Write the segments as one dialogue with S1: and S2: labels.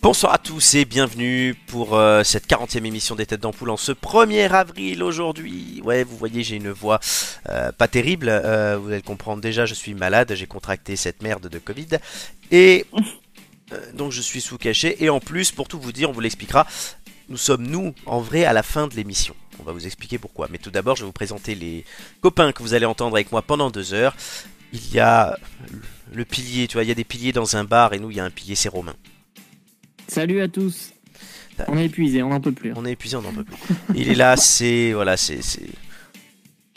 S1: Bonsoir à tous et bienvenue pour euh, cette 40e émission des Têtes d'Ampoule en ce 1er avril aujourd'hui. Ouais, vous voyez, j'ai une voix euh, pas terrible. euh, vous allez le comprendre déjà, je suis malade, j'ai contracté cette merde de Covid. Et euh, donc je suis sous cachet. Et en plus, pour tout vous dire, on vous l'expliquera, nous sommes nous en vrai à la fin de l'émission. On va vous expliquer pourquoi. Mais tout d'abord, je vais vous présenter les copains que vous allez entendre avec moi pendant deux heures. Il y a le pilier, tu vois, il y a des piliers dans un bar et nous, il y a un pilier, c'est Romain.
S2: Salut à tous.
S1: Salut.
S2: On est épuisé, on n'en peut plus.
S1: On est épuisé, on n'en peut plus. Il est là, c'est voilà, c'est c'est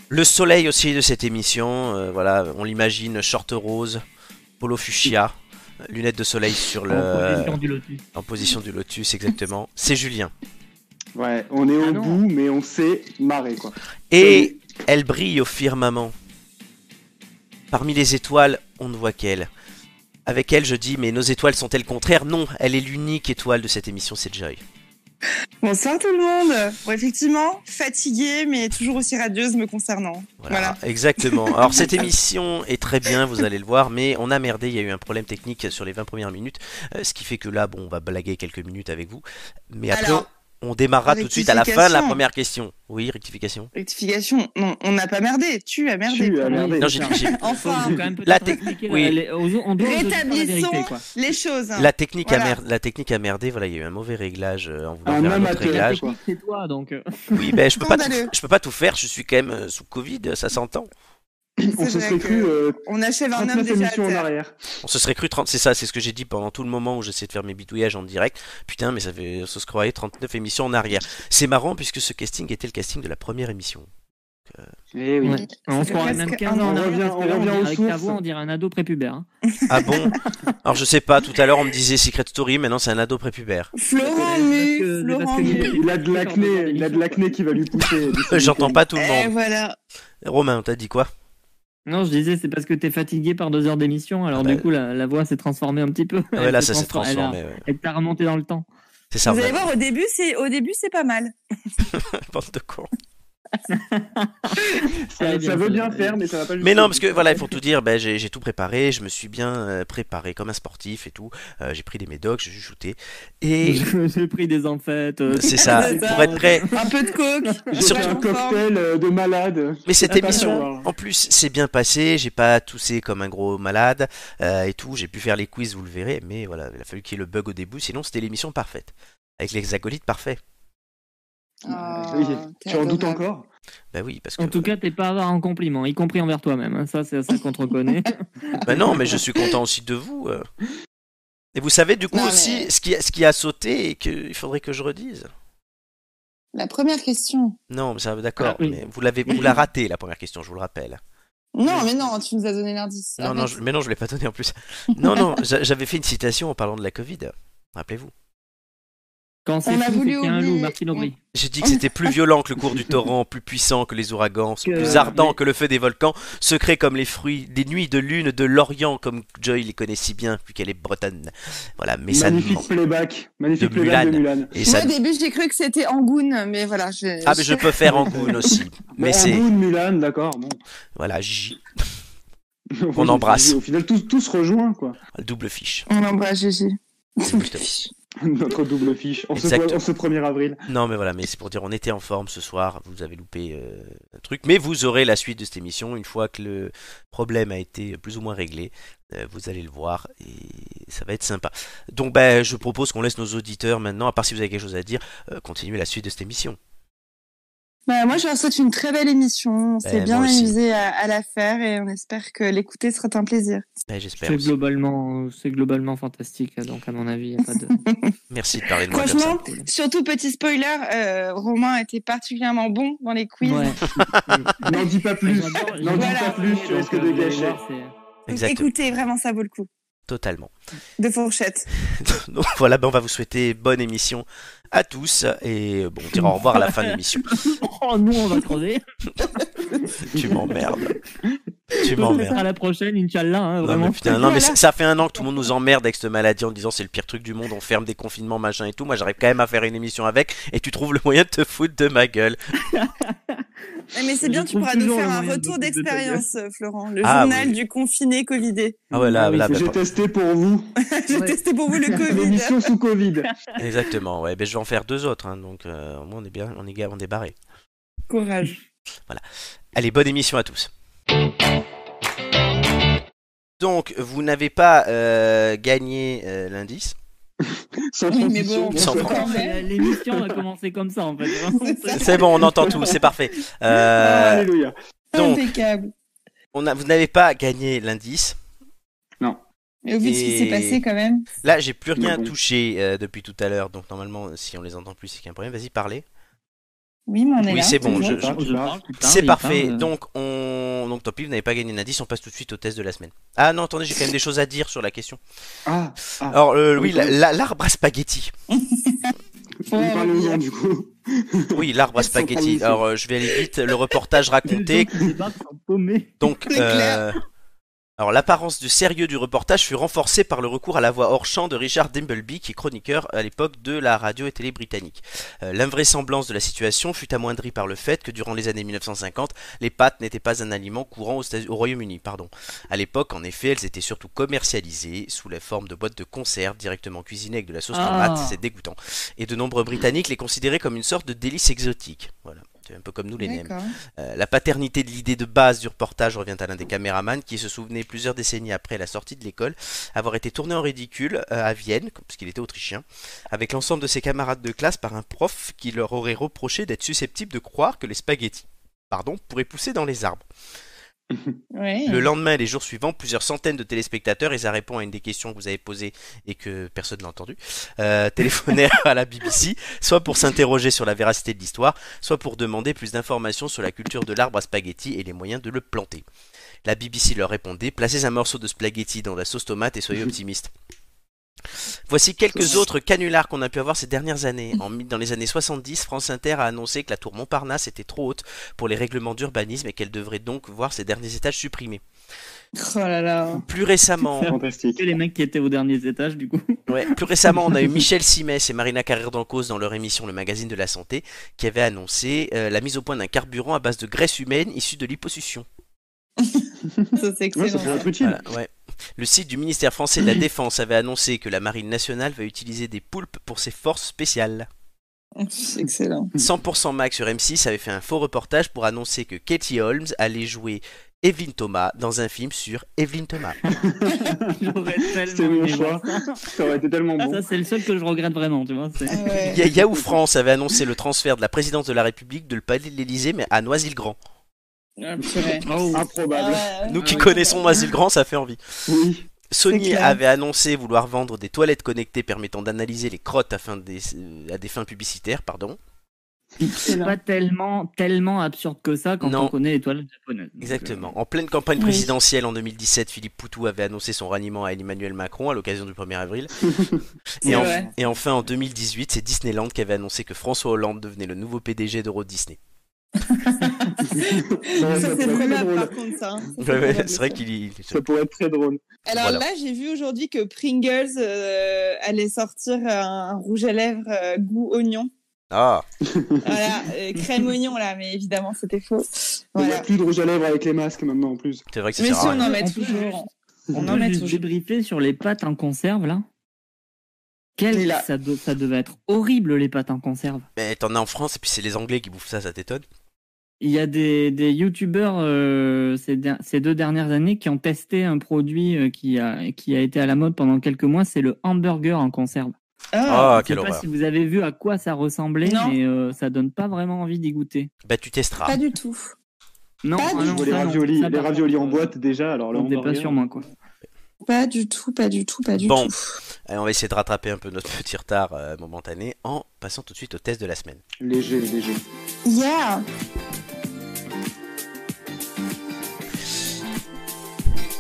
S1: le soleil aussi de cette émission. euh, voilà, on l'imagine short rose, polo fuchsia, lunettes de soleil sur
S2: En
S1: le
S2: position du lotus.
S1: en position du lotus exactement. C'est Julien
S3: Ouais, on est
S2: Ah
S3: au
S2: non.
S3: bout, mais on s'est marré quoi.
S1: et elle brille au firmament. Parmi les étoiles, on ne voit qu'elle. Avec elle, je dis, mais nos étoiles sont-elles contraires Non, elle est l'unique étoile de cette émission, c'est Joy.
S4: Bonsoir tout le monde. Bon, effectivement, fatiguée, mais toujours aussi radieuse me concernant.
S1: Voilà, Ah, exactement. Alors cette émission est très bien, vous allez le voir, mais on a merdé, il y a eu un problème technique sur les 20 premières minutes, euh, ce qui fait que là, bon, on va blaguer quelques minutes avec vous, mais après,
S4: Alors,
S1: on démarrera tout de suite à la fin de la
S4: rectification.
S1: première question. Oui, rectification.
S4: Rectification, non, on n'a pas merdé. Tu as merdé.
S3: Tu as merdé.
S1: Non, j'ai dit- j'ai-
S4: Enfin,
S2: Faut quand même peut-être
S1: La te-
S2: expliquer,
S1: oui.
S2: euh, les- aux- on doit aux auditeurs la
S4: Rétablissons.
S2: vérité, quoi.
S4: les choses. hein.
S1: La technique, a
S4: Voilà.
S1: mer- la technique a merdé, voilà, il y a eu un mauvais réglage, euh, on voulait
S3: Un
S1: faire un
S3: homme
S1: autre
S3: à terre.
S1: réglage.
S3: quoi.
S2: C'est toi donc. euh,
S1: Oui, ben je peux, pas tout,
S4: Scandaleux.
S1: je peux pas tout faire, je suis quand même euh, sous Covid, ça s'entend.
S3: On
S4: C'est
S3: se
S4: vrai
S3: serait
S4: que
S3: cru euh,
S4: On achève un homme
S3: 39
S4: déjà. à
S3: émissions en
S4: terre.
S3: arrière.
S1: On se serait cru 30, c'est ça, c'est ce que j'ai dit pendant tout le moment où j'essayais de faire mes bidouillages en direct. Putain, mais ça fait, on se croyait 39 émissions en arrière. C'est marrant puisque ce casting était le casting de la première émission.
S3: Eh oui.
S2: ouais. On se
S4: fait
S2: croirait
S4: presque
S2: même
S4: un
S2: 15 ans
S4: an.
S2: en
S3: On
S2: arrière,
S3: revient-
S2: parce que
S3: on
S2: là,
S3: revient
S2: dirait-
S3: aux
S2: avec ta
S3: sources.
S2: voix, on dirait un ado prépubère. hein.
S1: Ah bon Alors je sais pas, tout à l'heure on me disait Secret Story, maintenant c'est un ado prépubère.
S4: Florent
S2: Parce
S4: Mu,
S2: que- parce
S4: Florent
S2: que-
S4: Mu.
S3: Il a de l'acné, il a de l'acné qui va lui pousser.
S1: Euh, J'entends pas tout le
S4: Eh
S1: monde.
S4: voilà.
S1: Romain, t'as dit quoi
S2: Non, je disais, c'est parce que t'es fatigué par deux heures d'émission, alors
S1: Ah bah.
S2: du coup, la, la voix s'est transformée un petit peu.
S1: Ah Ouais,
S2: Elle
S1: là
S2: s'est
S1: ça s'est
S2: transfor- elle a-
S1: transformé. ouais.
S2: Elle t'a remonté dans le temps.
S1: C'est ça,
S4: Vous
S1: on a
S4: allez voir, au début, c'est au début, c'est pas mal.
S1: bande de cons.
S3: Ça, ça veut bien faire, mais ça va pas.
S1: Mais non, parce que voilà, il faut tout dire, ben, j'ai j'ai tout préparé, je me suis bien euh, préparé comme un sportif et tout. Euh, j'ai pris des médocs, j'ai chuchoté. Et
S2: J'ai pris des enfêtes. euh,
S1: c'est ça,
S4: C'est ça.
S1: pour être prêt.
S4: Un peu de coke.
S3: J'ai
S1: Surtout-
S3: fait un
S4: Pas en forme.
S3: cocktail euh, de malade.
S1: Mais cette
S3: Ah, pas
S1: émission,
S3: sûr.
S1: en plus, c'est bien passé. J'ai pas toussé comme un gros malade euh, et tout. J'ai pu faire les quiz, vous le verrez. Mais voilà, il a fallu qu'il y ait le bug au début. Sinon, c'était l'émission parfaite. Avec les acolytes parfaits.
S4: Ah,
S3: Oui.
S4: t'es
S3: Tu en doutes
S4: adorable.
S3: encore
S1: Bah oui, parce que.
S2: En tout cas, t'es pas avare en compliment, y compris envers toi-même. hein. Ça, c'est ça qu'on te reconnaît.
S1: Bah non, mais je suis content aussi de vous. euh. Et vous savez, du coup,
S4: Non, mais-
S1: aussi, ce, qui, ce qui a sauté et qu'il faudrait que je redise.
S4: La première question.
S1: Non, mais ça, d'accord.
S2: Ah oui.
S1: Mais vous l'avez, vous la ratez la première question. Je vous le rappelle.
S4: Non, mais non, tu nous as donné l'indice.
S2: Ah,
S1: Non, non,
S4: Arrête.
S1: je, mais non, je l'ai pas donné en plus. Non, non, j'a- j'avais fait une citation en parlant de la Covid. Rappelez-vous.
S2: Quand c'est
S4: On a
S2: fou,
S4: voulu
S2: c'est qu'il y a un loup,
S4: oublier-
S2: Martine Aubry.
S1: J'ai dit que c'était plus violent que le cours du torrent, plus puissant que les ouragans,
S2: Que-
S1: plus ardent
S2: mais-
S1: que le feu des volcans, secret comme les fruits des nuits de lune de l'Orient, comme Joy les connaît si bien, puis qu'elle est bretonne. Voilà, mais ça ne
S3: Magnifique
S1: manque.
S3: playback. Magnifique
S1: De
S3: playback de Mulan.
S1: Et
S4: Moi,
S1: ça...
S4: au début, j'ai cru que c'était Angoun, mais voilà. Je,
S1: Ah, mais je peux faire Angoune aussi. Mais
S3: Bon,
S1: c'est.
S3: un bout de Mulan, d'accord. Bon.
S1: Voilà, J.
S3: Enfin,
S1: embrasse.
S3: Au final, tous, tous rejoint quoi.
S1: Double fiche.
S4: On embrasse bah, Gégé.
S1: Double
S3: Notre double fiche. En ce,
S1: Exact.
S3: en ce 1er avril.
S1: Non, mais voilà, mais c'est pour dire, on était en forme ce soir. Vous avez loupé euh, un truc. Mais vous aurez la suite de cette émission une fois que le problème a été plus ou moins réglé. Euh, vous allez le voir et ça va être sympa. Donc, ben, je propose qu'on laisse nos auditeurs maintenant, à part si vous avez quelque chose à dire, euh, continuer la suite de cette émission.
S4: Bah, moi, je leur souhaite une très belle émission. On s'est
S1: Eh, moi
S4: bien
S1: aussi.
S4: amusé à, à la faire et on espère que l'écouter sera un plaisir.
S1: Ben, J'espère.
S2: C'est
S1: aussi.
S2: globalement, c'est globalement fantastique. hein, Donc, à mon avis, y a pas de.
S1: Merci de parler de moi comme ça.
S4: Franchement, surtout petit spoiler, euh, Romain était particulièrement bon dans les quiz.
S2: Ouais.
S3: N'en dis pas plus.
S2: J'adore-
S3: N'en dis
S4: Voilà.
S3: pas plus. Tu risques de
S2: Donc, euh,
S3: gâcher.
S2: c'est-
S1: Exact,
S4: Écoutez, vraiment, ça vaut le coup.
S1: totalement.
S4: De fourchette.
S1: Donc voilà, ben, on va vous souhaiter bonne émission à tous et bon, on dira au revoir à la fin de l'émission.
S2: Oh non, on va crever.
S1: Tu m'emmerdes. Tu
S2: On
S1: m'emmerdes.
S2: à la prochaine, Inch'Allah. hein,
S1: Non
S2: vraiment.
S1: mais, putain, non, mais
S4: Voilà.
S1: ça ça fait un an que tout le monde nous emmerde avec cette maladie en disant c'est le pire truc du monde, on ferme des confinements, machin et tout. Moi j'arrive quand même à faire une émission avec et tu trouves le moyen de te foutre de ma gueule.
S4: Mais mais c'est
S2: Je
S4: bien, tu
S2: trouve
S4: pourras nous
S2: toujours
S4: faire
S2: le
S4: un
S2: moyen de-
S4: retour
S2: de ta
S4: d'expérience, euh, Florent. Le
S1: Ah,
S4: journal
S1: oui.
S4: du confiné Covidé.
S1: Ah ouais, là,
S3: Ah oui,
S1: là,
S3: J'ai
S1: bah,
S3: testé pour vous
S4: J'ai
S2: Ouais.
S4: testé pour vous le Covid.
S3: l'émission sous Covid.
S1: exactement. Ouais, ben je vais en faire deux autres, hein, donc euh, au moins on est bien, on est, ga- on est barré.
S4: Courage.
S1: Allez, bonne émission à tous. Donc, vous n'avez pas euh, gagné euh, l'indice.
S3: Sans
S4: Oui, mais
S3: transition,
S4: bon,
S1: Sans
S3: bonsoir.
S4: Quand
S2: La-
S4: même.
S2: L'émission a commencé comme ça en fait.
S4: C'est ça.
S1: C'est bon, on entend tout, c'est parfait.
S3: Ah,
S1: Euh,
S3: Alléluia.
S1: Donc.
S4: Impeccable.
S1: on a, vous n'avez pas gagné l'indice.
S4: Mais au vu de ce qui s'est
S1: Et-
S4: passé quand même.
S1: Là, j'ai plus rien
S3: Mais bon.
S1: touché euh, depuis tout à l'heure, donc normalement, si on les entend plus, c'est qu'il y a un problème. Vas-y, parlez.
S4: Oui, mais on est
S1: Oui,
S4: là.
S1: c'est bon,
S4: toujours.
S1: je-
S3: je-
S2: Hein,
S1: C'est parfait.
S2: euh.
S1: Donc on donc tant pis, vous n'avez pas gagné l'indice, on passe tout de suite au test de la semaine. Ah non, attendez, j'ai quand même des choses à dire sur la question.
S3: Ah, ah.
S1: Alors euh, oui,
S3: Oui,
S1: la-
S3: oui.
S1: la- l'arbre à spaghetti.
S3: Vous parlez aux gens du coup.
S1: Oui, l'arbre à
S3: Sans
S1: spaghetti.
S3: transition.
S1: Alors euh, je vais aller vite, le reportage raconté. Donc
S4: C'est clair.
S1: euh, alors l'apparence de sérieux du reportage fut renforcée par le recours à la voix hors champ de Richard Dimbleby, qui est chroniqueur à l'époque de la radio et télé britannique. Euh, L'invraisemblance de la situation fut amoindrie par le fait que durant les années 1950, les pâtes n'étaient pas un aliment courant aux États- au Royaume-Uni. Pardon. À l'époque, en effet, elles étaient surtout commercialisées sous la forme de boîtes de conserve directement cuisinées avec de la sauce
S2: Ah.
S1: tomate, c'est dégoûtant. Et de nombreux Britanniques les considéraient comme une sorte de délice exotique. Voilà, c'est un peu comme nous les nems.
S4: D'accord.
S1: Euh, la paternité de l'idée de base du reportage revient à l'un des caméramans qui se souvenait plusieurs décennies après la sortie de l'école avoir été tourné en ridicule euh, à Vienne, puisqu'il était autrichien, avec l'ensemble de ses camarades de classe par un prof qui leur aurait reproché d'être susceptible de croire que les spaghettis pardon, pourraient pousser dans les arbres.
S4: Ouais.
S1: Le lendemain et les jours suivants, plusieurs centaines de téléspectateurs, et ça répond à une des questions que vous avez posées et que personne n'a entendu, euh, téléphonèrent à la BBC, soit pour s'interroger sur la véracité de l'histoire, soit pour demander plus d'informations sur la culture de l'arbre à spaghetti et les moyens de le planter. La BBC leur répondait Placez un morceau de spaghetti dans la sauce tomate et soyez optimiste. Voici quelques autres canulars qu'on a pu avoir ces dernières années. En, mi- dans les années 70, France Inter a annoncé que la tour Montparnasse était trop haute pour les règlements d'urbanisme et qu'elle devrait donc voir ses derniers étages supprimés.
S4: Oh là là.
S1: Plus récemment,
S3: Fantastique.
S2: Que les mecs qui étaient aux derniers étages du coup.
S1: ouais, plus récemment, on a eu Michel Simès et Marina Carrère d'Ancos dans leur émission Le Magazine de la Santé qui avait annoncé euh, la mise au point d'un carburant à base de graisse humaine issue de l'hyposuction.
S4: Ça, c'est
S3: Ouais, ça pourrait
S4: excellent.
S3: être utile.
S1: Voilà, ouais. Le site du ministère français de la Défense avait annoncé que la marine nationale va utiliser des poulpes pour ses forces spéciales.
S4: C'est excellent.
S1: 100% Max sur M6 avait fait un faux reportage pour annoncer que Katie Holmes allait jouer Evelyn Thomas dans un film sur Evelyn Thomas.
S2: J'aurais
S3: C'était
S2: tellement
S3: mon
S2: aimé
S3: choix.
S2: voir ça.
S3: Ça aurait été tellement
S2: Ah,
S3: bon.
S2: ça c'est le seul que je regrette vraiment, tu vois. c'est-
S4: Ah ouais.
S1: Ya- Yahoo France avait annoncé le transfert de la présidence de la République de le palais de l'Élysée mais à Noisy-le-Grand.
S4: Ah, purée.
S2: Oh,
S3: Improbable.
S4: Ah ouais.
S1: Nous qui
S2: Ah oui.
S1: connaissons Noisy-le-Grand, ça fait envie.
S3: Oui.
S4: C'est
S1: Sony
S4: clair.
S1: avait annoncé vouloir vendre des toilettes connectées permettant d'analyser les crottes afin des, euh, à des fins publicitaires, pardon.
S2: c'est pas tellement, tellement absurde que ça quand
S1: Non.
S2: on connaît les toilettes japonaises. Donc,
S1: Exactement. En pleine campagne
S4: euh, Oui.
S1: présidentielle en 2017, Philippe Poutou avait annoncé son ralliement à Emmanuel Macron à l'occasion du 1er avril.
S4: C'est
S1: Et, en-
S4: vrai.
S1: et enfin, en 2018, c'est Disneyland qui avait annoncé que François Hollande devenait le nouveau PDG d'Euro Disney.
S3: Ça,
S4: Ça,
S3: pourrait
S4: c'est
S3: être
S4: probable,
S3: drôle.
S4: par contre, ça. hein. Ça,
S1: Ouais, ouais,
S4: probable,
S1: c'est vrai
S4: ça.
S1: qu'il il-
S3: Ça pourrait être très drôle.
S4: Alors
S1: Voilà.
S4: là, j'ai vu aujourd'hui que Pringles euh, allait sortir un rouge à lèvres euh, goût oignon.
S1: Ah,
S4: Voilà, euh, crème oignon là, mais évidemment c'était faux.
S3: On
S4: Voilà.
S3: a plus de rouge à lèvres avec les masques maintenant en plus.
S1: c'est vrai que ça
S4: Mais
S1: sert
S4: si
S1: à
S4: on
S1: rien.
S4: en met
S2: On peut
S4: toujours.
S2: On en
S4: On en met
S2: euh, juste
S4: toujours.
S2: débriefer sur les pâtes en conserve là. Quel
S4: Il a-
S2: ça, do- ça devait être horrible les pâtes en conserve.
S1: Mais t'en as en France, et puis c'est les Anglais qui bouffent ça, ça t'étonne.
S2: Il y a des, des youtubeurs euh, ces, der- ces deux dernières années qui ont testé un produit euh, qui a, qui a été à la mode pendant quelques mois, c'est le hamburger en conserve.
S1: Ah,
S4: Ah,
S2: Je sais
S1: quelle
S2: pas
S1: horreur.
S2: si vous avez vu à quoi ça ressemblait,
S4: Non.
S2: mais euh, ça donne pas vraiment envie d'y goûter.
S1: Bah, tu testeras.
S4: pas du tout.
S2: Non,
S4: Pas
S2: ah
S4: du
S2: non,
S3: Je vois les
S2: ça, non.
S3: raviolis,
S2: Ça,
S3: les
S2: par
S3: raviolis en
S2: contre, euh,
S3: boîte déjà. Alors là,
S2: On n'est
S3: on
S2: pas sur moi quoi.
S4: Pas du tout, pas du tout, pas du
S1: Bon.
S4: tout.
S1: Allez, on va essayer de rattraper un peu notre petit retard euh, momentané en passant tout de suite au test de la semaine.
S3: Léger, léger.
S4: Yeah.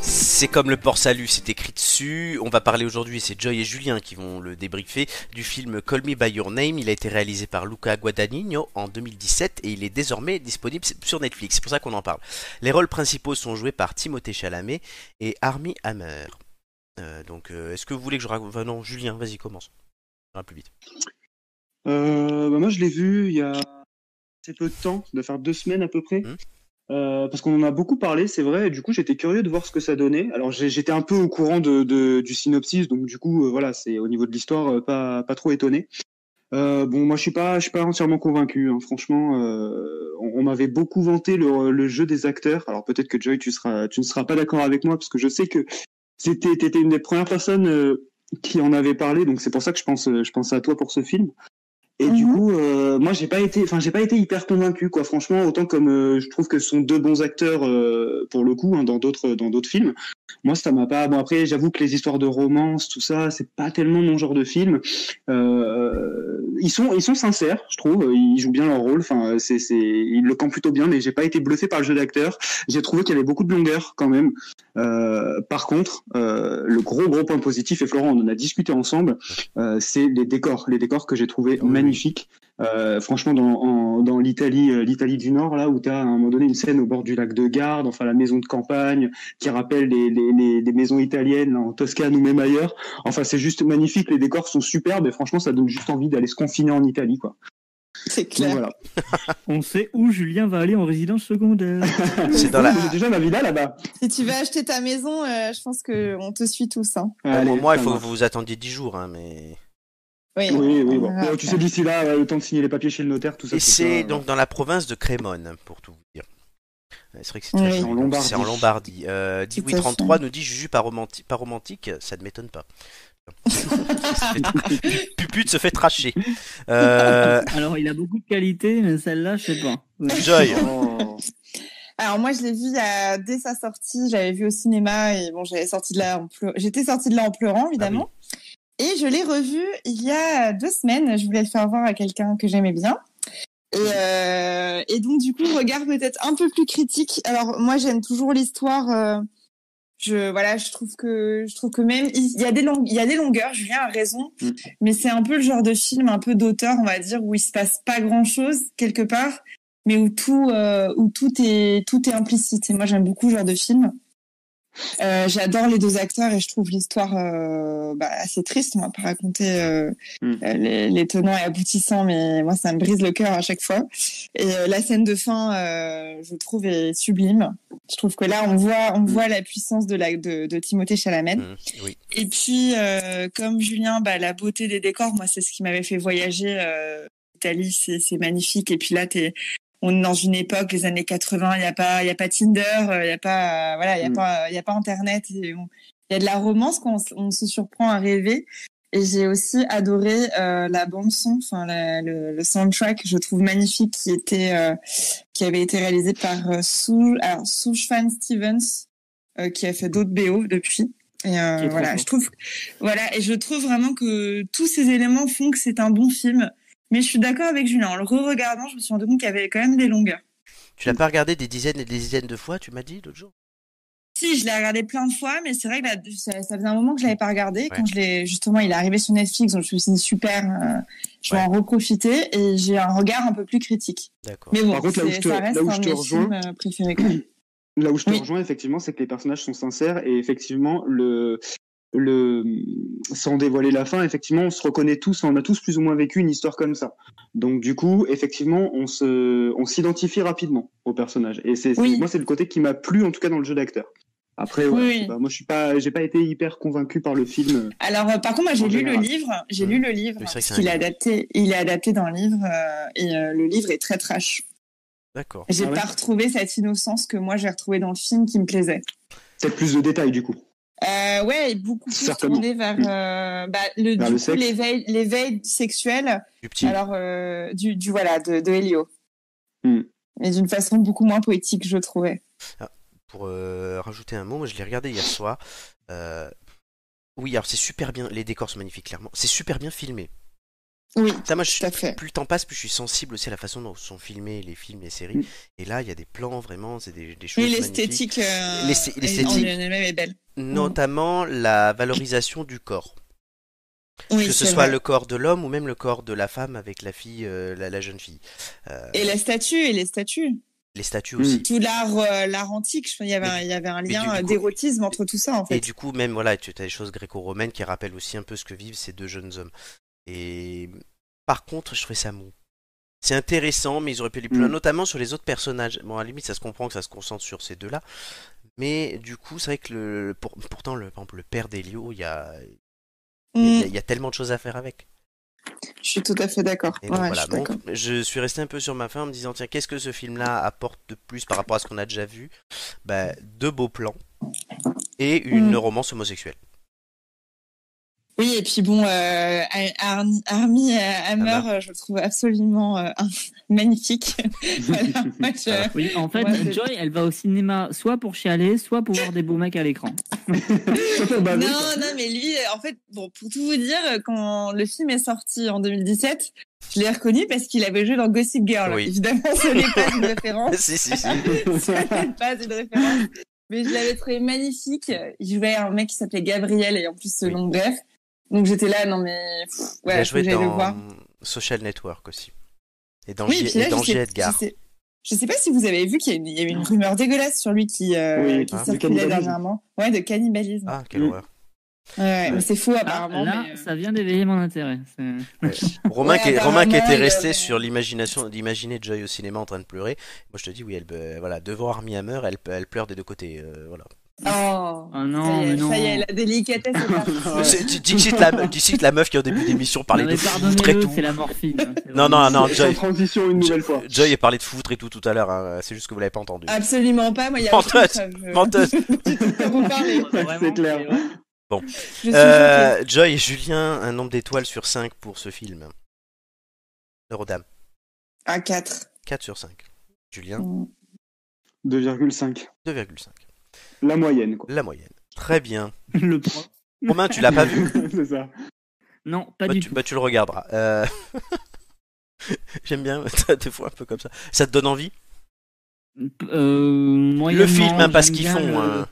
S1: C'est comme le port salut, c'est écrit dessus. On va parler aujourd'hui, et c'est Joy et Julien qui vont le débriefer, du film Call Me By Your Name. Il a été réalisé par Luca Guadagnino en 2017 et il est désormais disponible sur Netflix. C'est pour ça qu'on en parle. Les rôles principaux sont joués par Timothée Chalamet et Armie Hammer. Euh, donc, euh, est-ce que vous voulez que je raconte enfin, Non, Julien, vas-y, commence. Ça va plus vite.
S3: Euh, bah moi, je l'ai vu il y a assez peu de temps, de faire deux semaines à peu près.
S1: Mhm.
S3: Euh, parce qu'on en a beaucoup parlé, c'est vrai. et du coup, j'étais curieux de voir ce que ça donnait. Alors, j'ai- j'étais un peu au courant de, de- du synopsis, donc du coup, euh, voilà, c'est au niveau de l'histoire, euh, pas, pas trop étonné. Euh, bon, moi, je suis pas, je suis pas entièrement convaincu. hein. Franchement, euh, on, on m'avait beaucoup vanté le, le jeu des acteurs. Alors, peut-être que Joy, tu seras, tu ne seras pas d'accord avec moi, parce que je sais que c'était, t'étais une des premières personnes euh, qui en avait parlé. Donc, c'est pour ça que je pense, euh, je pense à toi pour ce film. Et du
S4: Mhm.
S3: coup, euh, moi, j'ai pas été, enfin, j'ai pas été hyper convaincu, quoi. Franchement, autant comme euh, je trouve que ce sont deux bons acteurs euh, pour le coup hein, dans d'autres, dans d'autres films. Moi, ça m'a pas. Bon, après, j'avoue que les histoires de romance, tout ça, c'est pas tellement mon genre de film. Euh, ils sont, ils sont sincères, je trouve. Ils jouent bien leur rôle. Enfin, c'est, c'est, ils le campent plutôt bien. Mais j'ai pas été bluffé par le jeu d'acteur. J'ai trouvé qu'il y avait beaucoup de longueur quand même. Euh, par contre, euh, le gros gros point positif et Florent, on en a discuté ensemble, euh, c'est les décors, les décors que j'ai trouvé
S1: Oui.
S3: magnifiques. Euh, franchement, dans, en- dans l'Italie, euh, l'Italie du Nord, là où t'as à un moment donné une scène au bord du lac de Garde, enfin la maison de campagne qui rappelle les, les, les- les maisons italiennes là, en Toscane ou même ailleurs. Enfin, c'est juste magnifique, les décors sont superbes et franchement, ça donne juste envie d'aller se confiner en Italie, quoi.
S4: C'est
S3: Donc,
S4: clair.
S3: voilà.
S2: On sait où Julien va aller en résidence secondaire.
S1: C'est dans la-
S3: J'ai déjà ma villa là-bas.
S4: Si tu vas acheter ta maison, euh, je pense que on te suit tous. Hein.
S1: Bon,
S3: Allez,
S1: Ah, moi, il
S3: ça
S1: faut que
S3: marche.
S1: vous vous attendiez 10 jours, hein, mais.
S4: Oui.
S3: Oui, oui, bon.
S4: On
S3: Euh,
S4: verra
S3: tu
S4: après.
S3: sais, d'ici là, euh, le temps de signer les papiers chez le notaire, tout ça.
S1: Et
S3: tout ça,
S1: c'est
S3: euh,
S1: donc dans la province de Crémone, pour tout vous dire. Euh, C'est vrai que c'est très
S4: Oui.
S1: joli,
S3: En
S1: donc
S3: Lombardie.
S1: C'est en Lombardie. Euh,
S4: Tout à
S1: 1833 nous dit Juju pas, romanti- pas romantique, ça ne m'étonne pas. Pupute se fait tracher. Euh,
S2: Alors, il a beaucoup de qualités, mais celle-là, je sais pas.
S1: Joy,
S3: Oh.
S4: Alors moi, je l'ai vu euh, dès sa sortie. J'avais vu au cinéma et bon, j'avais sorti de là en pleu- J'étais sortie de là en pleurant, évidemment. Et je l'ai revu il y a deux semaines. Je voulais le faire voir à quelqu'un que j'aimais bien. Et, euh, et donc du coup, regard peut-être un peu plus critique. Alors moi, j'aime toujours l'histoire. euh, je voilà, je trouve que je trouve que même il y a des longues, il y a des longueurs. Julien a raison,
S3: Mm.
S4: mais c'est un peu le genre de film un peu d'auteur, on va dire, où il se passe pas grand chose quelque part, mais où tout euh, où tout est tout est implicite. Et moi, j'aime beaucoup ce genre de film. Euh, J'adore les deux acteurs et je trouve l'histoire euh, bah, assez triste. On va pas raconter euh,
S3: Mm.
S4: euh, les, les tenants et aboutissants, mais moi ça me brise le cœur à chaque fois. Et euh, la scène de fin, euh, je trouve, est sublime. Je trouve que là, on voit, on voit la puissance de, la, de, de Timothée Chalamet.
S1: Mm, oui.
S4: Et puis, euh, comme Julien, bah, la beauté des décors, moi, c'est ce qui m'avait fait voyager. Euh, L'Italie, c'est c'est magnifique. Et puis là, t'es, on est dans une époque, les années 80, il n'y a pas, il y a pas Tinder, euh, il y a pas, euh, voilà, il y a
S3: Mm.
S4: pas, il y a pas Internet. et on- Il y a de la romance qu'on s- on se surprend à rêver. Et j'ai aussi adoré euh, la bande son, enfin la- le, le soundtrack, je trouve magnifique, qui était, euh, qui avait été réalisé par euh, Sou, alors, Soufjan Stevens, euh, qui a fait d'autres BO depuis. Et euh,
S2: Qui est trop
S4: voilà,
S2: fort.
S4: je trouve, voilà, et je trouve vraiment que tous ces éléments font que c'est un bon film. Mais je suis d'accord avec Julien. En le re-regardant, je me suis rendu compte qu'il y avait quand même des longueurs.
S1: Tu l'as pas regardé des dizaines et des dizaines de fois, tu m'as dit l'autre jour
S4: Si, je l'ai regardé plein de fois, mais c'est vrai que la- ça, ça faisait un moment que je l'avais pas regardé. Quand je l'ai justement, il est arrivé sur Netflix, donc je me suis dit super, euh, je vais
S1: Ouais.
S4: en reprofiter et j'ai un regard un peu plus critique.
S1: D'accord.
S4: Mais bon,
S3: Par contre, là où
S4: c'est-
S3: je te-
S4: ça reste
S3: là où
S4: un
S3: je
S4: de
S3: te
S4: mes
S3: rejoins-
S4: films euh, préférés. quoi.
S3: Là où je te
S4: Oui.
S3: rejoins, effectivement, c'est que les personnages sont sincères et effectivement, le, le, sans dévoiler la fin, effectivement, on se reconnaît tous, on a tous plus ou moins vécu une histoire comme ça. Donc, du coup, effectivement, on se, on s'identifie rapidement au personnage. Et c'est, c'est-
S4: Oui.
S3: moi, c'est le côté qui m'a plu, en tout cas, dans le jeu d'acteur. Après, ouais,
S4: Oui,
S3: je sais
S4: oui.
S3: pas, moi, je suis pas, j'ai pas été hyper convaincu par le film.
S4: Alors, euh, par contre, moi, j'ai
S3: En
S4: lu le
S3: général.
S4: livre. J'ai
S1: Mm.
S4: lu le livre.
S1: Oui, c'est vrai que c'est un
S4: il est
S1: livre.
S4: adapté. Il est adapté dans le livre euh, et euh, le livre est très trash.
S1: D'accord.
S4: J'ai
S3: Ah ouais
S4: pas retrouvé cette innocence que moi j'ai retrouvée dans le film qui me plaisait.
S3: Peut-être plus de détails, du coup.
S4: Euh, ouais, et beaucoup plus
S3: Certainement.
S4: tourné vers,
S3: Mm.
S4: euh, bah, le,
S3: Vers
S4: du
S3: le
S4: coup,
S3: sexe.
S4: l'éveil, l'éveil sexuel,
S1: Du petit.
S4: alors euh, du, du voilà, de, de Helio.
S3: Mm.
S4: Mais d'une façon beaucoup moins poétique, je trouvais.
S1: pour euh, rajouter un mot, moi je l'ai regardé hier soir. Euh, Oui, alors c'est super bien, les décors sont magnifiques, clairement. C'est super bien filmé.
S4: Oui,
S1: Ça, moi, je-
S4: tout à fait.
S1: plus le temps passe, plus je suis sensible aussi à la façon dont sont filmés les films, les séries.
S3: Mm.
S1: Et là, il y a des plans vraiment, c'est des, des choses.
S4: Oui,
S1: magnifiques.
S4: l'esthétique, euh,
S1: L'esth-
S4: est-
S1: l'esthétique.
S4: en elle-même est belle.
S1: Notamment la valorisation du corps.
S4: Oui,
S1: que ce
S4: c'est
S1: soit
S4: vrai.
S1: le corps de l'homme ou même le corps de la femme avec la fille, euh, la, la jeune fille. Euh,
S4: Et la statue, et les statues.
S1: les statues
S3: Mm.
S1: aussi.
S4: Tout l'art, euh, l'art antique, je- il y avait, un- il y avait un
S1: mais du
S4: lien euh,
S1: coup-
S4: d'érotisme entre tout ça, en
S1: Et
S4: fait.
S1: du coup, même voilà, tu as des choses gréco-romaines qui rappellent aussi un peu ce que vivent ces deux jeunes hommes. Et par contre, je trouvais ça mou. C'est intéressant, mais ils auraient pu aller plus
S4: Mm.
S1: loin, notamment sur les autres personnages. Bon, à la limite, ça se comprend que ça se concentre sur ces deux-là. Mais du coup, c'est vrai que le, le- pour- pourtant, le, par exemple, le père d'Elio, il y a, il y a-
S4: Mm,
S1: il y a tellement de choses à faire avec.
S4: je suis tout à fait d'accord.
S1: Et
S4: Ouais,
S1: donc,
S4: je
S1: voilà.
S4: suis
S1: Donc,
S4: d'accord.
S1: je suis resté un peu sur ma fin en me disant tiens, qu'est-ce que ce film-là apporte de plus par rapport à ce qu'on a déjà vu bah, Deux beaux plans et une
S4: Mm.
S1: romance homosexuelle.
S4: Oui, et puis bon, euh, Ar- Army euh, Hammer,
S1: Hammer.
S4: euh, je le trouve absolument euh, magnifique. Voilà,
S3: Hmm.
S4: moi, je-
S1: Voilà.
S2: Oui, en fait,
S4: Ouais, c'est-
S2: Joy, elle va au cinéma soit pour chialer, soit pour voir des beaux mecs à l'écran.
S3: Bah oui,
S4: non, non, mais lui, euh, en fait, bon, pour tout vous dire, euh, quand le film est sorti en 2017, je l'ai reconnu parce qu'il avait joué dans Gossip Girl.
S1: Oui.
S4: Évidemment, ce n'est pas une référence.
S1: si, si, si.
S4: ce n'est pas une référence. Mais je l'avais trouvé magnifique. Il jouait un mec qui s'appelait Gabriel et en plus ce
S1: Oui.
S4: nom, bref. Donc j'étais là, non mais. pff,
S1: Il
S4: voilà,
S1: a
S4: faut que
S1: joué
S4: j'aille le
S1: dans
S4: voir.
S1: Social Network aussi. Et dans
S4: Oui, et
S1: J-
S4: puis là,
S1: et dans
S4: je,
S1: J.
S4: sais,
S1: Edgar.
S4: je sais- je sais pas si vous avez vu qu'il y a une, il y a eu une rumeur dégueulasse sur lui qui, euh,
S3: Oui,
S4: qui
S1: hein, de
S4: circulait
S3: cannibalisme.
S4: dernièrement. Ouais, de cannibalisme.
S1: Ah, quelle
S3: Mm.
S1: horreur.
S4: Ouais, ouais, mais c'est faux
S2: Ah,
S4: apparemment.
S2: là,
S4: mais, euh,
S2: ça vient d'éveiller mon intérêt. C'est-
S1: Romain,
S4: Ouais,
S1: qui, est- Romain qui était
S4: apparemment, il
S1: resté
S4: avait-
S1: sur l'imagination d'imaginer Joy au cinéma en train de pleurer. Moi, je te dis, oui, elle, euh, voilà, devant Armie Hammer, elle, elle pleure des deux côtés. euh, voilà.
S4: Oh,
S2: Ah non,
S4: ça y
S2: mais
S4: est,
S2: non.
S4: ça y est, la délicatesse est partie.
S3: Ouais.
S1: Ah, C'est- tu- tu cites la, me- tu cites la meuf qui, au début d'émission, parlait
S2: Non, mais
S1: de foutre et
S2: pardonnez-le,
S1: tout.
S2: c'est la morphine. hein, c'est
S1: Non,
S2: vraiment-
S1: Ah non, non,
S3: Sans
S1: Joy,
S3: transition une nouvelle fois.
S1: Joy a parlé de foutre et tout tout à l'heure. hein. C'est juste que vous l'avez pas entendu.
S4: Ah, Absolument pas, moi il y a
S1: Menteuse,
S4: aucune preuve, je-
S1: Menteuse.
S4: Quand vous parlez,
S2: Vraiment,
S3: C'est clair.
S2: ouais.
S4: je suis
S1: Euh, Joy et Julien, un nombre d'étoiles sur 5 pour ce film. Eurodame,
S2: Ah,
S4: À 4.
S1: 4 sur 5. Julien,
S4: Oh.
S3: 2,5.
S1: 2,5.
S3: La moyenne, quoi.
S1: La moyenne. Très bien.
S2: Le pro-
S1: Romain, tu l'as pas vu
S3: c'est ça.
S2: Non, pas
S1: bah,
S2: du
S1: tu,
S2: tout.
S1: bah, tu le regarderas. Euh, J'aime bien, des fois un peu comme ça. Ça te donne envie
S2: Euh,
S1: Le
S2: moyennement,
S1: film, hein, pas ce
S2: j'aime
S1: qu'ils
S2: bien
S1: font.
S2: le-
S1: hein.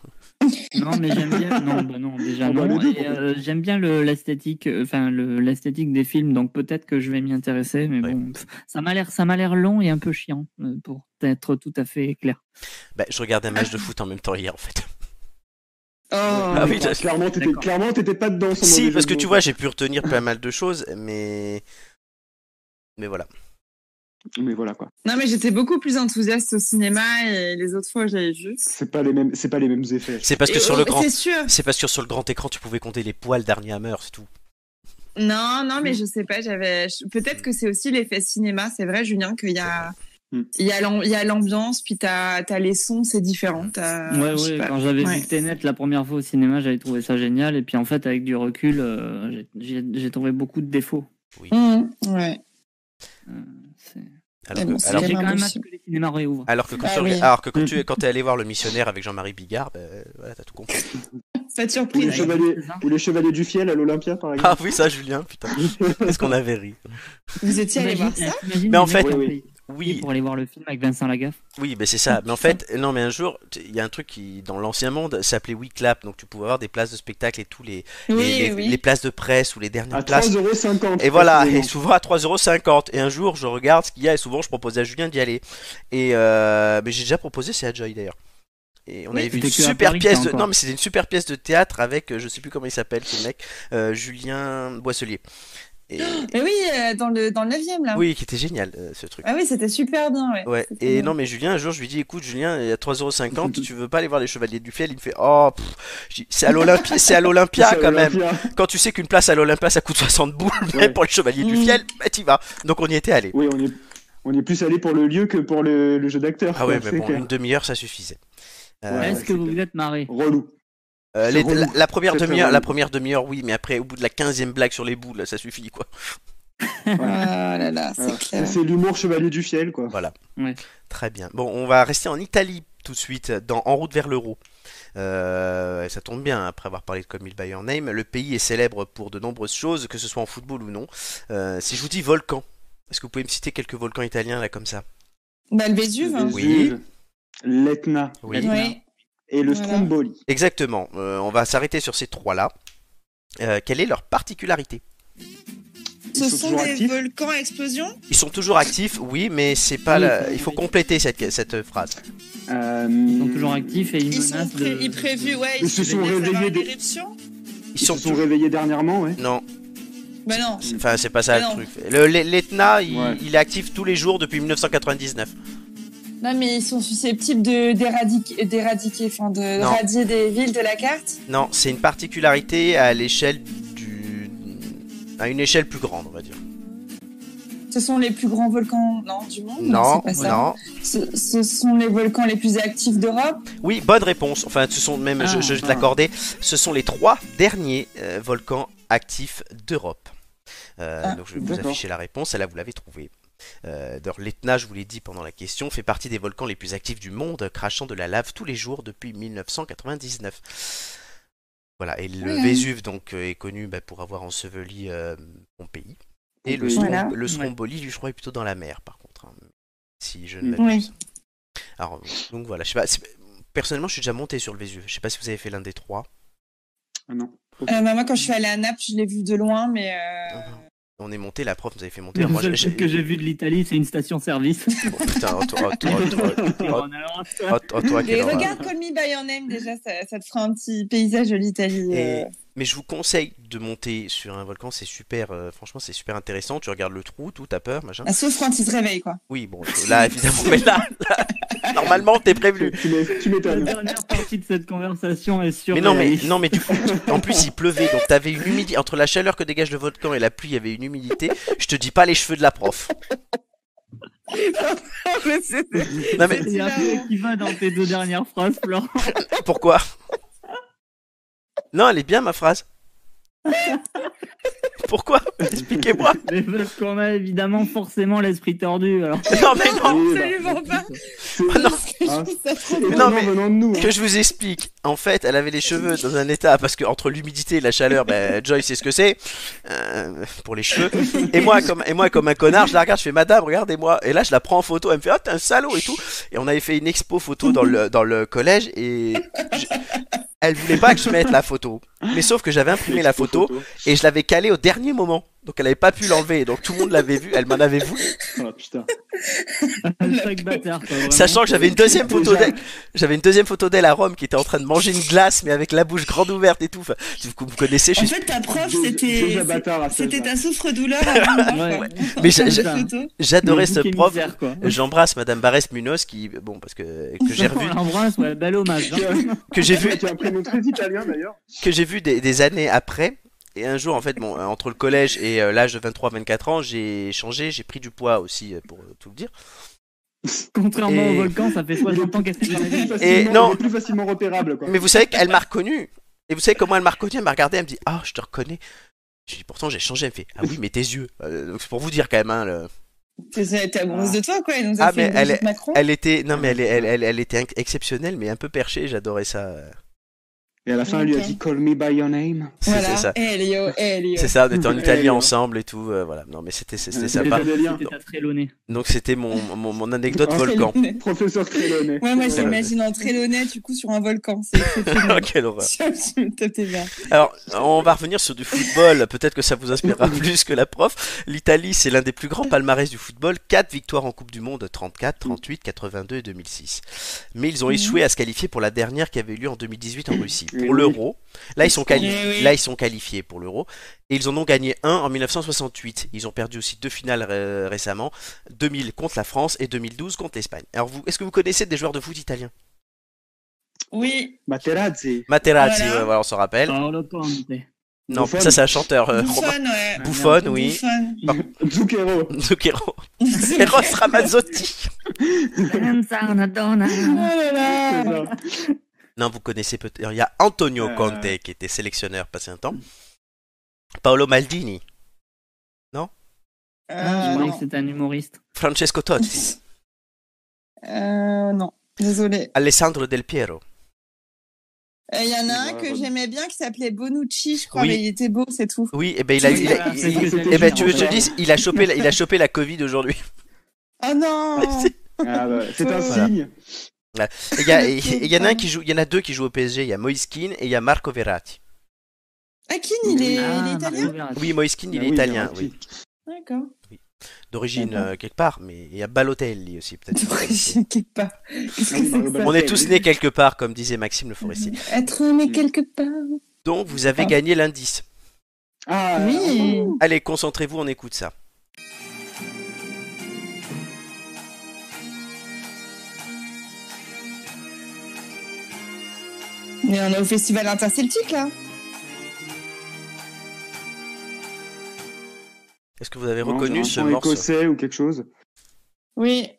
S2: Non, mais j'aime bien. Non, bah non, déjà
S3: Ah bah,
S2: non.
S3: les deux,
S2: Et,
S3: pourquoi
S2: euh, j'aime bien le- l'esthétique, euh, enfin le- l'esthétique des films, donc peut-être que je vais m'y intéresser, mais
S1: Ouais.
S2: bon, pff, ça m'a l'air, ça m'a l'air long et un peu chiant, euh, pour être tout à fait clair.
S1: Bah, je regardais un match de foot en même temps hier en fait.
S4: Oh,
S1: Ah oui,
S3: Enfin,
S1: t'as-
S3: clairement, t'étais,
S2: D'accord.
S3: clairement, t'étais pas dedans. sans mauvais
S1: Si,
S3: jeu
S1: parce
S3: de
S1: que
S3: mots.
S1: tu vois, j'ai pu retenir pas mal de choses, mais. Mais voilà.
S3: Mais voilà, quoi.
S4: Non, mais j'étais beaucoup plus enthousiaste au cinéma et les autres fois j'avais vu.
S3: C'est pas les mêmes, c'est pas les mêmes effets.
S1: C'est parce que
S4: Et,
S1: sur
S4: oh,
S1: le grand.
S4: C'est sûr.
S1: C'est parce que sur le grand écran, tu pouvais compter les poils d'Arnie Hammer, c'est tout.
S4: Non, non,
S1: Mm.
S4: mais je sais pas, j'avais. je- Peut-être que c'est aussi l'effet cinéma, c'est vrai, Julien, qu'il y a.
S3: Mm.
S4: Il y a l'am- il y a l'ambiance, puis t'as as les sons, c'est différent. t'as-
S2: ouais,
S4: Euh, je sais
S2: ouais,
S4: pas.
S2: quand j'avais
S4: Ouais.
S2: vu Tenet la première fois au cinéma, j'avais trouvé ça génial, et puis en fait, avec du recul, euh, j'ai- j'ai j'ai trouvé beaucoup de défauts.
S4: Mm, ouais.
S2: Euh, c'est-
S1: Alors
S4: Eh bon,
S1: que,
S4: c'est
S1: alors,
S4: la-
S2: j'ai quand même hâte
S4: impossible.
S2: que les cinémas réouvrent.
S1: alors que quand,
S4: Ah
S1: tu, rega-
S4: oui.
S1: alors que quand
S2: Mm.
S1: tu quand t'es allé voir le missionnaire avec Jean-Marie Bigard, bah, euh, voilà, t'as tout compris.
S4: Pas de
S3: Ou les,
S4: surprise.
S3: chevaliers,
S2: c'est ça.
S3: ou les chevaliers du fiel à l'Olympia, par
S1: Ah
S3: exemple.
S1: oui, ça, Julien, putain. Qu'est-ce qu'on avait ri.
S4: Vous étiez allé voir ça
S1: Mais en fait-
S3: Oui,
S1: Oui,
S2: pour aller voir le film avec Vincent Lagaffe.
S1: oui, mais c'est ça. Mais en fait, non, mais un jour, t- il y a un truc qui, dans l'ancien monde, s'appelait We Clap, donc tu pouvais avoir des places de spectacle et tous les,
S4: Oui,
S1: les, les-
S4: oui.
S1: les places de presse ou les dernières
S3: À
S1: places.
S3: 3,50€.
S1: Et voilà, et
S3: précisément.
S1: souvent à 3,50€. Et un jour, je regarde ce qu'il y a, et souvent, je propose à Julien d'y aller. Et euh, mais j'ai déjà proposé, c'est à Joy d'ailleurs. Et on
S4: Oui,
S1: avait vu une
S2: c'était que à
S1: super
S2: Paris,
S1: pièce
S2: ça,
S1: de...
S2: encore.
S1: Non, mais c'était une super pièce de théâtre avec, euh, je sais plus comment il s'appelle ce mec, euh, Julien Boisselier. Et...
S4: Mais oui, euh, dans le dans le 9 là.
S1: Oui, qui était génial, euh, ce truc.
S4: Ah oui, c'était super bien, ouais.
S1: Ouais,
S4: C'était
S1: et
S4: bien.
S1: non, mais Julien, un jour, je lui dis Écoute, Julien, il y a 3,50€, tu veux pas aller voir les Chevaliers du Fiel Il me fait Oh, pff. Je dis, c'est à l'Olympia, c'est à
S3: C'est
S1: l'Olympia
S3: à
S1: quand même.
S3: l'Olympia.
S1: Quand tu sais qu'une place à l'Olympia ça coûte 60 boules, mais
S3: Ouais.
S1: pour les Chevaliers du
S4: Mm.
S1: Fiel, bah t'y vas. Donc on y était allé.
S3: Oui, on est, on est plus allé pour le lieu que pour le, le jeu d'acteur.
S1: Ah ouais, mais
S3: c'est
S1: bon,
S3: clair.
S1: une demi-heure ça suffisait. Euh,
S3: Ouais,
S2: Est-ce
S3: ouais,
S2: que
S3: c'est
S2: vous
S3: clair.
S2: vous êtes marré
S3: Relou.
S1: euh, les-
S3: relou.
S1: la, la première
S3: C'est très
S1: demi-heure,
S3: relou.
S1: la première demi-heure, oui, mais après, au bout de la quinzième blague sur les boules, ça suffit quoi.
S4: Ah là là, c'est
S3: Voilà.
S4: clair.
S3: C'est l'humour chevalier du fiel, quoi.
S1: Très bien. Bon, on va rester en Italie tout de suite, dans En route vers l'euro. Euh, ça tombe bien, après avoir parlé de Call Me By Your Name, le pays est célèbre pour de nombreuses choses, que ce soit en football ou non. Euh, si je vous dis volcan, est-ce que vous pouvez me citer quelques volcans italiens là comme ça
S4: Bah, le Vésuve. hein.
S1: Oui.
S3: Vésuve, L'Etna
S1: Oui.
S2: Vas-y.
S4: Ouais.
S3: et le
S4: Voilà.
S3: Stromboli.
S1: Exactement. Euh, on va s'arrêter sur ces trois-là. Euh, quelle est leur particularité
S3: Ils sont
S4: Ce sont
S3: toujours
S4: des
S3: actifs.
S4: volcans à explosion
S1: Ils sont toujours actifs, oui, mais c'est pas.
S2: Oui,
S1: la-
S2: ça,
S1: Il faut
S2: oui.
S1: compléter cette, cette phrase.
S3: Euh,
S2: Ils sont toujours actifs et ils,
S4: Ils sont
S2: menacent
S4: pré-
S2: de-
S4: ils prévus, ouais,
S3: Ils se sont
S4: menacent d'avoir
S3: réveillés
S4: une
S3: des-
S4: éruption.
S1: Ils
S3: Ils se
S1: sont
S3: sont
S1: tou-
S3: réveillés dernièrement, ouais.
S1: Non.
S4: Bah non.
S1: C'est- Enfin, c'est pas ça
S4: Mais
S1: le
S4: non.
S1: truc. Le- l'e- L'Etna, il,
S2: Ouais.
S1: il est actif tous les jours depuis 1999.
S4: Non, mais ils sont susceptibles de d'éradiquer, d'éradiquer, enfin de
S1: Non.
S4: radier des villes de la carte.
S1: Non, c'est une particularité à l'échelle du. à une échelle plus grande, on va dire.
S4: Ce sont les plus grands volcans Ah non, du monde.
S1: Non,
S4: c'est pas ça.
S1: non.
S4: Ce, ce sont les volcans les plus actifs d'Europe.
S1: Oui, bonne réponse. Enfin, ce sont même, je,
S2: Ah,
S1: je vais te
S2: ah.
S1: l'accorder, ce sont les trois derniers euh, volcans actifs d'Europe. Euh,
S4: Ah,
S1: donc, je vais vous
S3: d'accord.
S1: afficher la réponse. Et là, vous l'avez trouvée. Euh, D'ailleurs, l'Etna, je vous l'ai dit pendant la question, fait partie des volcans les plus actifs du monde, crachant de la lave tous les jours depuis 1999. Voilà, et le
S4: Oui, hein.
S1: Vésuve donc euh, est connu bah, pour avoir enseveli euh, Pompéi. Et le,
S3: Pompéi.
S1: Strom-
S4: Voilà.
S1: le
S2: Ouais.
S1: Stromboli, lui, je crois, est plutôt dans la mer, par contre. hein, si je ne
S3: Mm.
S1: m'abuse. Alors, donc voilà, je sais pas. c'est- Personnellement, je suis déjà monté sur le Vésuve. Je sais pas si vous avez fait l'un des trois.
S3: Ah non.
S4: Euh, bah, moi, quand je suis allée à Naples, je l'ai vu de loin, mais euh,
S1: On est monté, la prof nous avait fait monter.
S2: Le
S1: Alors, moi,
S2: seul
S1: j'ai-
S2: truc que j'ai
S1: j'ai-
S2: vu de l'Italie, c'est une station-service.
S1: Oh, putain, oh, toi, oh, toi, oh, toi, oh, toi, oh, toi, oh, toi,
S4: mais
S1: quelle horreur.
S4: regarde Call Me By Your Name déjà, ça, ça te fera un petit paysage de l'Italie.
S1: Et-
S4: euh.
S1: Mais je vous conseille de monter sur un volcan, c'est super, euh, franchement, c'est super intéressant. Tu regardes le trou, tout, t'as peur, machin.
S4: Ah, sauf quand il se réveille, quoi.
S1: Oui, bon, là, évidemment, mais là, là, normalement, t'es prévenu.
S3: Tu m'é- tu
S2: La
S3: m'étonnes.
S2: dernière partie de cette conversation est sur
S1: Mais non,
S2: la
S1: mais,
S2: liste.
S1: non, mais du coup, en plus, il pleuvait, donc t'avais une humidité. Entre la chaleur que dégage le volcan et la pluie, il y avait une humidité. Je te dis pas les cheveux de la prof.
S4: Ah,
S1: Non, mais
S2: Il y a un peu qui va dans tes deux dernières phrases, Florent.
S1: Pourquoi Non, elle est bien ma phrase. Pourquoi Expliquez-moi.
S2: Mais parce qu'on a évidemment forcément l'esprit tordu. Alors,
S1: Non mais non.
S3: Oui, bah,
S4: Absolument pas.
S3: c'est-
S1: Ah non.
S3: Ah.
S4: Ça trop
S3: c'est
S1: Mais
S4: drôle.
S1: non,
S3: vraiment
S1: mais-
S3: venant de nous. hein.
S1: Que je vous explique. En fait, elle avait les cheveux dans un état parce que entre l'humidité et la chaleur, ben, Joy sait ce que c'est euh, pour les cheveux. Et moi, comme et moi comme un connard, je la regarde, je fais Madame, regardez-moi. Et là, je la prends en photo. Elle me fait Ah t'es un salaud et tout. Et on avait fait une expo photo dans le dans le collège et je- elle voulait pas que je mette la photo. Mais sauf que j'avais imprimé la photo Et je l'avais calée au dernier moment. Donc elle n'avait pas pu l'enlever. Donc tout le monde l'avait vu. Elle m'en avait voulu.
S3: Ah putain.
S2: chaque bâtard, quoi, vraiment.
S1: Sachant que j'avais une deuxième photo
S3: Déjà.
S1: d'elle. J'avais une deuxième photo d'elle à Rome qui était en train de manger une glace, mais avec la bouche grande ouverte et tout. Enfin, du coup, vous connaissez. Je
S4: En
S1: suis...
S4: fait, ta prof,
S3: Deux- deux
S4: c'était
S3: avatars à
S4: c'était
S3: Salzbourg.
S4: ta souffre-douleur. avant de voir,
S2: Ouais.
S4: quoi.
S1: Mais j'a-
S4: Dans
S1: j'a-
S4: cette photo.
S1: J'adorais
S2: Le
S1: ce
S2: bouc est
S1: prof.
S2: misère, quoi.
S1: J'embrasse Madame Barès Munoz qui, bon, parce que que j'ai revu,
S2: On l'embrasse, ouais, bel hommage. hein.
S1: que j'ai vu,
S3: Qui a un prénom très italien d'ailleurs.
S1: que j'ai vu des, des années après. Et un jour, en fait, bon, euh, entre le collège et euh, l'âge de 23-24 ans, j'ai changé, j'ai pris du poids aussi, euh, pour euh, tout le dire.
S2: Contrairement
S1: Et-
S2: au volcan, ça fait 60 ans qu'elle s'est
S3: Il est plus
S2: jamais
S3: facilement- il est
S1: non.
S3: plus facilement repérable quoi.
S1: Mais vous savez qu'elle m'a reconnu. Et vous savez comment elle m'a reconnu Elle m'a regardé, elle me dit Ah, je te reconnais. J'ai dit Pourtant, j'ai changé. Elle me fait Ah oui, mais tes yeux. Euh, donc, c'est pour vous dire quand même. hein, le-
S4: T'es t'es amoureuse de toi, quoi. Elle nous a
S1: Ah,
S4: fait
S1: mais
S4: une
S1: elle
S4: Brigitte Macron.
S1: Elle était, non, mais elle, elle, elle, elle était inc- exceptionnelle, mais un peu perchée. J'adorais ça. euh,
S3: Et à la fin, elle lui a
S4: Ok.
S3: dit Call me by your name.
S1: C'est c'est
S4: Voilà.
S1: ça.
S4: Eh, Léo, eh, Léo.
S1: C'est ça, on était en
S3: Ouais,
S1: Italie
S3: ouais.
S1: ensemble et tout. euh, voilà. Non, mais c'était c'était- c'était
S3: Ouais,
S1: sympa.
S3: c'était italien.
S2: C'était à Trélonnet.
S1: Donc, c'était mon, mon, mon anecdote
S3: Oh,
S1: volcan.
S4: Ouais,
S3: Professeur Trelawney.
S4: moi,
S1: C'est vrai.
S4: j'imagine en trélonnais, du coup, sur un volcan. C'est exceptionnel.
S1: Quelle horreur.
S4: Toi, t'es bien.
S1: Alors, on va revenir sur du football. Peut-être que ça vous inspirera plus que la prof. L'Italie, c'est l'un des plus grands palmarès du football. 4 victoires en Coupe du Monde 34, 38, 82 et 2006. Mais ils ont
S4: Mhm.
S1: échoué à se qualifier pour la dernière qui avait eu lieu en 2018 en Russie.
S3: Eh
S1: Pour
S3: oui.
S1: l'Euro. Là, ils sont
S4: Eh
S1: qualifiés.
S4: oui.
S1: Là, ils sont qualifiés pour l'Euro. Et ils en ont gagné un en 1968. Ils ont perdu aussi deux finales euh, récemment. 2000 contre la France et 2012 contre l'Espagne. Alors, vous, est-ce que vous connaissez des joueurs de foot italiens
S4: Oui,
S3: Materazzi.
S1: Materazzi,
S4: Voilà.
S1: ouais, voilà, on s'en rappelle.
S2: Paolo Conte.
S1: Non,
S3: Buffon.
S1: ça, c'est un chanteur. euh, romain.
S4: bouffonne, ouais.
S1: Buffon, oui.
S4: Bouffonne.
S3: Zucchero.
S1: Zucchero. Eros Ramazzotti.
S2: Senza una donna.
S4: Oh là là.
S1: Non, vous connaissez peut-être. Il y a Antonio
S3: Euh.
S1: Conte qui était sélectionneur passé un temps. Paolo Maldini.
S2: Je
S4: Euh,
S2: croyais que
S4: non.
S2: c'était un humoriste.
S1: Francesco Totti.
S4: Euh, non. Désolée.
S1: Alessandro Del Piero.
S4: Euh, Il y en a un
S3: Ouais,
S4: que
S3: ouais.
S4: j'aimais bien qui s'appelait Bonucci, je crois,
S1: Oui.
S4: mais il était beau, c'est tout.
S1: Oui, et ben il a. il a-
S3: Ah,
S2: Voilà,
S1: il-
S2: c'est ce que j'allais
S1: eh ben
S2: dire,
S1: tu veux
S2: en
S1: que je te
S2: fait.
S1: dise, il a chopé la, il a chopé la Covid aujourd'hui.
S4: Oh non
S3: Ah, bah, c'est un
S4: Voilà.
S3: signe.
S1: Et Il y, a- et- et il y en a un qui joue, il y en a deux qui jouent au PSG. Il y a Moiskin et il y a Marco Verratti.
S4: Akin, il est, il est
S2: Ah,
S4: italien
S2: Marco Verratti.
S1: Oui, Moiskin il
S3: Ah
S1: est
S3: oui,
S1: italien,
S3: Verratti.
S1: oui.
S4: D'accord.
S1: D'origine
S4: D'accord.
S1: euh, quelque part, mais il y a Balotelli aussi peut-être.
S4: Je quelque part.
S3: Ah
S4: Qu'est-ce
S3: oui,
S4: que c'est que ça
S1: On est tous nés quelque part, comme disait Maxime Le Forestier.
S4: Être né quelque part.
S1: Donc vous avez
S4: Ah.
S1: gagné l'indice.
S3: Ah,
S4: Oui.
S1: Allez, concentrez-vous, on écoute ça.
S4: Mais on est au festival interceltique là.
S1: Est-ce que vous avez
S3: non,
S1: reconnu
S3: j'ai
S1: ce
S3: ah, un son
S1: morceau
S3: écossais ou quelque chose.
S4: Oui.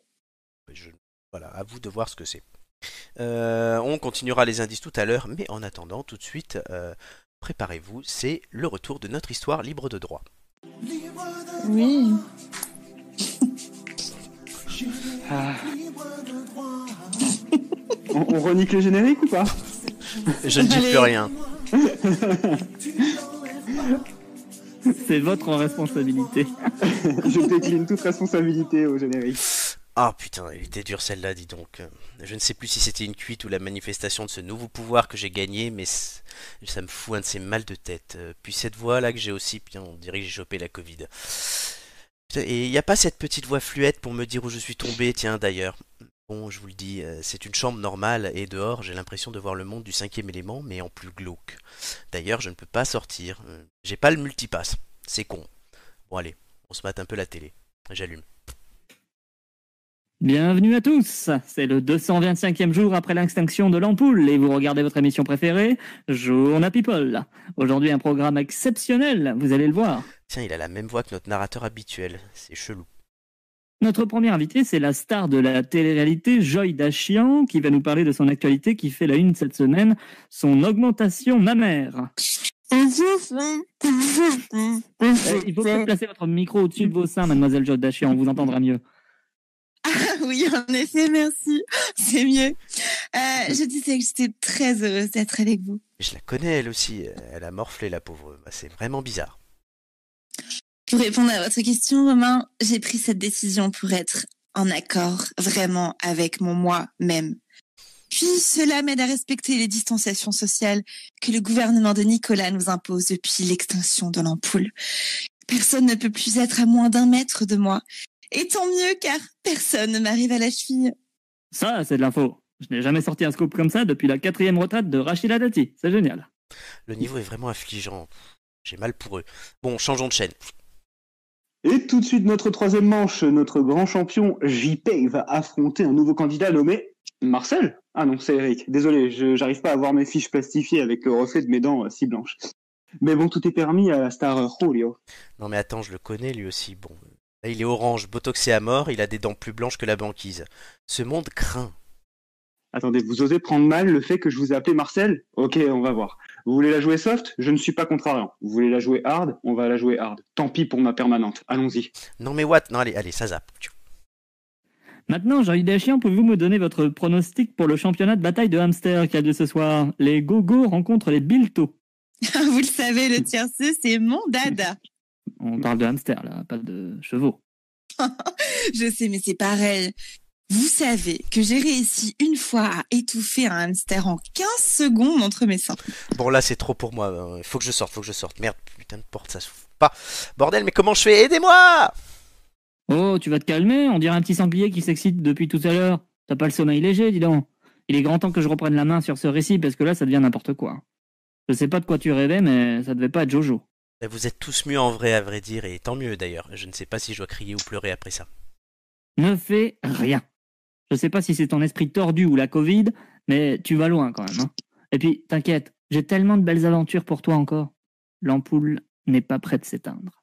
S1: Je- Voilà, à vous de voir ce que c'est. Euh, on continuera les indices tout à l'heure, mais en attendant, tout de suite, euh, préparez-vous, c'est le retour de notre histoire libre de droit.
S4: Oui.
S3: On, on renique le générique ou pas
S1: Je ne dis
S4: Allez.
S1: plus rien.
S2: C'est votre responsabilité.
S3: Je décline toute responsabilité au générique.
S1: Ah putain, elle était dure celle-là, dis donc. Je ne sais plus si c'était une cuite ou la manifestation de ce nouveau pouvoir que j'ai gagné, mais c- ça me fout un de ces mal de tête. Euh, Puis cette voix-là que j'ai aussi, putain, on dirait que j'ai chopé la Covid. Putain, Et il n'y a pas cette petite voix fluette pour me dire où je suis tombé, tiens, d'ailleurs. Bon, je vous le dis, euh, c'est une chambre normale, et dehors, j'ai l'impression de voir le monde du cinquième élément, mais en plus glauque. D'ailleurs, je ne peux pas sortir. Euh, J'ai pas le multipass. C'est con. Bon, allez, on se mate un peu la télé. J'allume.
S2: Bienvenue à tous. C'est le 225e jour après l'extinction de l'ampoule et vous regardez votre émission préférée, Journal People. Aujourd'hui, un programme exceptionnel, vous allez le voir.
S1: Tiens, il a la même voix que notre narrateur habituel. C'est chelou.
S2: Notre premier invité, c'est la star de la télé-réalité, Joy Dachian, qui va nous parler de son actualité qui fait la une cette semaine, son augmentation mammaire. Euh, il faut peut-être placer votre micro au-dessus de vos seins, mademoiselle Joy Dachian, on vous entendra mieux.
S4: Oui, en effet, merci. C'est mieux. Euh, je disais que j'étais très heureuse d'être avec vous.
S1: Je la connais elle aussi. Elle a morflé la pauvre. Bah, c'est vraiment bizarre.
S4: Pour répondre à votre question, Romain, j'ai pris cette décision pour être en accord vraiment avec mon moi-même. Puis cela m'aide à respecter les distanciations sociales que le gouvernement de Nicolas nous impose depuis l'extinction de l'ampoule. Personne ne peut plus être à moins d'un mètre de moi. Et tant mieux car personne ne m'arrive à la cheville.
S2: Ça, c'est de l'info. Je n'ai jamais sorti un scoop comme ça depuis la quatrième retraite de Rachida Dati. C'est génial.
S1: Le niveau est vraiment affligeant. J'ai mal pour eux. Bon, changeons de chaîne.
S3: Et tout de suite, notre troisième manche, notre grand champion JP va affronter un nouveau candidat nommé Marcel. Ah non, c'est Eric. Désolé, je j'arrive pas à voir mes fiches plastifiées avec le reflet de mes dents euh, si blanches. Mais bon, tout est permis à la star euh, Julio.
S1: Non mais attends, je le connais lui aussi. Bon. Là, il est orange, botoxé à mort, il a des dents plus blanches que la banquise. Ce monde craint.
S3: Attendez, vous osez prendre mal le fait que je vous ai appelé Marcel Ok, on va voir. Vous voulez la jouer soft Je ne suis pas contrariant. Vous voulez la jouer hard On va la jouer hard. Tant pis pour ma permanente. Allons-y.
S1: Non mais what Non allez, allez, ça zappe. Tchou.
S2: Maintenant, Jean-Yves Deschamps, pouvez-vous me donner votre pronostic pour le championnat de bataille de hamster qui a lieu ce soir Les Gogo rencontrent les Bilto.
S4: Vous le savez, le tiercé, c'est mon dada.
S2: On parle de hamster là, pas de chevaux.
S4: Je sais, mais c'est pareil. Vous savez que j'ai réussi une fois à étouffer un hamster en 15 secondes entre mes seins.
S1: Bon là c'est trop pour moi. Euh, Faut que je sorte, faut que je sorte. Merde, putain de porte, ça s'ouvre pas. Bordel, mais comment je fais Aidez-moi
S2: Oh, tu vas te calmer, on dirait un petit sanglier qui s'excite depuis tout à l'heure. T'as pas le sommeil léger, dis donc. Il est grand temps que je reprenne la main sur ce récit parce que là, ça devient n'importe quoi. Je sais pas de quoi tu rêvais, mais ça devait pas être Jojo.
S1: Eh, Vous êtes tous mieux en vrai à vrai dire, et tant mieux d'ailleurs. Je ne sais pas si je dois crier ou pleurer après ça.
S2: Ne fais rien. Je sais pas si c'est ton esprit tordu ou la Covid, mais tu vas loin quand même. hein. Et puis, t'inquiète, j'ai tellement de belles aventures pour toi encore. L'ampoule n'est pas prête de s'éteindre.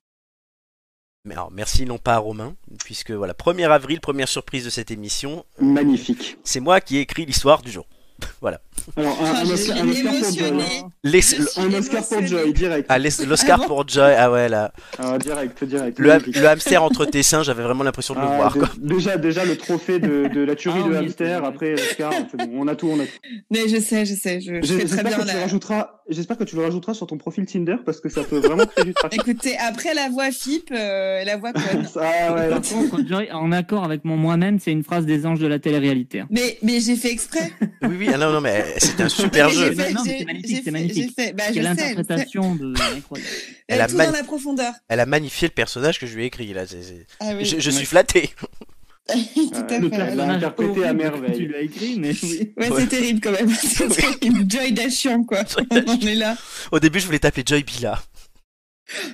S1: Mais alors, merci non pas à Romain, puisque voilà, 1er avril, première surprise de cette émission,
S3: Magnifique.
S1: c'est moi qui ai écrit l'histoire du jour.
S3: Alors, un, un
S4: Ah, je
S3: Oscar,
S4: suis
S3: un Oscar pour
S4: émotionnée.
S3: Joy.
S1: Les-
S4: Je
S1: le-
S4: suis
S3: Un Oscar pour
S4: émotionnée.
S3: Joy, direct.
S1: ah, les- L'Oscar pour Joy, ah ouais, là.
S3: Ah, direct, direct.
S1: Le, ha-
S3: Magnifique.
S1: le hamster entre tes seins, j'avais vraiment l'impression de le
S3: Ah,
S1: voir.
S3: dé-
S1: quoi.
S3: déjà, déjà le trophée de, de la tuerie
S2: Ah,
S3: de
S2: oui,
S3: hamster
S2: oui.
S3: après Oscar. c'est bon, on a tout, on a tout.
S4: Mais je sais, je sais, je,
S3: J'ai-
S4: je fais très
S3: J'espère
S4: bien
S3: que, tu le
S4: la...
S3: rajouteras- j'espère que tu le rajouteras sur ton profil Tinder parce que ça peut vraiment créer du trafic.
S4: Écoutez, après la voix FIP euh, et la voix conne.
S3: Ah ouais, là.
S2: Par contre, Joy, en accord avec mon moi-même, c'est une phrase des anges de la télé-réalité. hein.
S4: Mais, mais j'ai fait exprès.
S1: Oui, oui, ah non, non, mais c'est un super
S4: J'ai
S1: jeu.
S2: Mais
S4: fait-
S2: non, mais
S4: j'ai-
S2: c'est magnifique,
S4: j'ai
S2: c'est
S4: fait-
S2: magnifique.
S4: j'ai fait- bah, je
S2: Quelle
S4: sais, je sais.
S2: interprétation de incroyable.
S1: Elle a
S4: Euh, Tout
S1: mag-
S4: dans la profondeur.
S1: Elle a magnifié le personnage que je lui ai écrit, là. c'est- c'est-
S4: Ah oui,
S1: Je, je suis flatté.
S4: tout à
S3: Le
S4: fait.
S3: personnage.
S4: ouais.
S3: interprété
S2: horrible
S3: à
S2: que
S3: merveille.
S2: Tu l'as écrit, mais oui.
S4: Ouais, c'est terrible quand même. C'est terrible. Joy Dachian, quoi. On est là.
S1: Au début, je voulais t'appeler Joy Bila.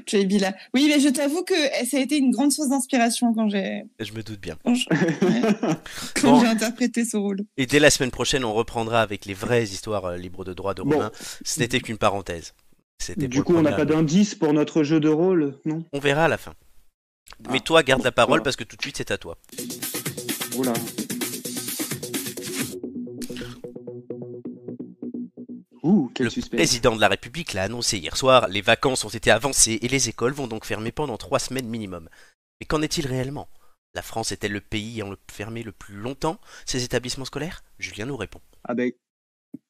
S4: Joey Billa. Oui, mais je t'avoue que eh, ça a été une grande source d'inspiration quand j'ai
S1: Je me doute bien.
S4: quand je- quand
S1: Bon.
S4: j'ai interprété ce rôle.
S1: Et dès la semaine prochaine, on reprendra avec les vraies histoires euh, libres de droit de
S3: Bon.
S1: Romain. Ce n'était qu'une parenthèse. C'était
S3: Du
S1: pour
S3: coup,
S1: le
S3: on n'a
S1: premier
S3: pas
S1: album.
S3: d'indice pour notre jeu de rôle, non
S1: On verra à la fin. Mais toi, garde la parole
S3: Ah. Voilà.
S1: parce que tout de suite, c'est à toi.
S3: Oula. Ouh, quel
S1: le
S3: suspense.
S1: président de la République l'a annoncé hier soir, les vacances ont été avancées et les écoles vont donc fermer pendant trois semaines minimum. Mais qu'en est-il réellement La France est-elle le pays ayant le- fermé le plus longtemps ses établissements scolaires Julien nous répond.
S3: Ah ben,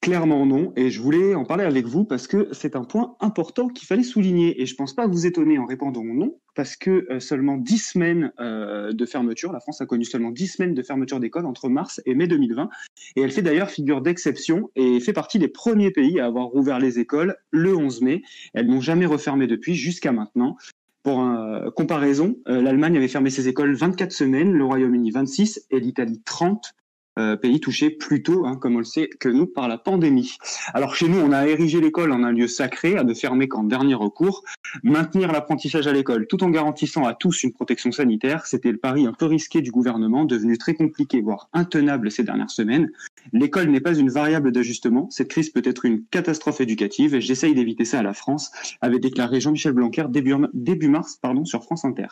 S3: clairement non, et je voulais en parler avec vous parce que c'est un point important qu'il fallait souligner, et je pense pas vous étonner en répondant non, parce que euh, seulement 10 semaines euh, de fermeture, la France a connu seulement 10 semaines de fermeture d'école entre mars et mai 2020, et elle fait d'ailleurs figure d'exception et fait partie des premiers pays à avoir rouvert les écoles le 11 mai, elles n'ont jamais refermé depuis jusqu'à maintenant. Pour euh, comparaison, euh, l'Allemagne avait fermé ses écoles 24 semaines, le Royaume-Uni 26 et l'Italie 30 euh, pays touchés plus tôt, hein, comme on le sait, que nous par la pandémie. Alors chez nous, on a érigé l'école en un lieu sacré, à ne fermer qu'en dernier recours. Maintenir l'apprentissage à l'école tout en garantissant à tous une protection sanitaire, c'était le pari un peu risqué du gouvernement, devenu très compliqué, voire intenable ces dernières semaines. L'école n'est pas une variable d'ajustement, cette crise peut être une catastrophe éducative, et j'essaye d'éviter ça à la France, avait déclaré Jean-Michel Blanquer début, début mars pardon, sur France Inter.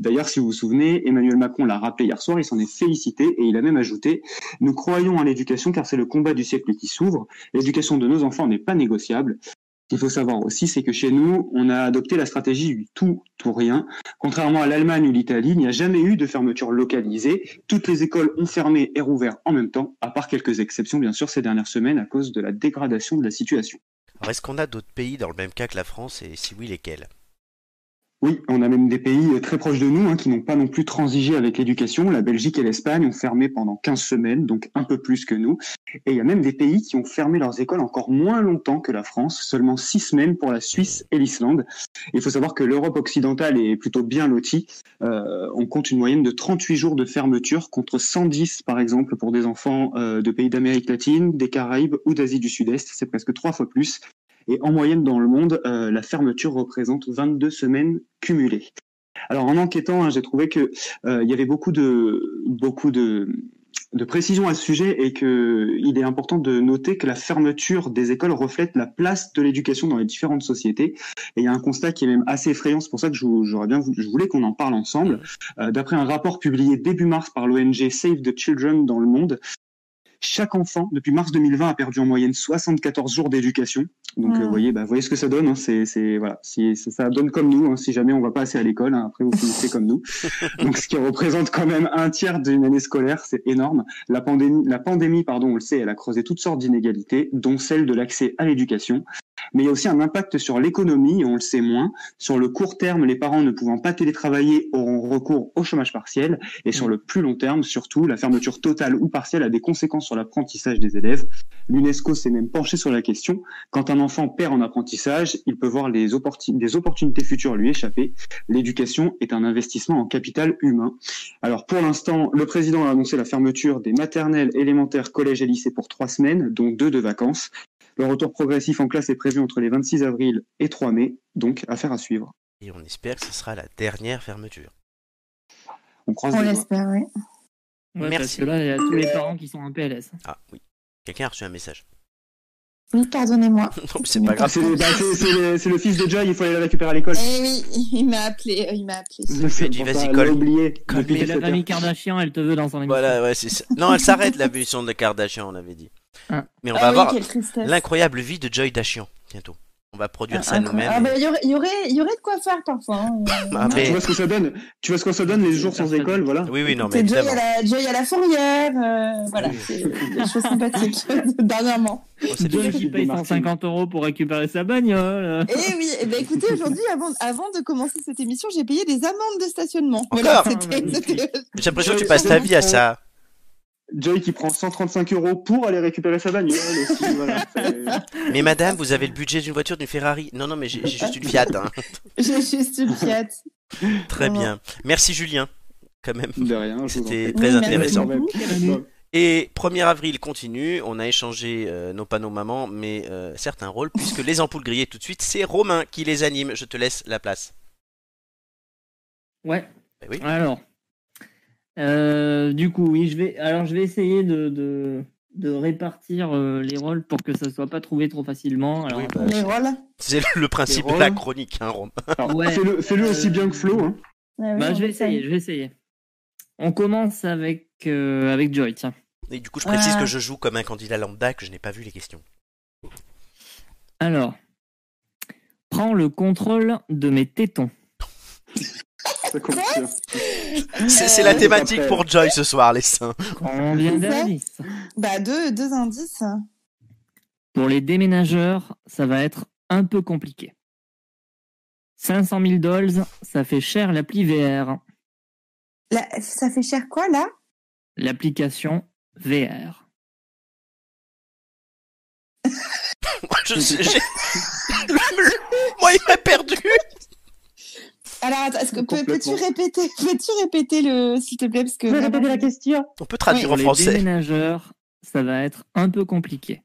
S3: D'ailleurs, si vous vous souvenez, Emmanuel Macron l'a rappelé hier soir, il s'en est félicité, et il a même ajouté nous croyons à l'éducation car c'est le combat du siècle qui s'ouvre. L'éducation de nos enfants n'est pas négociable. Ce qu'il faut savoir aussi, c'est que chez nous, on a adopté la stratégie du tout, tout rien. Contrairement à l'Allemagne ou l'Italie, il n'y a jamais eu de fermeture localisée. Toutes les écoles ont fermé et rouvert en même temps, à part quelques exceptions, bien sûr, ces dernières semaines à cause de la dégradation de la situation.
S1: Alors est-ce qu'on a d'autres pays dans le même cas que la France et si oui, lesquels
S3: Oui, on a même des pays euh, très proches de nous hein, qui n'ont pas non plus transigé avec l'éducation. La Belgique et l'Espagne ont fermé pendant 15 semaines, donc un peu plus que nous. Et il y a même des pays qui ont fermé leurs écoles encore moins longtemps que la France, seulement 6 semaines pour la Suisse et l'Islande. Il faut savoir que l'Europe occidentale est plutôt bien lotie. Euh, on compte une moyenne de 38 jours de fermeture contre 110 par exemple pour des enfants euh, de pays d'Amérique latine, des Caraïbes ou d'Asie du Sud-Est. C'est presque trois fois plus. Et en moyenne dans le monde, euh, la fermeture représente 22 semaines cumulées. Alors en enquêtant, hein, j'ai trouvé que euh, il y avait beaucoup de beaucoup de de précision à ce sujet et que il est important de noter que la fermeture des écoles reflète la place de l'éducation dans les différentes sociétés. Et il y a un constat qui est même assez effrayant, c'est pour ça que je, j'aurais bien voulu- je voulais qu'on en parle ensemble. Euh, D'après un rapport publié début mars par l'ONG Save the Children dans le monde, chaque enfant depuis mars 2020 a perdu en moyenne 74 jours d'éducation. Donc
S4: Mm.
S3: euh, vous voyez, bah, vous voyez ce que ça donne. Hein, c'est, c'est voilà, si si ça donne comme nous. hein, si jamais on va pas assez à l'école, hein, après vous finissez comme nous. Donc ce qui représente quand même un tiers d'une année scolaire, c'est énorme. La pandémie, la pandémie, pardon, on le sait, elle a creusé toutes sortes d'inégalités, dont celle de l'accès à l'éducation. Mais il y a aussi un impact sur l'économie, et on le sait moins. Sur le court terme, les parents ne pouvant pas télétravailler auront recours au chômage partiel. Et sur le plus long terme, surtout, la fermeture totale ou partielle a des conséquences sur l'apprentissage des élèves. L'UNESCO s'est même penché sur la question. Quand un enfant perd en apprentissage, il peut voir les opportun- des opportunités futures lui échapper. L'éducation est un investissement en capital humain. Alors pour l'instant, le président a annoncé la fermeture des maternelles, élémentaires, collèges et lycées pour trois semaines, dont deux de vacances. Le retour progressif en classe est prévu entre les 26 avril et 3 mai, donc affaire à suivre.
S1: Et on espère que ce sera la dernière fermeture.
S3: On croise
S4: On
S3: les doigts.
S4: l'espère, oui.
S2: Ouais,
S1: Merci.
S2: Parce que là, il y a tous les parents qui sont en PLS.
S1: Ah oui. Quelqu'un a reçu un message.
S4: Oui, pardonnez-moi.
S1: non, mais c'est pas
S3: Ah,
S1: grave.
S3: c'est le, bah, c'est- c'est le- c'est le fils de Joy, il faut aller le récupérer à l'école.
S4: Eh oui, il m'a appelé, euh, il m'a appelé.
S1: Joy,
S3: Pour
S1: vas-y,
S3: ça, elle
S1: colle.
S3: l'a oublié.
S1: Colle,
S3: depuis
S2: Mais la
S3: 17 heures.
S2: famille Kardashian, elle te veut dans son émission.
S1: Voilà, ouais, c'est ça. Non, elle s'arrête la mission de Kardashian, on avait dit.
S2: Ah.
S1: Mais on
S4: Ah
S1: va
S4: oui,
S1: avoir
S4: quelle tristesse.
S1: l'incroyable vie de Joy Dashian bientôt. On va produire ça
S4: Ah,
S1: nous-mêmes.
S4: ah, bah, il y aurait, il y aurait, il y aurait de quoi faire parfois. hein.
S1: Ah, mais-
S3: Tu vois ce que ça donne Tu vois ce que ça donne les jours sans école, voilà.
S1: Oui, oui, non, mais
S4: C'est Joy
S1: évidemment.
S4: à la, Joy à la fourrière, euh, voilà,
S1: Oui.
S4: c'est des choses sympathiques dernièrement.
S1: Oh, c'est
S2: Joe
S1: bien.
S2: qui
S3: Philippe
S2: paye
S3: Martin.
S2: 150 euros pour récupérer sa bagnole.
S4: Et oui, eh ben écoutez, aujourd'hui, avant, avant de commencer cette émission, j'ai payé des amendes de stationnement.
S1: Encore Ah bah
S4: c'était- c'était-
S1: J'ai l'impression que tu
S3: Joy,
S1: passes ta
S3: c'est
S1: vie à
S3: bon,
S1: ça.
S3: Joy qui prend 135 euros pour aller récupérer sa bagnole aussi, voilà. C'est-
S1: Mais madame, vous avez le budget d'une voiture, d'une Ferrari. Non, non, mais j'ai j'ai juste une Fiat. hein.
S4: j'ai juste une Fiat.
S1: Très
S4: Non.
S1: bien. Merci Julien, quand même.
S3: De rien, je vous en
S1: C'était
S3: prie.
S1: très
S4: Oui, merci.
S1: intéressant.
S3: Quand même.
S1: Et 1er avril continue, on a échangé euh, nos panneaux maman, mais euh, certains rôles, puisque les ampoules grillées tout de suite, c'est Romain qui les anime. Je te laisse la place.
S2: Ouais.
S1: Eh oui.
S2: Alors, euh, du coup, oui, je vais. Alors, je vais essayer de, de, de répartir euh, les rôles pour que ça soit pas trouvé trop facilement. Alors,
S1: Oui, bah,
S4: Les rôles.
S1: C'est le- le principe
S3: Les
S1: de la
S3: rôles.
S1: chronique, hein, Romain.
S2: ouais.
S3: Fais-le fais-le
S4: Euh,
S3: aussi bien que Flo. Hein.
S4: Ah oui,
S2: Bah, je
S4: on
S2: vais essayer. Je vais essayer. On commence avec euh, avec Joy. Tiens.
S1: Et du coup, je précise
S4: Ah.
S1: que je joue comme un candidat lambda, que je n'ai pas vu les questions.
S2: Alors, prends le contrôle de mes tétons.
S3: Ça commence bien.
S1: C'est c'est la
S3: Euh,
S1: thématique
S3: après.
S1: pour Joy ce soir, les seins.
S2: Combien
S4: C'est ça
S2: d'indices
S4: Bah, deux, deux indices.
S2: Pour les déménageurs, ça va être un peu compliqué. 500 000 dollars, ça fait cher l'appli VR.
S4: Là, ça fait cher quoi, là
S2: L'application VR.
S1: Je sais- j'ai- Moi, il m'a perdu.
S4: Alors, attends, est-ce que peux- peux-tu
S3: Complètement.
S4: répéter, peux-tu répéter le, s'il te plaît, parce que. vraiment-
S2: question.
S1: On peut traduire
S2: Pour
S1: en
S2: les
S1: Ah, français.
S2: déménageurs, ça va être un peu compliqué.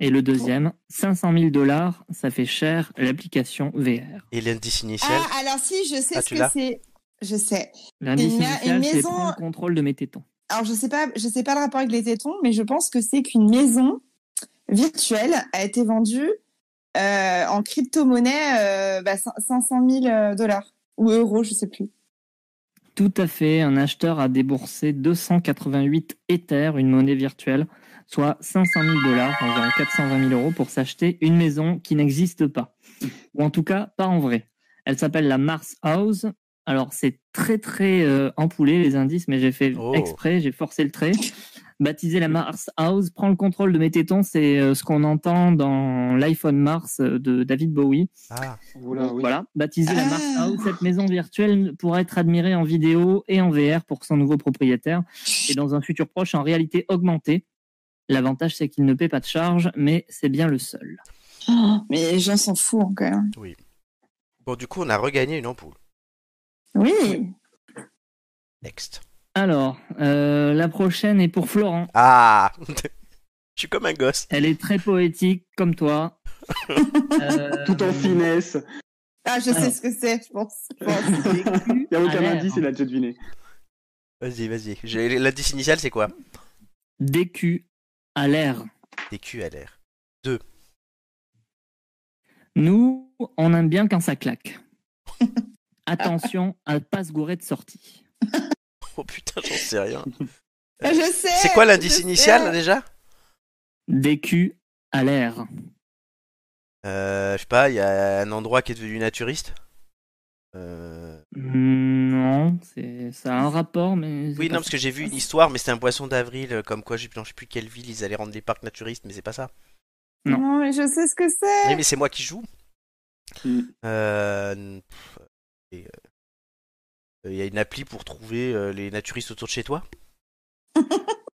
S2: Et le deuxième, 500 000 dollars, ça fait cher l'application VR.
S1: Et l'indice initial.
S4: Ah, alors si, je sais
S1: Ah,
S4: ce
S1: tu
S4: que
S1: l'as
S4: c'est. Je sais.
S2: L'indice
S4: Il y a
S2: initial,
S4: une
S2: c'est
S4: maison-
S2: prendre le contrôle de mes tétons.
S4: Alors, je sais pas, je sais pas le rapport avec les tétons, mais je pense que c'est qu'une maison virtuelle a été vendue euh, en crypto-monnaie euh, bah, cin- 500 000 euh, dollars ou euros, je sais plus.
S2: Tout à fait, un acheteur a déboursé 288 Ethers, une monnaie virtuelle, soit 500 000 dollars, environ 420 000 euros, pour s'acheter une maison qui n'existe pas. Ou en tout cas, pas en vrai. Elle s'appelle la Mars House. Alors, c'est très, très euh, ampoulé, les indices, mais j'ai fait
S1: Oh.
S2: exprès, j'ai forcé le trait. Baptisé la Mars House, prends le contrôle de mes tétons, c'est euh, ce qu'on entend dans l'iPhone Mars euh, de David Bowie.
S1: Ah.
S3: Voilà, oui.
S2: Voilà, baptisée la
S4: Ah.
S2: marque House, cette maison virtuelle pourra être admirée en vidéo et en VR pour son nouveau propriétaire et dans un futur proche en réalité augmentée. L'avantage, c'est qu'il ne paie pas de charge, mais c'est bien le seul.
S4: mais les gens s'en foutent hein, quand même.
S1: Bon, du coup, on a regagné une ampoule.
S4: Oui.
S1: Next.
S2: Alors, euh, la prochaine est pour Florent.
S1: Ah. Je suis comme un gosse.
S2: Elle est très poétique, comme toi. Euh,
S3: Tout en finesse.
S4: Ah, je sais
S2: Alors.
S4: ce que c'est, je pense. Je pense.
S3: Il n'y a
S4: Ah,
S3: aucun
S2: à l'air.
S3: indice, il a déjà deviné.
S1: Vas-y, vas-y. J'ai- L'indice initial, c'est quoi
S2: Décu à l'air.
S1: Des culs à l'air.
S2: Nous, on aime bien quand ça claque. Attention à pas se gourer de sortie.
S1: Oh putain, j'en sais rien.
S4: Je sais.
S1: C'est quoi l'indice
S4: je
S1: initial là,
S4: sais.
S1: déjà
S2: Décu à l'air.
S1: euh, Je sais pas, il y a un endroit qui est devenu naturiste. Euh...
S2: Mm, Non, c'est ça a un rapport, mais c'est
S1: Oui,
S2: pas
S1: non, parce que j'ai vu une histoire, mais c'était un poisson d'avril, euh, comme quoi, je ne sais plus quelle ville, ils allaient rendre les parcs naturistes, mais c'est pas ça.
S2: Non.
S4: Non. mais je sais ce que c'est.
S1: Oui, mais c'est moi qui joue.
S3: Mm.
S1: Euh, pff, et, euh, Il y a une appli pour trouver euh, les naturistes autour de chez toi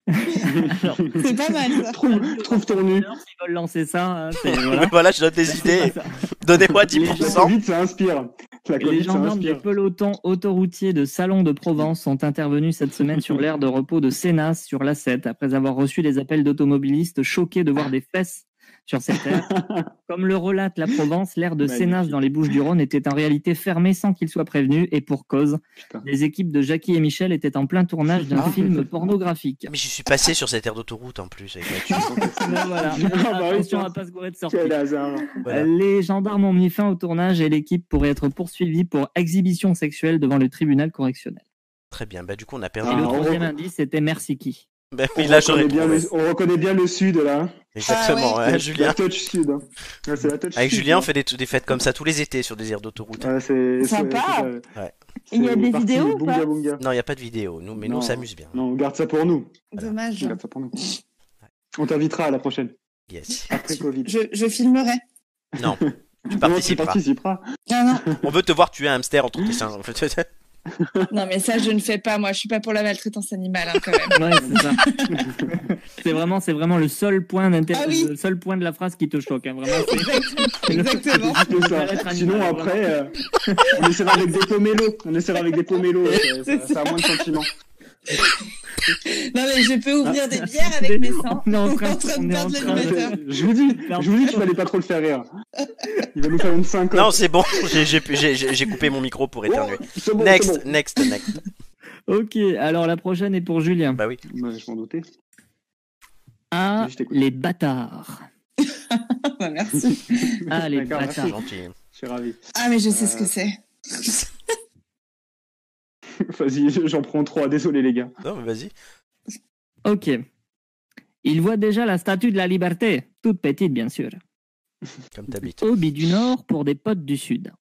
S4: C'est pas mal ça.
S3: trouve, trouve ton nu.
S2: Alors, s'ils veulent lancer ça, hein, c'est- voilà.
S1: Mais voilà, je donne des idées.
S2: C'est pas ça.
S1: Donnez-moi
S3: La
S1: 10%.
S3: Covid, ça inspire. La
S2: Les
S3: Covid, ça
S2: gendarmes des
S3: inspire.
S2: pelotons autoroutiers de Salon de Provence sont intervenus cette semaine sur l'aire de repos de Sénas sur l'A7 après avoir reçu des appels d'automobilistes choqués de voir des fesses sur cette aire. Comme le relate la Provence, l'aire de
S3: Magnifique.
S2: Sénas dans les Bouches-du-Rhône était en réalité fermée sans qu'il soit prévenu et pour cause.
S3: Putain.
S2: Les équipes de Jackie et Michel étaient en plein tournage d'un
S3: Ah.
S2: film pornographique.
S1: Mais j'y suis passé sur cette aire d'autoroute en plus. avec la queue.
S2: Mais voilà.
S3: Ah bah oui,
S2: Attention
S3: tiens.
S2: à pas se gourer de sortie.
S3: Quel hasard.
S1: Voilà.
S2: Les gendarmes ont mis fin au tournage et l'équipe pourrait être poursuivie pour exhibition sexuelle devant le tribunal correctionnel.
S1: Très bien, bah du coup on a
S2: Et
S1: perdu.
S3: Ah,
S2: le
S1: le-
S3: on
S2: troisième
S3: rec-
S2: indice, c'était merci qui.
S1: Bah oui,
S3: On
S1: là j'aurais
S3: reconnaît bien
S1: trouvé.
S3: le- on reconnaît bien le sud, là.
S1: Exactement,
S4: Ah
S1: hein,
S3: La-
S1: Julien.
S3: La touch sud. hein. Ouais, c'est la touch
S1: Avec
S3: sud,
S1: Julien, on
S3: hein.
S1: fait des, des fêtes comme ça tous les étés sur des aires d'autoroute.
S3: Ouais, c'est- c'est-
S4: Sympa.
S3: c'est-
S1: Ouais.
S4: Il y a
S3: c'est
S4: des
S3: parti,
S4: vidéos ou
S3: bunga,
S4: pas
S3: bunga.
S1: Non, il n'y a pas de vidéo, nous, mais nous on
S3: Non.
S1: s'amuse bien.
S3: Non, on garde ça pour nous.
S4: Dommage.
S3: On garde ça pour nous. On t'invitera à la prochaine,
S1: Yes.
S3: après Covid.
S4: Je, je filmerai.
S1: Non, tu
S3: Non, tu
S1: participeras.
S3: participeras.
S4: Ah
S1: On veut te voir tuer un hamster entre tes seins. en fait.
S4: non, non, mais ça, je ne fais pas. Moi, je suis pas pour la maltraitance animale, hein, quand même.
S2: Ouais, c'est ça. c'est vraiment, c'est vraiment le seul point d'intérêt,
S4: Ah oui.
S2: le seul point de la phrase qui te choque. hein, vraiment, c'est-
S4: Exactement.
S3: C'est ça.
S2: Ça va être
S3: Sinon,
S2: animal,
S3: après, euh, on essaiera avec des pomélos. On essaiera avec des pomélos. Ça,
S4: C'est
S3: ça- ça a moins de sentiments.
S4: Non, mais je peux ouvrir des bières avec mes seins.
S2: On est en
S4: en
S2: train,
S4: train de
S2: on est en
S4: perdre
S2: train de-
S4: l'animateur.
S3: Je vous dis, je vous dis qu'il fallait pas trop le faire rire. Il va nous faire une 5
S1: Non, c'est bon, j'ai- j'ai pu- j'ai j'ai- j'ai coupé mon micro pour éternuer.
S3: c'est bon, c'est
S1: Next,
S3: bon.
S1: next, next.
S2: Ok, alors la prochaine est pour Julien.
S1: Bah oui.
S3: Bah, je m'en doutais.
S2: Ah,
S3: Oui, je t'écoute.
S2: les bâtards.
S4: Bah, merci.
S2: Ah, les
S3: D'accord,
S1: C'est
S2: bâtards.
S1: gentil.
S3: Je suis ravi.
S4: Ah, mais je sais ce
S3: Euh,
S4: que c'est.
S3: Vas-y, j'en prends 3, désolé les gars.
S1: Non, mais vas-y.
S2: Ok. Il voit déjà la statue de la liberté, toute petite bien sûr.
S1: Comme t'habites.
S2: Hobby du Nord pour des potes du Sud.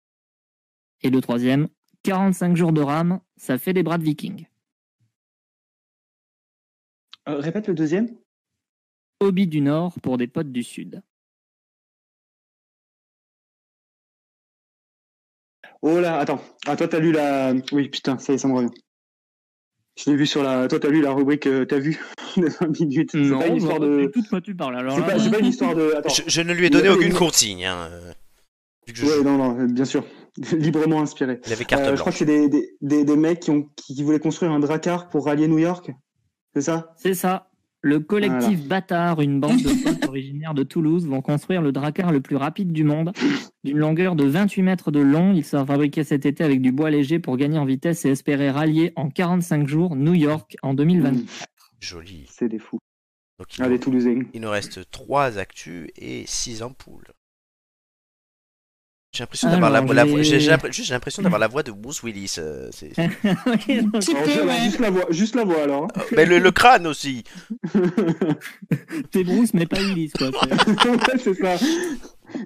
S2: Et le troisième, 45 jours de rame, ça fait des bras de viking.
S3: Euh, répète le deuxième
S2: Hobby du Nord pour des potes du Sud.
S3: Oh là, attends. Ah, toi, t'as lu la. Oui, putain, ça y est, ça me revient. Je l'ai vu sur la. Toi, t'as lu la rubrique, euh, t'as vu de 20 minutes. C'est pas une histoire de.
S2: tout de quoi tu parles alors.
S3: C'est
S2: là,
S3: pas, c'est pas une histoire de. Attends.
S1: Je, je ne lui ai
S3: Il
S1: donné
S3: avait-
S1: aucune consigne. hein, euh, vu que je-
S3: Ouais, non, non, euh, bien sûr. Librement inspiré.
S1: Il avait carte
S3: Euh, je crois que
S1: blanche.
S3: c'est des, des, des, des mecs qui, ont, qui voulaient construire un dracar pour rallier New York. C'est ça
S2: euh, C'est ça. Le collectif Bâtard, une bande de potes originaires de Toulouse, vont construire le dracar le plus rapide du monde. D'une longueur de 28 mètres de long, il sera fabriqué cet été avec du bois léger pour gagner en vitesse et espérer rallier en 45 jours New York en 2022.
S3: Mmh,
S1: Joli.
S3: C'est des fous.
S1: Donc, il,
S3: Ah, des Toulousains.
S1: il nous reste 3 actus et 6 ampoules. J'ai l'impression d'avoir la,
S2: Alors,
S1: la-
S2: j'ai-
S1: j'ai- j'ai l'impr- juste, j'ai l'impression d'avoir la voix de Bruce Willis. euh, c'est-
S2: Ok, donc,
S4: Tu
S3: Alors,
S4: peux,
S3: alors,
S4: ouais.
S3: juste, la voix, juste la voix alors.
S1: Oh, mais le, le crâne aussi.
S2: T'es Bruce, mais pas Willis, quoi. C'est-
S3: ouais, c'est ça.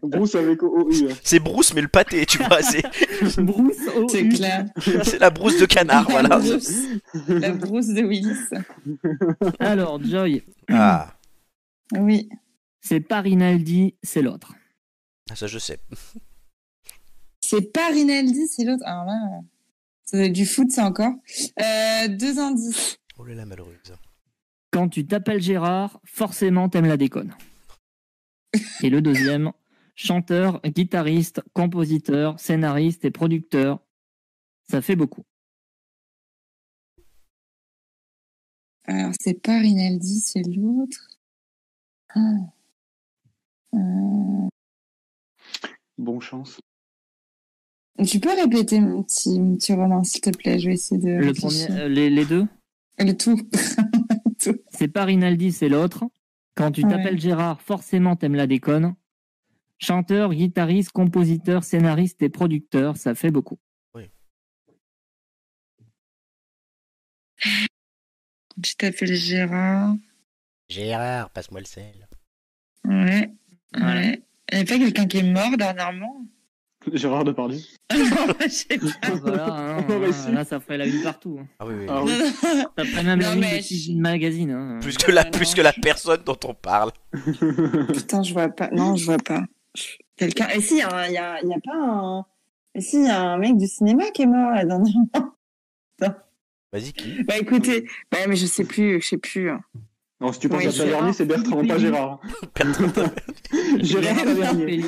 S3: Bruce avec OU.
S1: C'est Bruce mais le pâté, tu vois. C'est
S2: Bruce, oh,
S4: C'est
S2: oui.
S4: clair.
S1: c'est la brousse de canard,
S4: La
S1: voilà.
S4: brousse. La brousse de Willis.
S2: Alors, Joy,
S1: Ah,
S4: Oui.
S2: c'est pas Rinaldi, c'est l'autre.
S1: ça je sais.
S4: C'est pas Rinaldi, c'est l'autre. Alors là, euh, ça doit être du foot, ça encore. Euh, deux indices.
S1: Oh là là, malheureuse.
S2: Quand tu t'appelles Gérard, forcément t'aimes la déconne. Et le deuxième, chanteur, guitariste, compositeur, scénariste et producteur. Ça fait beaucoup.
S4: Alors, c'est pas Rinaldi, c'est l'autre. Ah. Euh,
S3: Bon chance.
S4: tu peux répéter mon petit, mon petit roman, s'il te plaît Je vais essayer de.
S2: Le
S4: réfléchir.
S2: premier, euh, les, les deux,
S4: Le tout.
S2: c'est pas Rinaldi, c'est l'autre. Quand tu
S4: Ouais.
S2: t'appelles Gérard, forcément t'aimes la déconne. Chanteur, guitariste, compositeur, scénariste et producteur, ça fait beaucoup.
S4: Tu t'appelles Gérard.
S1: Gérard, passe-moi le sel.
S4: Ouais.
S2: Voilà.
S4: Ouais. Il n'y a pas quelqu'un qui est mort dernièrement Ah
S3: Gérard Depardieu.
S4: Non, je sais pas.
S2: Ah, voilà, hein,
S3: On va
S2: hein,
S3: essayer.
S2: là ça ferait la une partout. hein.
S1: Ah oui, oui.
S3: Ah oui.
S4: Non, non.
S2: Ça ferait même la
S4: Non,
S2: une
S4: mais
S2: de Tigine Magazine. hein.
S1: Plus que la,
S4: Non,
S1: plus
S4: non.
S1: que la personne dont on parle.
S4: Putain, je vois pas. Non, je vois pas. Quelqu'un. Et si, il y, a un- il y a il y a pas un. Et si, il y a un mec du cinéma qui est mort là dernièrement.
S1: Vas-y, qui
S4: Bah écoutez, bah, mais je sais plus, je sais plus. hein.
S3: non, si tu penses
S4: Oui,
S3: à Tavernier,
S2: Gérard
S3: c'est Bertrand, pas Gérard. Gérard Tavernier.
S2: Pelli,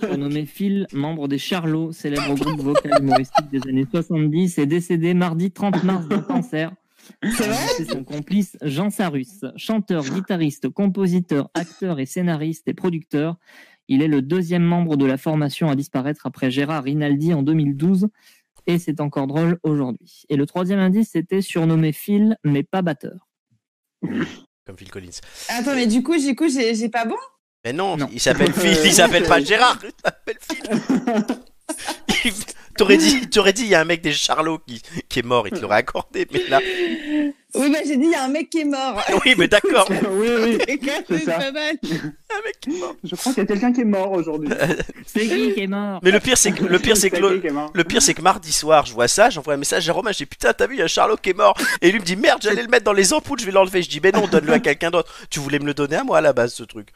S2: surnommé Phil, membre des Charlots, célèbre groupe vocal humoristique des années 70, est décédé mardi 30 mars d'un cancer.
S4: C'est vrai
S2: C'est son complice Jean Sarus, chanteur, guitariste, compositeur, acteur et scénariste et producteur. Il est le deuxième membre de la formation à disparaître après Gérard Rinaldi en 2012 et c'est encore drôle aujourd'hui. Et le troisième indice, c'était surnommé Phil, mais pas batteur.
S1: Comme Phil Collins.
S4: Attends, mais du coup, du coup, j'ai j'ai pas bon
S1: Mais non,
S2: Non.
S1: il s'appelle Phil, il s'appelle pas Gérard, il s'appelle Phil. Il- T'aurais dit, t'aurais dit, il y a un mec des Charlots qui, qui est mort, il te l'aurait accordé, mais là,
S4: Oui, bah j'ai dit, il y a un mec qui est mort.
S1: oui, mais d'accord, il y
S3: oui, oui,
S4: C'est quand
S3: C'est
S4: même
S3: ça.
S4: pas mal.
S1: a un mec qui est mort.
S3: je crois qu'il y a quelqu'un qui est mort aujourd'hui.
S2: C'est qui qui est mort
S1: Mais le pire, c'est que, le pire, c'est que, le,
S3: Qui est mort.
S1: le pire, c'est que mardi soir, je vois ça, j'envoie un message à Romain, je dis putain, t'as vu, il y a un Charlot qui est mort. Et lui me dit merde, j'allais le mettre dans les ampoules, je vais l'enlever. Je dis, mais non, donne-le à quelqu'un d'autre. Tu voulais me le donner à moi à la base, ce truc.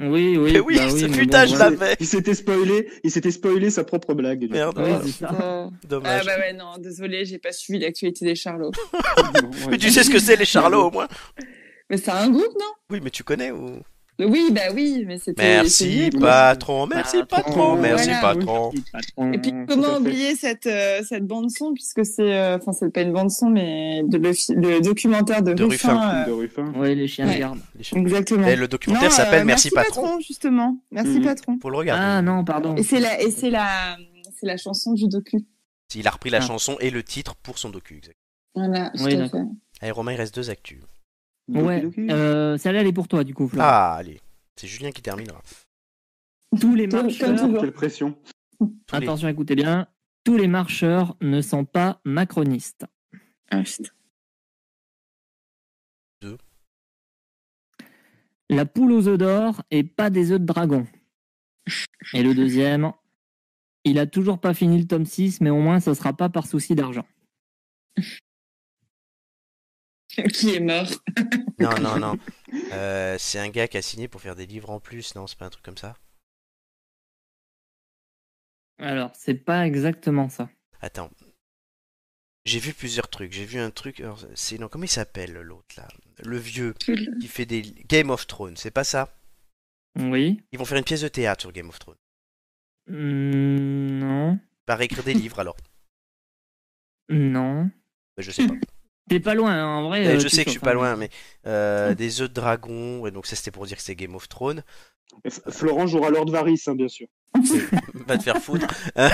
S2: Oui, oui.
S1: Mais oui,
S2: bah
S1: c'est
S2: mais
S1: putain, je
S2: voilà.
S1: l'avais.
S3: Il s'était spoilé, il s'était spoilé sa propre blague.
S1: Merde,
S2: Ouais,
S1: voilà.
S2: c'est ça.
S4: Ah
S1: dommage.
S4: bah ouais, non, désolé, j'ai pas suivi l'actualité des Charlots.
S3: Bon, ouais.
S1: Mais tu sais ce que c'est les Charlots au moins
S4: Mais c'est un groupe, non
S1: Oui, mais tu connais ou
S4: Oui, bah oui, mais c'était.
S1: Merci
S4: c'est-
S1: patron, merci patron, merci
S4: Voilà.
S1: patron.
S2: Oui, patron.
S4: Et puis
S1: Mmh,
S3: Tout à
S4: comment
S3: fait.
S4: oublier cette euh, cette bande son puisque c'est euh, enfin c'est pas une bande son mais de le, fi- le documentaire de,
S1: De
S4: Ruffin.
S1: Ruffin.
S4: euh,
S3: de Ruffin.
S2: Oui, les chiens
S4: Ouais.
S2: de garde.
S4: exactement.
S1: Et le documentaire
S4: Non,
S1: s'appelle
S4: euh,
S1: Merci, patron. Mmh.
S4: justement. Merci
S2: Mhm.
S4: patron.
S1: Faut le regarder.
S2: Ah non, pardon.
S4: Et c'est la et c'est la c'est la chanson du docu.
S1: Il a repris la
S2: Ah.
S1: chanson et le titre pour son docu. exact.
S4: Voilà. tout
S2: Oui,
S4: à
S2: d'accord.
S4: fait.
S1: Allez, Romain, il reste deux actus.
S2: Ouais,
S3: Doki Doki.
S2: euh, celle-là, elle est pour toi, du coup, Florent.
S1: Ah, allez. C'est Julien qui terminera.
S2: Tous les
S4: Comme- comme
S2: marcheurs,
S4: toujours.
S3: Ah, Quelle pression.
S1: Tous Ah. les-
S2: attention, écoutez bien, tous les marcheurs ne sont pas macronistes.
S4: Ah, putain.
S2: La poule aux œufs d'or et pas des œufs de dragon. Et le deuxième, il a toujours pas fini le tome 6, mais au moins, ça sera pas par souci d'argent.
S4: Qui est mort.
S1: Non, non, non. Euh, c'est un gars qui a signé pour faire des livres en plus, non C'est pas un truc comme ça
S2: Alors, c'est pas exactement ça.
S1: Attends. J'ai vu plusieurs trucs. J'ai vu un truc. alors, C'est non, comment il s'appelle l'autre là Le vieux qui fait des Game of Thrones. C'est pas ça
S2: Oui
S1: Ils vont faire une pièce de théâtre sur Game of Thrones.
S2: Hmm, Non
S1: Par écrire des livres alors.
S2: Non
S1: Mais je sais pas.
S2: T'es pas loin, hein, en vrai.
S1: Mais
S2: euh,
S1: Eh, je
S2: tu
S1: sais que je suis
S2: chauffes,
S1: pas
S2: hein.
S1: loin, mais euh, des œufs de dragon. Et donc ça c'était pour dire que c'est Game of Thrones.
S3: F- Florent jouera Lord Varys, hein, bien sûr.
S1: Va te faire foutre. Euh,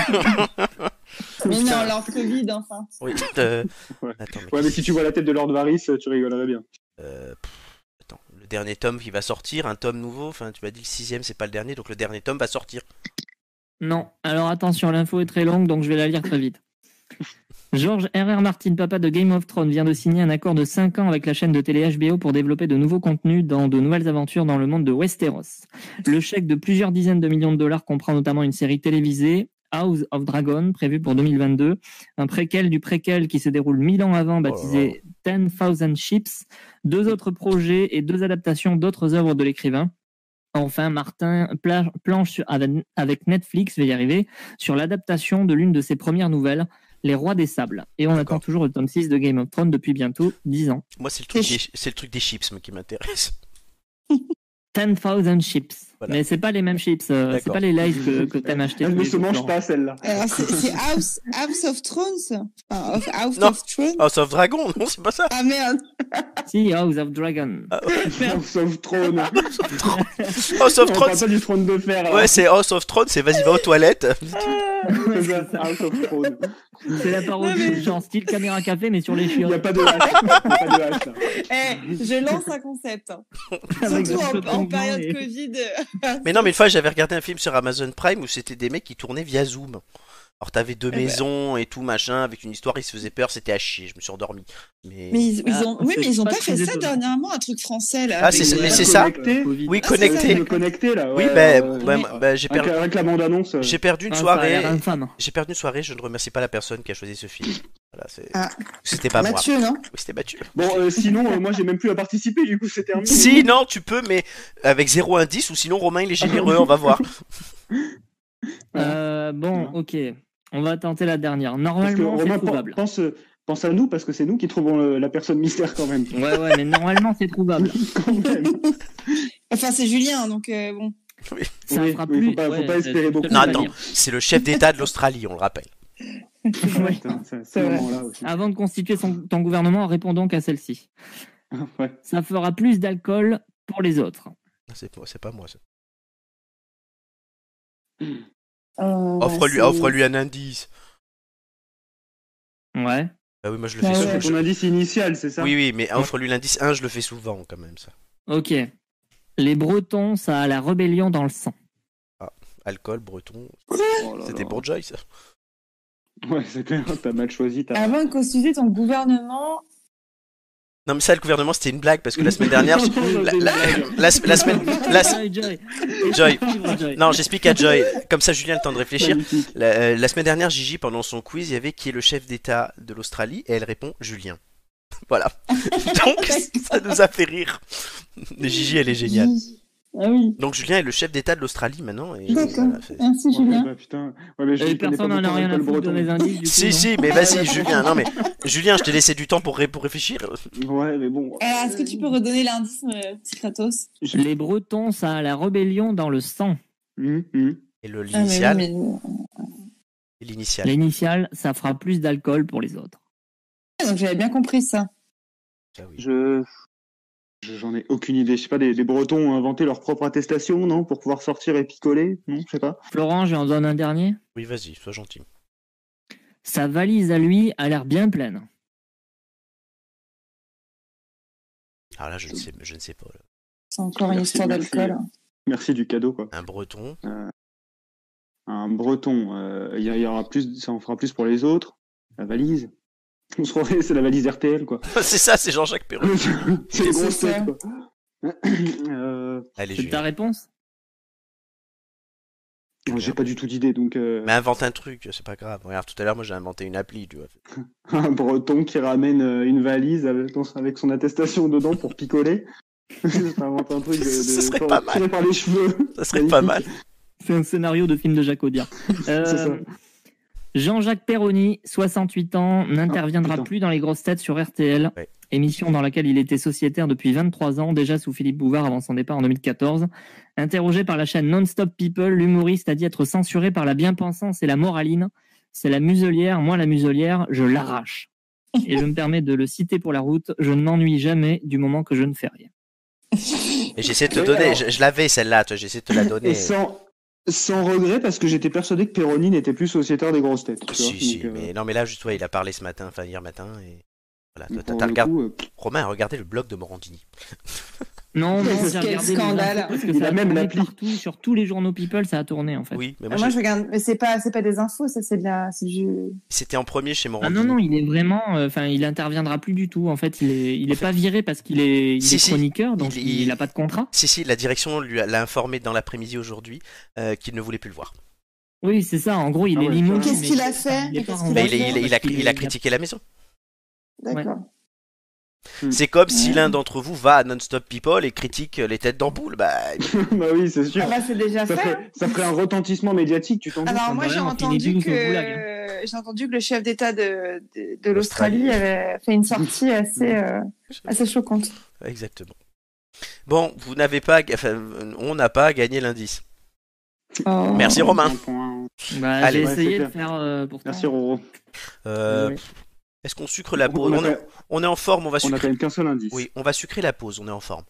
S4: Mais non, l'ordre Covid enfin.
S1: oui. euh,
S3: Ouais.
S1: Attends, mais
S3: Ouais, mais
S1: qu'est-ce
S3: si tu vois la tête de Lord Varys, tu rigolerais bien.
S1: Euh, pff, attends, le dernier tome qui va sortir, un tome nouveau, enfin tu m'as dit le sixième c'est pas le dernier, donc le dernier tome va sortir.
S2: Non, alors attention, l'info est très longue, donc je vais la lire très vite. George R.R. Martin, papa de Game of Thrones, vient de signer un accord de 5 ans avec la chaîne de télé HBO pour développer de nouveaux contenus dans de nouvelles aventures dans le monde de Westeros. Le chèque de plusieurs dizaines de millions de dollars comprend notamment une série télévisée, House of Dragon, prévue pour 2022, un préquel du préquel qui se déroule 1000 ans avant, baptisé 10,000 Ships, deux autres projets et deux adaptations d'autres œuvres de l'écrivain. Enfin, Martin pla- planche sur- avec- avec Netflix, je vais y arriver, sur l'adaptation de l'une de ses premières nouvelles, Les Rois des Sables. Et on
S1: D'accord.
S2: attend toujours le tome 6 de Game of Thrones depuis bientôt 10 ans.
S1: Moi c'est le truc
S4: C'est
S1: des, c'est le truc des chips mais, qui m'intéresse.
S2: 10,000 chips.
S1: Voilà.
S2: Mais c'est pas les mêmes chips, euh, c'est
S1: D'accord.
S2: pas les lives que, que t'aimes acheter.
S3: Elle
S2: tous
S3: ne
S2: les
S3: se
S2: jours,
S3: Ah, mange
S2: Florent.
S3: pas, celle-là.
S4: Alors c'est c'est House House of Thrones. Enfin, of- House
S1: Non.
S4: of Thrones.
S1: Oh sauf dragon, non c'est pas ça.
S4: Ah merde.
S2: Si, House of Dragon.
S1: Ah.
S3: House of Thrones.
S1: House of
S3: On
S1: Thrones.
S3: parle pas du trône de fer.
S1: c'est-
S3: là.
S1: Ouais c'est House of Thrones, c'est vas-y va aux toilettes. Ah.
S3: C'est ça, House of Thrones.
S2: C'est la parodie,
S4: Non, mais-
S2: genre style caméra café, mais sur les
S3: Il n'y
S2: chiottes.
S3: a pas de hache. Il y a pas de hache. là.
S4: Eh, je lance un concept. hein.
S2: Avec des
S4: Surtout en, en
S2: flottements
S4: période
S2: et-
S4: Covid. euh,
S1: Mais non mais une fois j'avais regardé un film sur Amazon Prime où c'était des mecs qui tournaient via Zoom. Alors t'avais deux
S4: ben.
S1: maisons et tout machin avec une histoire, ils se faisaient peur, c'était à chier, je me suis endormi. Mais,
S4: Mais ils, ils
S2: Ah,
S4: ont, oui,
S2: c'est
S4: mais ils ont
S2: pas
S4: pas
S2: très
S4: fait ça
S2: étonnant.
S4: dernièrement, un truc français là.
S1: Ah, c'est-
S4: avec-
S1: mais c'est ça
S3: Connecté.
S2: Covid.
S1: oui
S4: Ah, c'est
S1: connecté.
S4: ça.
S3: Le connecté là.
S1: oui
S3: ouais,
S1: ben
S3: euh,
S1: ben, ben, j'ai
S3: Avec
S1: perdu,
S3: la- avec la bande annonce.
S1: j'ai perdu une
S2: Ah, ça a
S1: soirée.
S2: l'air
S3: hein.
S2: infâme.
S1: J'ai perdu une soirée, je ne remercie pas la personne qui a choisi ce film. Voilà, c'est-
S4: Ah.
S1: C'était pas moi.
S4: Mathieu, hein. non
S1: Oui, C'était battu.
S3: Bon, euh, sinon, euh, moi j'ai même plus à participer, du coup c'est terminé.
S1: Si, non, tu peux, mais avec 0 indice, ou sinon Romain il est généreux, on va voir.
S3: Voilà.
S2: Euh, bon,
S3: Voilà.
S2: ok. On va tenter la dernière.
S3: Parce que
S2: Normalement, c'est
S3: Romain, pen-
S2: trouvable.
S3: pense, euh, pense à nous, parce que c'est nous qui trouvons le- la personne mystère quand même.
S2: Ouais, ouais, mais normalement, c'est trouvable.
S3: Quand même.
S4: Enfin, c'est Julien, donc euh, bon.
S2: Ça
S3: Oui,
S2: fera
S3: oui,
S2: plus.
S3: faut pas- faut pas
S2: euh,
S3: espérer
S2: je-
S3: beaucoup.
S2: je-
S1: Non,
S2: je- je-
S1: attends, c'est le chef d'État de l'Australie, on le rappelle.
S2: Ouais.
S3: Putain, ça-
S4: C'est
S3: ce
S4: vrai.
S3: moment-là aussi.
S2: Avant de constituer son, ton gouvernement, réponds donc à celle-ci.
S3: Ouais.
S2: Ça fera plus d'alcool pour les autres.
S1: Ah, C'est moi- c'est pas moi ça.
S4: Euh,
S1: Offre-lui
S4: c'est-
S1: offre -lui un indice.
S2: Ouais.
S1: Ah oui, moi je le
S4: Bah
S1: fais
S4: ouais.
S3: C'est
S1: souvent.
S3: ton indice initial, c'est ça
S1: Oui, oui, mais offre-lui l'indice 1, je le fais souvent quand même, ça.
S2: Ok. Les Bretons, ça a la rébellion dans le sang.
S1: Alcool, breton,
S2: Oh là
S1: c'était
S2: là.
S1: Bourgeois ça.
S3: Ouais, c'est clair, t'as mal choisi. t'as-
S4: Avant de constituer ton gouvernement.
S1: Non, mais ça, le gouvernement, c'était une blague, parce que la semaine dernière.
S3: Non, non,
S1: la,
S3: c'est une
S1: la-
S3: blague.
S1: la se- la semaine. la se-
S2: Joy, Joy.
S1: Joy.
S2: Livre, Joy. Euh,
S1: Non, j'explique à Joy, comme ça Julien a le temps de réfléchir.
S3: Magnifique.
S1: La, euh, la semaine dernière, Gigi, pendant son quiz, il y avait qui est le chef d'État de l'Australie et elle répond Julien. Voilà. Donc, ça nous a fait rire. Mais Gigi, elle est géniale.
S4: Gigi. Ah oui.
S1: Donc Julien est le chef d'État de l'Australie maintenant. Et
S4: D'accord. Ah.
S1: voilà, c'est-
S4: Merci
S3: Ouais,
S4: Julien.
S3: bah, putain. Ouais, mais je
S2: Et
S3: connais pas
S2: personne n'en a
S3: beaucoup,
S2: rien à
S3: Paul
S2: foutre de
S3: Breton.
S2: mes indices. Du coup,
S1: Si,
S2: non.
S1: si, mais vas-y, Julien. Non, mais Julien, je t'ai laissé du temps pour, ré- pour réfléchir.
S3: Ouais, mais bon.
S4: Alors, Eh, Euh, Est-ce que tu peux redonner l'indice, euh, petit Kratos
S2: Les Bretons, ça a la rébellion dans le sang.
S3: Hum, hum.
S1: Et le-
S4: Ah, mais oui,
S1: l'initial.
S4: mais, euh,
S1: L'initial.
S2: L'initiale, ça fera plus d'alcool pour les autres.
S4: ah, Donc j'avais bien compris ça.
S1: Ah oui.
S3: Je. je- J'en ai aucune idée. Je sais pas, les, les Bretons ont inventé leur propre attestation, non Pour pouvoir sortir et picoler Non, je sais pas.
S2: Florent, j'en donne un dernier.
S1: Oui, vas-y, sois gentil.
S2: Sa valise à lui a l'air bien pleine.
S1: Alors Ah là, je ne sais, je ne sais pas. là.
S4: C'est encore une
S3: Merci,
S4: histoire
S3: merci.
S4: d'alcool.
S3: Merci du cadeau, quoi.
S1: Un breton.
S3: Un Breton, euh, il y, a- il y aura plus, ça en fera plus pour les autres. La valise. On se croirait, c'est la valise RTL, quoi.
S1: c'est ça, c'est Jean-Jacques Perrault.
S3: c'est les
S4: C'est
S3: grosses
S4: ça.
S3: têtes, quoi. Euh,
S1: Allez,
S2: C'est ta
S1: Julien.
S2: réponse
S3: J'ai pas du tout d'idée, donc. euh,
S1: Mais invente un truc, c'est pas grave. Regarde, tout à l'heure, moi, j'ai inventé une appli, tu vois.
S3: un breton qui ramène euh, une valise avec, avec son attestation dedans pour picoler. Ça invente un truc de, de
S1: Ce serait
S3: pour-
S1: pas mal.
S3: tiré par les cheveux.
S1: Ça serait pas mal.
S2: C'est un scénario de film de Jacques Audiard. Euh,
S3: C'est ça.
S2: Jean-Jacques Perroni, 68 ans, n'interviendra
S3: Ah, putain.
S2: plus dans les grosses têtes sur RTL,
S1: Ouais.
S2: émission dans laquelle il était sociétaire depuis 23 ans, déjà sous Philippe Bouvard avant son départ en 2014. Interrogé par la chaîne Non-Stop People, l'humoriste a dit être censuré par la bien-pensance et la moraline. C'est la muselière, moi la muselière, je l'arrache. Et je me permets de le citer pour la route, je ne m'ennuie jamais du moment que je ne fais rien.
S1: Et j'essaie de te
S3: Oui,
S1: donner,
S3: alors-
S1: je, je l'avais celle-là, tu vois, j'essaie de te la donner.
S3: Et sans, sans regret, parce que j'étais persuadé que Perroni n'était plus sociétaire des grosses têtes. tu vois.
S1: Si, si,
S3: Donc, euh,
S1: mais non, mais là, juste, ouais, il a parlé ce matin, enfin hier matin, et voilà. Toi, t'as-
S3: pour
S1: t'as
S3: le
S1: regardé,
S3: coup, euh,
S1: Romain a regardé le blog de Morandini.
S2: Non, non,
S4: Quel
S2: j'ai regardé les
S4: scandale.
S2: infos parce que
S3: Il
S2: ça
S3: a
S2: a
S3: même
S2: tourné
S3: l'appli.
S2: partout, sur tous les journaux People, ça a tourné en fait.
S1: Oui, mais
S4: Ah,
S1: moi,
S4: moi
S1: j'ai-
S4: je regarde, mais c'est pas, c'est pas des infos, ça c'est de la, c'est du.
S1: c'était en premier chez
S2: Ah
S1: Morandini.
S2: non, non, il est vraiment. euh, Enfin, il interviendra plus du tout. En fait, il est, il
S1: En
S2: est
S1: fait-
S2: pas viré parce qu'il est, il
S1: Si,
S2: est
S1: si.
S2: chroniqueur, donc
S1: Il-
S2: il,
S1: il-
S2: a pas de contrat.
S1: Si, si, la direction lui a- l'a informé dans l'après-midi aujourd'hui euh, qu'il ne voulait plus le voir.
S2: Oui, c'est ça. En gros, il
S3: Ah
S2: est
S3: ouais,
S2: limogé.
S3: Qu'est-ce
S2: mais
S4: qu'il a
S2: il est
S4: fait
S2: pas- il est pas
S4: Qu'est-ce
S2: renvoyé
S1: Mais
S4: Ouais,
S1: il, a- il a- il a,
S2: parce qu'il
S1: il a
S2: est-
S1: critiqué la maison.
S4: D'accord.
S3: Mm.
S1: C'est comme si
S4: Ouais.
S1: l'un d'entre vous va à Non-Stop People et critique les têtes d'ampoule. Bah,
S3: bah oui, c'est sûr.
S4: Ah bah c'est déjà
S3: Ça
S4: fait.
S3: ferait, ça ferait un retentissement médiatique, tu t'en doutes.
S4: Alors
S3: hein.
S4: moi
S2: Ouais,
S4: j'ai
S2: on finit
S4: entendu
S2: tous nos
S4: que
S2: blagues.
S4: j'ai entendu que le chef d'État de, de, de
S1: L'Australie.
S4: l'Australie avait fait une sortie assez euh, assez choquante.
S1: exactement. Bon, vous n'avez pas, ga- enfin, on n'a pas gagné l'indice.
S4: Oh.
S1: Merci, Romain.
S3: Un point.
S2: Bah,
S1: Allez,
S2: J'ai
S3: ouais, c'est
S2: essayé de
S3: clair.
S2: faire. euh, pourtant.
S3: Merci, Roro.
S1: Euh,
S2: Ouais.
S1: Est-ce qu'on sucre la pause
S3: on,
S1: on,
S3: a,
S1: est- on est en forme, on va
S3: on a quand
S1: sucrer.
S3: même qu'un seul indice.
S1: Oui, on va sucrer la pause, on est en forme.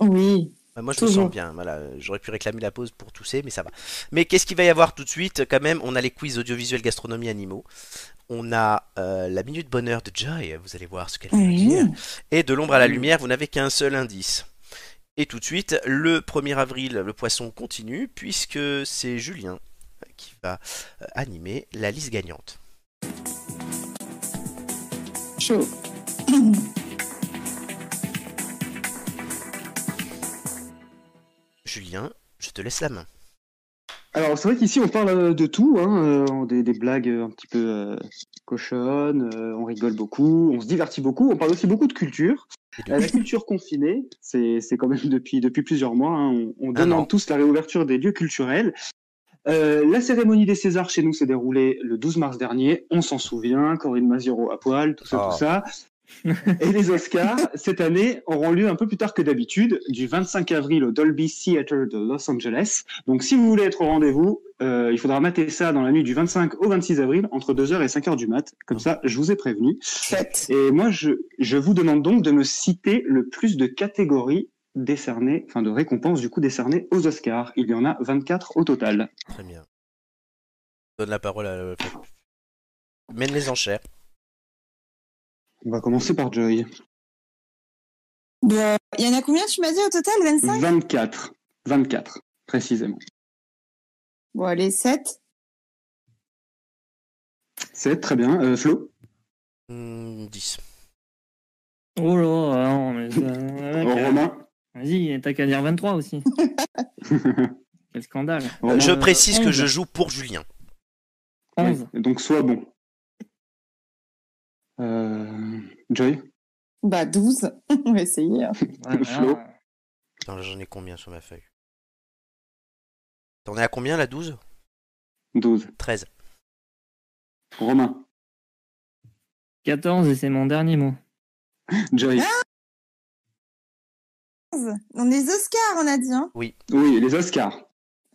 S4: Oui.
S1: Bah, Moi, je me
S4: Toujours.
S1: sens bien. Voilà, euh, j'aurais pu réclamer la pause pour tousser, mais ça va. Mais qu'est-ce qu'il va y avoir tout de suite Quand même, on a les quiz audiovisuels, gastronomie, animaux. On a euh, la minute bonheur de Joy. Vous allez voir ce qu'elle va nous
S4: Oui.
S1: dire. Et de l'ombre à la lumière, vous n'avez qu'un seul indice. Et tout de suite, le 1er avril, le poisson continue, puisque c'est Julien qui va euh, animer la liste gagnante.
S4: Chaud.
S1: Julien, je te laisse la main.
S3: Alors, c'est vrai qu'ici, on parle euh, de tout, hein, euh, des, des blagues euh, un petit peu euh, cochonnes, euh, on rigole beaucoup, on se divertit beaucoup, on parle aussi beaucoup de culture.
S1: Et de-
S3: Euh, La culture confinée, c'est c'est quand même depuis, depuis plusieurs mois, hein, on, on
S1: Un an.
S3: demande tous la réouverture des lieux culturels. Euh, la cérémonie des Césars chez nous s'est déroulée le 12 mars dernier, on s'en souvient, Corinne Maziero à poil, tout ça,
S1: Ah.
S3: tout ça. Et les Oscars, cette année, auront lieu un peu plus tard que d'habitude, du 25 avril au Dolby Theatre de Los Angeles. Donc si vous voulez être au rendez-vous, euh, il faudra mater ça dans la nuit du 25 au 26 avril, entre 2h et 5h du mat. Comme
S1: Ah.
S3: ça, je vous ai prévenu.
S4: Chouette.
S3: Et moi, je, je vous demande donc de me citer le plus de catégories décernées, enfin de récompenses du coup décernées aux Oscars. Il y en a 24 au total.
S1: Très bien. Donne la parole à. euh, Mène les enchères.
S3: On va commencer par Joy.
S4: Bon, Il y en a combien tu m'as dit au total 25
S3: 24. 24, précisément.
S4: Bon allez 7.
S3: 7, très bien. Euh, Flo
S1: Hmm, 10.
S2: Oh là, non, mais ça- ouais,
S3: Euh,
S2: t'as-
S3: Romain
S2: Vas-y, t'as qu'à dire 23 aussi. Quel scandale.
S1: Euh,
S3: Romain,
S1: je
S3: euh,
S1: précise que
S2: onze.
S1: je joue pour Julien.
S2: 11.
S3: ouais, Donc sois bon. Euh, Joy
S4: Bah 12. On va essayer. hein.
S2: Ouais, voilà.
S3: Flo.
S1: Attends, là, j'en ai combien sur ma feuille T'en es à combien là 12
S3: 12.
S1: 13.
S3: Romain.
S2: 14 et c'est mon dernier mot.
S3: Joyce.
S4: On est Oscars, on a dit. Hein.
S3: Oui, les Oscars.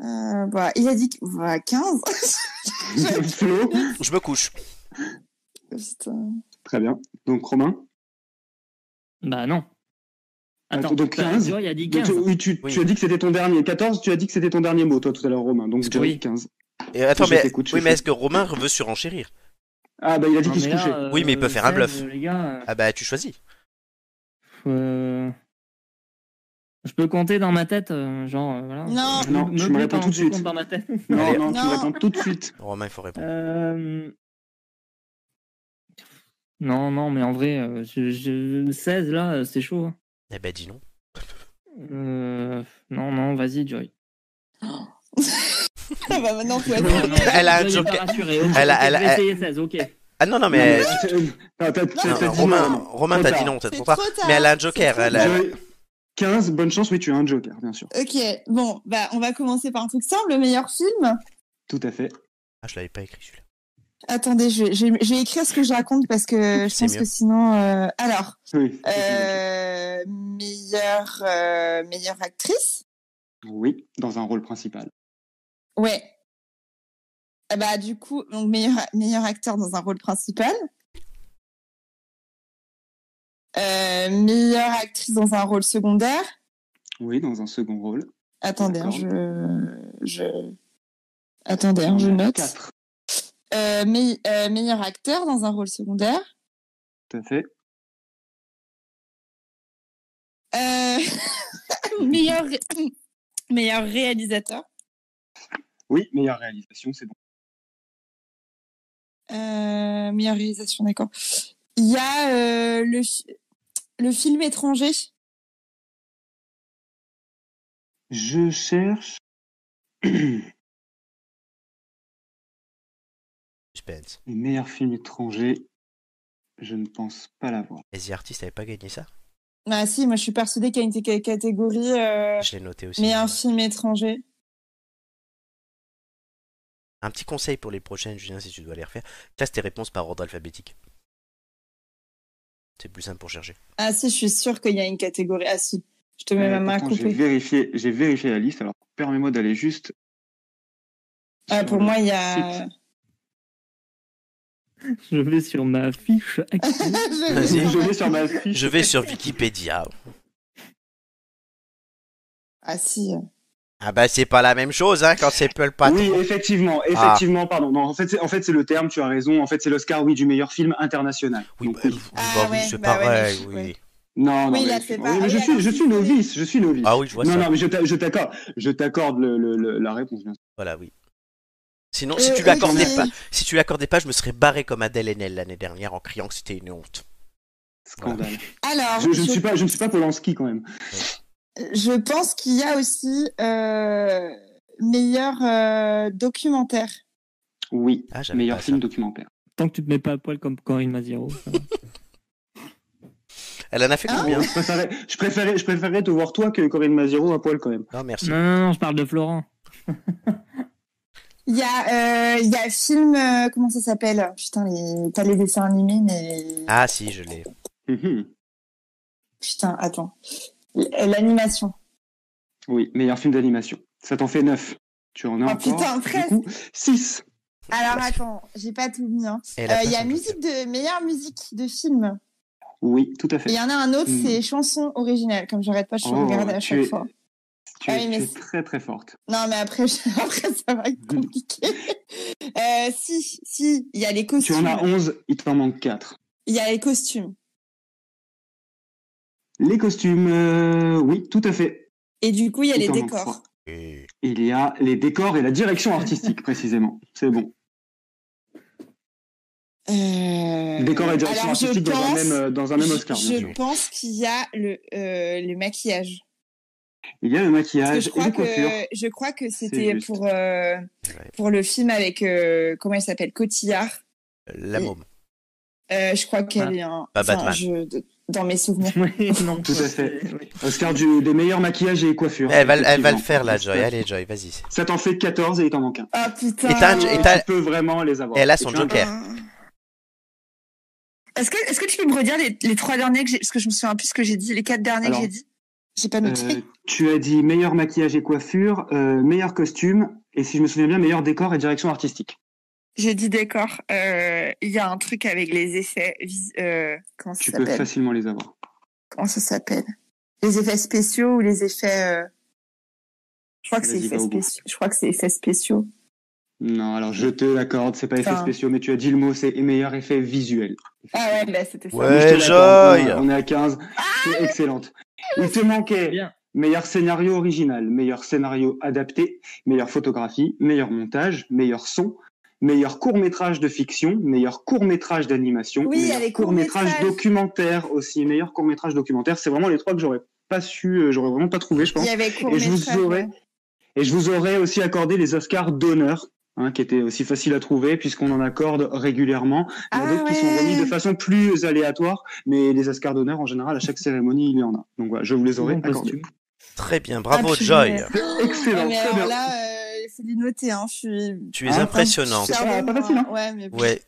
S4: Euh, bah, il a dit que- bah, 15.
S3: Flo.
S1: Je me couche.
S4: Putain.
S3: Très bien. Donc Romain.
S2: Bah non. Attends,
S3: Attends, donc
S2: t'as-
S3: 15.
S2: Joy a dit
S3: Donc,
S2: 15.
S3: tu- oui, tu,
S1: Oui.
S3: tu as dit que c'était ton dernier. 14, tu as dit que c'était ton dernier mot, toi, tout à l'heure, Romain. Donc, Joyce,
S2: Oui.
S3: 15.
S1: Et attends,
S3: Je
S1: mais,
S3: t'écoute, je
S1: oui, mais
S3: sais.
S1: est-ce que Romain veut surenchérir
S3: Ah, bah, il a dit
S2: Non,
S3: qu'il se
S2: mais là,
S3: couchait.
S2: euh,
S1: Oui, mais il peut faire un
S2: 16,
S1: bluff.
S2: euh, Les gars, euh,
S1: Ah bah, tu choisis.
S2: euh, je peux compter dans ma tête, euh, genre, euh, voilà.
S4: Non.
S2: Me-
S3: Non,
S2: me
S3: tu me
S2: plaît
S3: réponds
S2: pas,
S3: tout de
S2: je
S3: suite.
S2: compte dans ma tête.
S3: Non,
S1: Allez.
S3: non, tu
S4: Non.
S3: réponds tout de suite.
S1: Romain, il faut répondre.
S2: Euh, Non, non, mais en vrai, euh, je, je- 16 là, euh, c'est chaud. hein.
S1: Eh ben, dis non.
S2: Euh, Non, non, vas-y, Joy.
S4: Ah bah maintenant, faut
S2: Non,
S4: être...
S2: non,
S1: Elle a un
S2: Joy est pas
S1: joker.
S2: rassurée, ok,
S1: Elle a-
S2: ok,
S1: elle a-
S2: je vais essayer 16, ok.
S1: Ah non, non, mais.
S3: Non, mais- Ah, t'as- t'as-
S1: Non,
S3: t'as
S1: non,
S3: dit
S1: Romain,
S3: non, non.
S1: Romain
S3: Trop
S1: t'as dit
S3: tard.
S1: non, t'as
S4: C'est
S1: trop tard.
S4: trop tard.
S1: Mais elle a un
S4: C'est
S1: joker.
S4: trop
S1: Elle a...
S4: tard.
S3: Joy, 15, bonne chance, oui, tu as un joker, bien sûr.
S4: Ok, bon, bah on va commencer par un truc simple, le meilleur film.
S3: Tout à fait.
S1: Ah, je l'avais pas écrit celui-là.
S4: Attendez, je vais, je vais- je vais écrire ce que je raconte parce que je
S1: C'est
S4: pense
S1: mieux.
S4: que sinon... euh, Alors,
S3: Oui.
S4: euh, meilleure, euh, meilleure actrice
S3: Oui, dans un rôle principal.
S4: Ouais. Ah Bah, du coup, donc meilleur, meilleur acteur dans un rôle principal. Euh, meilleure actrice dans un rôle secondaire.
S3: Oui, dans un second rôle.
S4: Attendez, hein,
S3: D'accord.
S4: je, je. Attendez, hein, je note.
S3: 4.
S4: Euh, me- euh, meilleur acteur dans un rôle secondaire.
S3: Tout à fait.
S4: Euh, meilleur, ré- meilleur réalisateur.
S3: Oui, meilleure réalisation, c'est bon.
S4: Euh, meilleure réalisation, d'accord. Il y a euh, le, fi- le film étranger.
S3: Je cherche.
S1: Suspense.
S3: Les meilleurs films étrangers, je ne pense pas l'avoir.
S1: Et The Artist avait pas gagné ça
S4: Ah si, moi je suis persuadée qu'il y a une t- catégorie euh,
S1: Je l'ai noté aussi.
S4: mais un film étranger.
S1: Un petit conseil pour les prochaines, Julien, si tu dois les refaire. Classe tes réponses par ordre alphabétique. C'est plus simple pour chercher.
S4: Ah si, je suis sûre qu'il y a une catégorie. Ah si, je te mets ma
S3: Euh,
S4: main à
S3: pourtant, J'ai
S4: couper.
S3: vérifié, j'ai vérifié la liste, alors permets-moi d'aller juste.
S4: Ah,
S3: sur
S4: pour
S3: le
S4: moi, il y a...
S3: site.
S2: Je vais sur ma fiche. Excel.
S1: Vas-y.
S3: Je
S4: Vas-y.
S3: vais sur ma fiche.
S1: Je vais sur Wikipédia.
S4: Ah si.
S1: Ah bah, c'est pas la même chose, hein, quand c'est Paul Patton.
S3: Oui, effectivement,
S1: Ah.
S3: effectivement, pardon. Non, en fait, c'est en fait, c'est le terme, tu as raison. En fait, c'est l'Oscar, oui, du meilleur film international.
S1: Oui,
S3: Donc,
S1: bah,
S3: oui.
S1: oui,
S4: Ah
S1: bah oui,
S4: ouais,
S1: c'est
S4: bah ouais,
S1: pareil,
S4: mais-
S1: oui.
S4: ouais.
S3: Non, non,
S4: Oui,
S3: mais,
S4: là, c'est
S3: oui,
S4: pas-
S3: mais
S4: oui,
S3: je,
S4: alors,
S3: suis, je
S4: si
S3: suis
S4: c'est-
S3: novice, je suis novice.
S1: Ah oui, je vois
S3: non,
S1: ça.
S3: non, mais je t'a- je t'accorde, je t'accorde le- le- le- la réponse, bien sûr.
S1: Voilà, oui. Sinon, si
S4: Euh,
S1: tu l'accordais
S4: ok.
S1: pas, si tu l'accordais pas, je me serais barré comme Adèle Haenel l'année dernière en criant que c'était une honte.
S3: Scandale.
S4: Alors,
S3: Je, je ne
S4: Ah, je-
S3: suis pas, je ne suis pas Polanski quand même.
S4: je pense qu'il y a aussi euh, meilleur euh, documentaire.
S3: Oui,
S1: Ah, j'avais
S3: meilleur
S1: pas
S3: film
S1: ça.
S3: documentaire.
S2: Tant que tu te mets pas à poil comme Corinne Maziro. ça va.
S1: Elle en a fait
S4: Hein
S1: combien
S3: je préférais, je préférais, je préférais te voir toi que Corinne Maziro à poil quand même.
S4: Ah,
S1: Non, merci.
S2: non, non, non, je parle de Florent.
S4: Il y a, euh, il y a film, euh, comment ça s'appelle Putain, les... t'as les dessins animés, mais...
S1: Ah si, je l'ai.
S3: Mhm.
S4: Putain, attends. L- L'animation.
S3: Oui, meilleur film d'animation. Ça t'en fait 9. Tu en as
S4: Oh,
S3: encore.
S4: putain, presque.
S3: 6.
S4: Alors attends, j'ai pas tout mis. hein.
S1: Elle
S4: Euh,
S1: a pas
S4: Il y a
S1: son
S4: musique
S1: joker.
S4: de meilleure musique de film.
S3: Oui, tout à fait.
S4: Et il y en a un autre,
S3: Hmm.
S4: c'est chanson originale. Comme j'arrête pas, je
S3: Oh,
S4: regarde à
S3: tu
S4: chaque
S3: es-
S4: fois.
S3: Tu,
S4: Ah
S3: es,
S4: oui,
S3: tu
S4: mais
S3: es
S4: c'est-
S3: très très forte.
S4: Non, mais après, je- après ça va être compliqué. Euh, si, si, il y a les
S3: Tu en as
S4: costumes.
S3: 11, il t'en manque 4.
S4: Il y a les costumes.
S3: Les costumes, euh, oui, tout à fait.
S4: Et du coup, il y a
S3: Il
S4: les
S3: t'en manque
S4: décors.
S3: trois.
S1: Et-
S3: Il y a les décors et la direction artistique, précisément. C'est bon.
S4: Euh,
S3: Décors et direction
S4: Alors, je
S3: artistique dans, un
S4: pense-
S3: même, euh, dans un même
S4: je-
S3: Oscar. bien sûr.
S4: Je pense qu'il y a le, euh, le maquillage.
S3: Il y a le
S4: Parce que
S3: maquillage
S4: je
S3: et
S4: crois
S3: les coiffures.
S4: que je crois que
S3: C'est
S4: c'était
S3: juste.
S4: pour euh, pour le film avec euh, comment il s'appelle Cotillard.
S1: La
S4: Et-
S1: môme.
S4: Euh, je crois qu'il y avait un.
S1: Ah. Pas
S4: enfin,
S1: Batman.
S4: je- de- dans mes souvenirs.
S2: Oui, non,
S3: Tout à fait.
S2: c'est- oui.
S3: Oscar du, des meilleurs maquillages et coiffures.
S1: Elle va, elle va le faire là,
S3: effectivement.
S1: Joy. Allez, Joy, vas-y.
S3: Ça t'en fait 14 et il t'en manque un.
S4: Ah putain. Ah.
S1: Et t'as un- et
S3: Et
S1: t'as-
S3: tu peux vraiment les avoir.
S1: Elle a son
S3: Et tu as un-
S1: joker.
S4: Est-ce que, est-ce que tu peux me redire les, les trois derniers que j'ai, parce que je me souviens plus ce que j'ai dit, les quatre derniers
S3: Alors.
S4: que j'ai dit J'ai pas noté.
S3: Euh, tu as dit meilleur maquillage et coiffure, euh, meilleur costume, et si je me souviens bien, meilleur décor et direction artistique.
S4: J'ai dit décor. Euh, Il y a un truc avec les effets. vis- euh, comment ça
S3: Tu peux
S4: s'appelle
S3: facilement les avoir.
S4: Comment ça s'appelle Les effets spéciaux ou les effets. euh, Je crois que c'est
S3: Vas-y,
S4: effets
S3: va au bout.
S4: spéciaux. Je crois que c'est effets spéciaux.
S3: Non, alors
S4: Ah.
S3: je te l'accorde, c'est pas effets
S4: Enfin.
S3: spéciaux, mais tu as dit le mot, c'est meilleur effet visuel.
S4: Ah ouais, bah, c'était ça.
S1: Ouais.
S3: Je te l'accorde,
S1: Joy
S3: on, est à 15, c'est excellente. Il te manquait
S2: Bien.
S3: meilleur scénario original, meilleur scénario adapté, meilleure photographie, meilleur montage, meilleur son, meilleur court-métrage de fiction, meilleur court-métrage d'animation,
S4: Oui,
S3: meilleur
S4: les
S3: court-métrage
S4: courts-métrages.
S3: documentaire aussi, meilleur court-métrage documentaire. C'est vraiment les trois que j'aurais pas su, euh, j'aurais vraiment pas trouvé, je pense.
S4: Il y avait court
S3: Et je vous aurais, et je vous aurais aussi accordé les Oscars d'honneur, hein, qui étaient aussi faciles à trouver puisqu'on en accorde régulièrement. Il y en a
S4: Ah
S3: d'autres qui sont remis
S4: ouais.
S3: de façon plus aléatoire, mais les Oscars d'honneur en général à chaque cérémonie il y en a. Donc voilà, je vous les aurais
S2: Bon
S3: accordés.
S2: costume.
S1: Très bien, bravo
S4: Absolument.
S1: Joy.
S3: Excellent,
S4: Ah, mais
S3: très
S4: alors
S3: bien.
S4: là, euh, il faut les noter. Hein. Je suis.
S1: Tu es
S3: Ah,
S1: impressionnante.
S3: c'est pas- pas facile, hein.
S4: Ouais, mais.
S1: Ouais.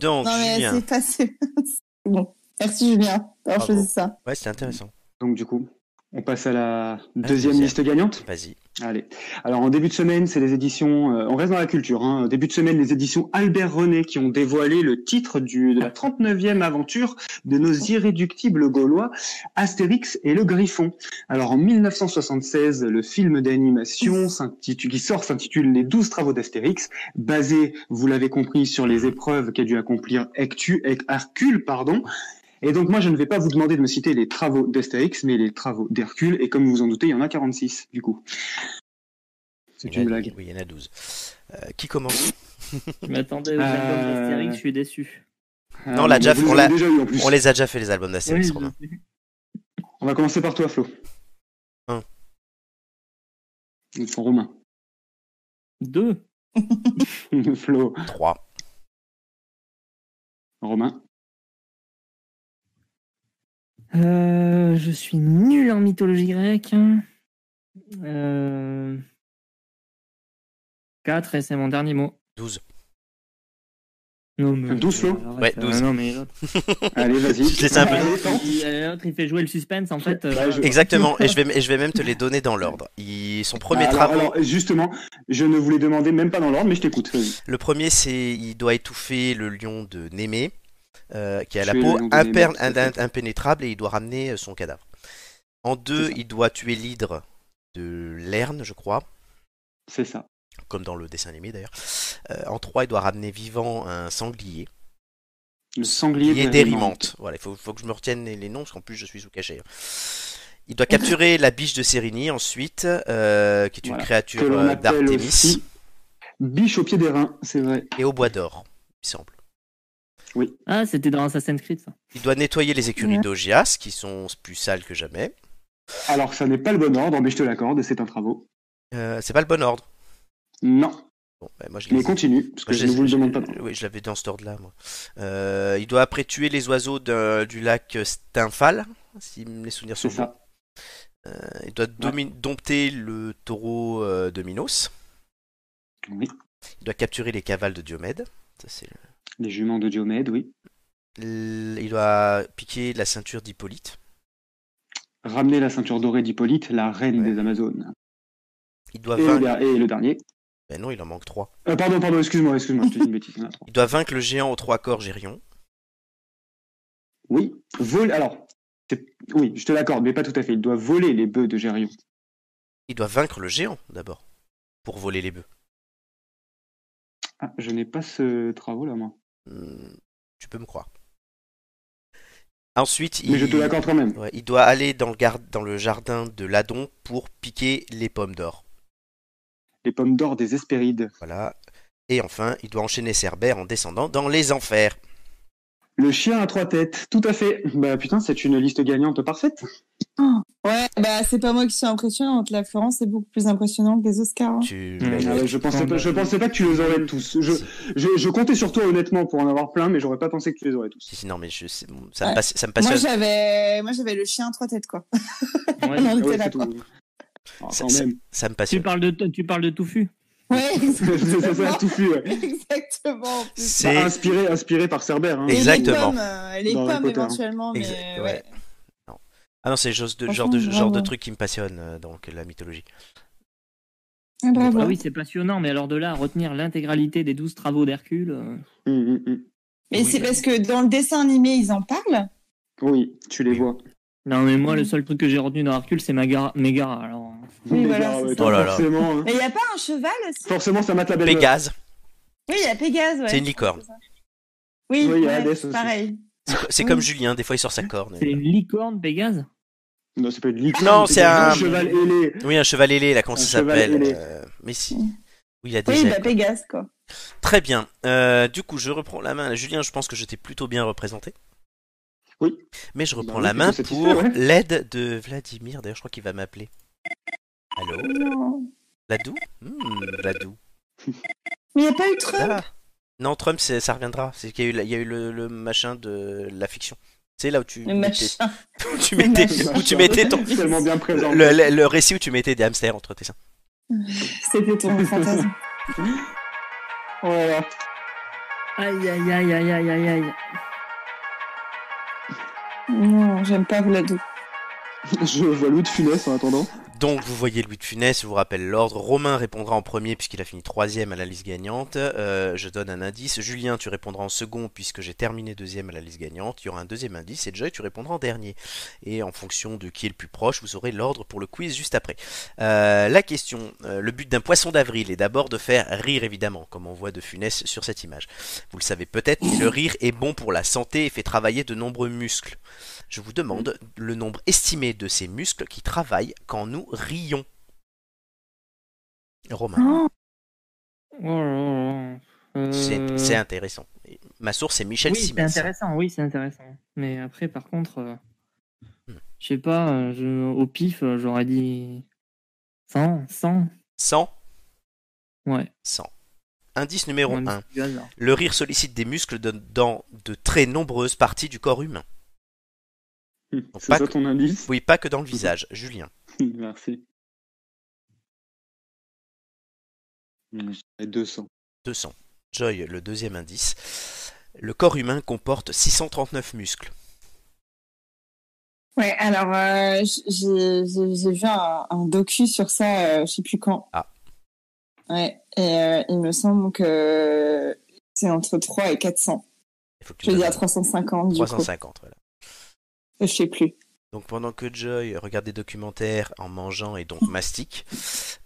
S1: Donc,
S4: Non, mais
S1: Julien.
S4: c'est pas. c'est bon. Merci Julien d'avoir
S1: Bravo.
S4: choisi ça.
S1: Ouais, c'était intéressant.
S3: Donc du coup, on passe à
S4: Ah,
S3: la
S1: deuxième.
S3: deuxième liste gagnante.
S1: Vas-y.
S3: Allez. Alors en début de semaine, c'est les éditions. euh, on reste dans la culture. Hein. Au Début de semaine, les éditions Albert René qui ont dévoilé le titre du, de la 39e aventure de nos irréductibles Gaulois, Astérix et le Griffon. Alors en 1976, le film d'animation s'intitule- qui sort s'intitule Les 12 travaux d'Astérix, basé, vous l'avez compris, sur les épreuves qu'a dû accomplir Ectu, Ec- Hercule, pardon. Et donc moi, je ne vais pas vous demander de me citer les travaux d'Astérix, mais les travaux d'Hercule. Et comme vous vous en doutez, il y en a 46 du coup. C'est
S1: Il y en
S3: une
S1: a-
S3: blague.
S1: Oui, il y en a 12. Euh, qui commence
S2: Je m'attendais aux
S3: Euh,
S2: albums d'Astérix, je suis déçu.
S1: Non,
S3: Ah,
S1: la
S3: mais
S1: Jaff,
S3: vous
S1: on
S3: les avez
S1: l'a-
S3: déjà eu en plus.
S1: On les a déjà fait, les albums
S2: Oui,
S1: d'Astérix,
S2: je
S1: Romain.
S2: sais.
S3: On va commencer par toi, Flo.
S1: Un.
S3: Ils sont romains.
S2: Deux.
S3: Flo,
S1: 3.
S3: Romain.
S2: Euh, je suis nul en mythologie grecque. Euh... Quatre, et c'est mon dernier mot.
S1: 12.
S2: Non, mais...
S3: Douze, Flo
S2: Arrête,
S1: Ouais,
S2: euh,
S1: douze.
S2: non, mais l'autre,
S3: Allez, vas-y.
S1: Je te laisse un peu.
S3: Allez, tente.
S2: il, euh, l'autre, il fait jouer le suspense, en fait. euh,
S3: Ouais, je-
S1: Exactement, et je, vais, et je vais même te les donner dans l'ordre. Il- Son premier
S3: alors,
S1: travail,
S3: alors, justement, je ne vous les demandais même pas dans l'ordre, mais je t'écoute. Euh, Vas-y.
S1: le premier c'est il doit étouffer le lion de Némé, euh, qui a la
S3: Tuer
S1: peau
S3: le lion de Némé,
S1: imper-
S3: tout à fait.
S1: ind- impénétrable, et il doit ramener euh, son cadavre. En deux,
S3: ça.
S1: il doit tuer l'hydre de Lerne, je crois,
S3: C'est ça.
S1: comme dans le dessin animé d'ailleurs. Euh, en trois, il doit ramener vivant un sanglier.
S3: Le sanglier
S1: Il est
S3: de
S1: dérimante. Voilà, il faut, faut que je me retienne les, les noms, parce qu'en plus je suis sous caché. Il doit capturer la biche de Sérénie ensuite, euh, qui est une
S3: Voilà. Que
S1: créature
S3: l'on
S1: euh,
S3: appelle
S1: d'Artémis,
S3: aussi biche au pied des reins, c'est vrai.
S1: et au bois d'or, il semble.
S2: Ah, c'était dans Assassin's Creed, ça.
S1: Il doit nettoyer les écuries
S4: Ouais.
S1: d'Ogias, qui sont plus sales que jamais.
S3: Alors, ça n'est pas le bon ordre, mais je te l'accorde, c'est un travaux.
S1: Euh, c'est pas le bon ordre.
S3: Non,
S1: Bon, bah, moi je
S3: mais
S1: les ai-
S3: continue, parce que
S1: moi,
S3: je ne
S1: les-
S3: vous le demande pas. dans
S1: Oui, je l'avais dans cet ordre-là, moi. Euh, il doit après tuer les oiseaux d'un- du lac Stymphal, si mes souvenirs sont
S3: C'est
S1: bons.
S3: ça.
S1: Euh, il doit domi- dompter le taureau euh, de Minos.
S3: Oui.
S1: Il doit capturer les cavales de Diomède. Ça, c'est le-
S3: Les juments de Diomède, oui.
S1: L- Il doit piquer la ceinture d'Hippolyte.
S3: Ramener la ceinture dorée d'Hippolyte, la reine
S1: Ouais. Euh,
S3: des Amazones.
S1: Il doit
S3: Et le,
S1: vaincre.
S3: der- et le dernier.
S1: Ben non, il en manque trois.
S3: Euh, pardon, pardon, excuse-moi, excuse-moi, je te dis une bêtise. il y en a trois.
S1: Il doit vaincre le géant aux trois corps Gérion.
S3: Oui, vol. Alors, c'est- oui, je te l'accorde, mais pas tout à fait. Il doit voler les bœufs de Gérion.
S1: Il doit vaincre le géant d'abord pour voler les bœufs.
S3: Ah, je n'ai pas ce travaux là, moi.
S1: Hmm, tu peux me croire. Ensuite,
S3: Mais
S1: il...
S3: je te l'accorde quand même.
S1: Ouais, il doit aller dans le, gar- dans le jardin de l'Adon pour piquer les pommes d'or.
S3: Les pommes d'or des Hespérides.
S1: Voilà. Et enfin, il doit enchaîner Cerbère en descendant dans les enfers.
S3: Le chien à trois têtes, tout à fait. Bah putain, c'est une liste gagnante parfaite.
S4: Ouais, bah c'est pas moi qui suis impressionnante. La Florence est beaucoup plus impressionnante que les Oscars. hein.
S1: Tu...
S2: Mmh.
S3: Ah ouais, je pensais pas, je pensais pas que tu les aurais tous. Je, je, je comptais sur toi honnêtement pour en avoir plein, mais j'aurais pas pensé que tu les aurais tous.
S1: Si, si, non, mais je... c'est- ça, me
S4: Ouais.
S1: passe- ça me
S4: Moi
S1: passionne.
S4: j'avais, moi j'avais le chien à trois têtes quoi.
S2: Ouais.
S4: Non,
S3: Ah ouais,
S4: t'es là,
S3: c'est
S4: quoi.
S3: tout. Ah,
S1: Ça-
S3: quand même.
S1: ça me
S2: Tu
S1: passionne.
S2: parles de tu parles de touffu.
S4: Ouais,
S3: c'est ça,
S4: exactement.
S3: tout fut, ouais.
S4: exactement. en plus.
S1: C'est
S3: Bah, inspiré, inspiré par Cerbère. Hein.
S4: Et les
S1: Exactement.
S4: pommes, euh, Les
S3: Dans
S4: pommes,
S3: Harry Potter.
S4: éventuellement, mais euh,
S1: Exa-
S4: ouais.
S1: ouais. Non. Ah non, c'est le genre de, genre
S4: Franchement,
S1: de, genre de
S4: bravo.
S1: truc qui me passionne, euh, donc la mythologie.
S4: Ah, bravo.
S2: Ah oui, c'est passionnant, mais alors de là à retenir l'intégralité des douze travaux d'Hercule. euh,
S3: Hum, hum, hum.
S4: Mais
S1: Oui,
S4: c'est
S1: mais-
S4: parce que dans le dessin animé, ils en parlent.
S3: Oui, tu les
S1: Oui.
S3: vois.
S2: Non mais
S1: Mmh.
S2: moi le seul truc que j'ai retenu dans Hercule c'est Magara- Mégara. Alors
S4: Oui,
S3: Les
S4: voilà,
S3: gars,
S4: c'est
S3: ouais,
S4: ça.
S3: toi,
S1: Oh là là.
S3: Forcément, hein.
S4: Mais il n'y a pas un cheval aussi
S3: forcément, ça mate la belle.
S1: Pégase,
S4: Oui, il y a Pégase. Ouais.
S1: C'est une licorne.
S4: Oui,
S3: Oui, il y a
S4: ouais,
S3: Hadès aussi.
S4: pareil.
S1: c'est co- c'est comme Julien, des fois il sort sa corne.
S2: c'est une licorne Pégase.
S3: Non, c'est pas une licorne.
S1: Non, c'est un-
S3: cheval ailé.
S1: Oui, un cheval ailé, là, comment
S3: Un
S1: ça
S3: cheval
S1: s'appelle
S3: ailé.
S1: euh, Mais si. Oui, il a des
S4: Oui,
S1: ailes,
S4: bah
S1: quoi.
S4: Pégase quoi.
S1: Très bien. Euh, du coup, je reprends la main. Julien, je pense que je t'ai plutôt bien représenté.
S3: Oui. Bah
S1: Mais je reprends
S3: oui,
S1: la
S3: plutôt
S1: main
S3: satisfait,
S1: pour
S3: ouais.
S1: l'aide de Vladimir. D'ailleurs, je crois qu'il va m'appeler. Allô
S4: Non.
S1: Vladou Hmm, Vladou.
S4: Mais il n'y a pas eu Trump.
S1: Ah. Non, Trump, c'est- ça reviendra. C'est qu'il y a eu, la- il y a eu le, le machin de la fiction. C'est là où tu
S4: Le
S1: mettais,
S4: machin.
S1: où tu mettais,
S4: machin.
S1: où tu mettais ton.
S3: Tellement bien présent.
S1: Le, le- le récit où tu mettais des hamsters entre tes seins.
S4: C'était ton fantasme.
S3: Voilà.
S2: Aïe aïe aïe aïe aïe aïe aïe.
S4: Non, j'aime pas Vladou.
S3: Je vois Louis de Funès en attendant.
S1: Donc vous voyez Louis de Funès, je vous rappelle l'ordre. Romain répondra en premier puisqu'il a fini troisième à la liste gagnante. Euh, je donne un indice. Julien, tu répondras en second puisque j'ai terminé deuxième à la liste gagnante. Il y aura un deuxième indice et Joy, tu répondras en dernier. Et en fonction de qui est le plus proche, vous aurez l'ordre pour le quiz juste après. Euh, la question, euh, le but d'un poisson d'avril est d'abord de faire rire évidemment, comme on voit de Funès sur cette image. Vous le savez peut-être, mais le rire est bon pour la santé et fait travailler de nombreux muscles. Je vous demande le nombre estimé de ces muscles qui travaillent quand nous rions. Romain,
S4: Oh,
S2: Oh là là. Euh,
S1: c'est c'est intéressant. Ma source est Michel
S2: oui, c'est
S1: Simès.
S2: intéressant, oui, c'est intéressant. Mais après, par contre, euh,
S1: Hmm.
S2: je sais pas, euh, je- au pif, euh, j'aurais dit 100, 100.
S1: 100
S2: Ouais.
S1: 100. Indice numéro
S2: Ouais, mais
S1: 1.
S2: c'est du hasard.
S1: Le rire sollicite des muscles de- dans de très nombreuses parties du corps humain.
S3: C'est
S1: pas
S3: ça
S1: que-
S3: ton indice
S1: Oui, pas que dans le visage. Julien.
S3: Merci. Hmm, j'avais 200.
S1: 200. Joy, le deuxième indice. Le corps humain comporte 639 muscles.
S4: Ouais, alors euh, j- j'ai j'ai- j'ai vu un, un docu sur ça, euh, je sais plus quand.
S1: Ah.
S4: Ouais, et euh, il me semble que c'est entre 3 et 400.
S1: Il faut que tu
S4: Je vais
S1: me
S4: dire
S1: donnes
S4: 350 du coup.
S1: 350. Voilà.
S4: Je sais plus.
S1: Donc pendant que Joy regarde des documentaires en mangeant et donc mastique,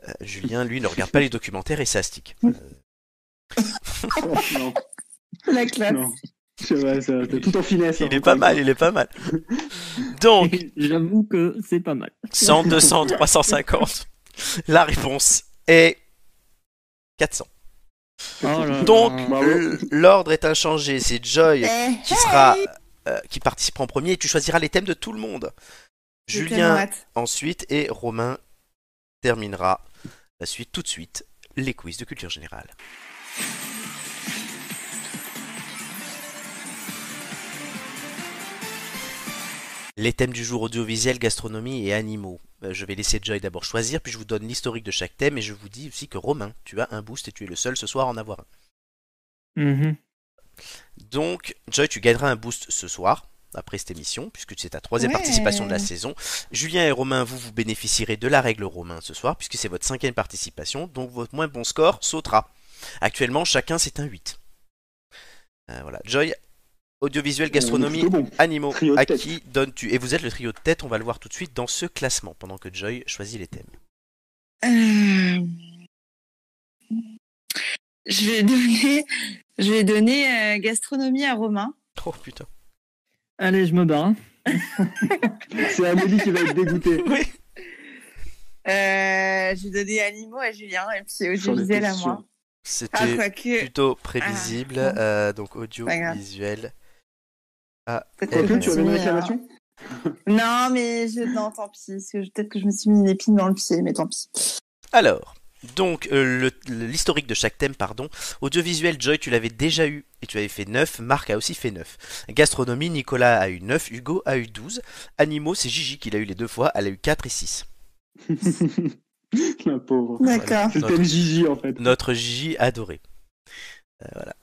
S1: euh, Julien, lui, ne regarde pas les documentaires et s'astique. Euh,
S3: Oh, non,
S4: La classe.
S3: non. C'est vrai, ça, t'es tout en finesse. hein,
S1: il est
S3: encore
S1: pas
S3: une
S1: mal, il est pas mal. Donc,
S2: J'avoue que c'est pas mal.
S1: 100, 200, 350. La réponse est 400.
S2: Oh là
S1: Donc,
S2: là.
S3: Bravo.
S1: l- l'ordre est inchangé. C'est Joy
S4: Eh,
S1: qui sera... euh, qui participera en premier et tu choisiras les thèmes de tout le monde.
S4: j'ai tellement
S1: Julien
S4: hâte.
S1: ensuite et Romain terminera la suite tout de suite, les quiz de culture générale. Les thèmes du jour audiovisuel, gastronomie et animaux. Euh, Je vais laisser Joy d'abord choisir, puis je vous donne l'historique de chaque thème et je vous dis aussi que Romain, tu as un boost et tu es le seul ce soir à en avoir un.
S2: Mhm.
S1: Donc, Joy, tu gagneras un boost ce soir, après cette émission, puisque c'est ta troisième
S4: Ouais.
S1: participation de la saison. Julien et Romain, vous, vous bénéficierez de la règle Romain ce soir, puisque c'est votre cinquième participation, donc votre moins bon score sautera. Actuellement, chacun, c'est un 8. Euh, voilà. Joy, audiovisuel,
S3: fois.
S1: gastronomie,
S3: C'est Euh, bon.
S1: animaux,
S3: Trio de
S1: à
S3: tête.
S1: qui donnes-tu Et vous êtes le trio de tête, on va le voir tout de suite dans ce classement, pendant que Joy choisit les thèmes.
S4: Euh, Je vais donner, je vais donner euh, gastronomie à Romain.
S1: Oh putain.
S2: Allez, je me barre. hein.
S3: C'est Amélie qui va être dégoûtée.
S4: Euh, je vais donner animaux à Julien et puis
S3: J'en étais
S4: audiovisuel à
S3: sûr.
S4: moi. Ah,
S1: C'était
S4: quoique.
S1: plutôt prévisible,
S4: Ah.
S1: euh, donc audio,
S4: Pas grave.
S1: visuel Ah,
S4: Peut-être
S1: eh
S3: Quoique,
S1: ben,
S3: tu
S4: je me suis
S3: avais une
S4: mis,
S3: réclamation
S4: euh, Non, mais je... non, tant pis. parce que je- Peut-être que je me suis mis une épine dans le pied, mais tant pis.
S1: Alors, donc, euh, le- le- l'historique de chaque thème, pardon. Audiovisuel, Joy, tu l'avais déjà eu et tu avais fait 9. Marc a aussi fait 9. Gastronomie, Nicolas a eu 9. Hugo a eu 12. Animaux, c'est Gigi qui l'a eu les deux fois. Elle a eu 4 et 6.
S3: La pauvre.
S4: D'accord.
S3: C'est le thème Gigi, en fait.
S1: Notre Gigi adoré. Euh, voilà.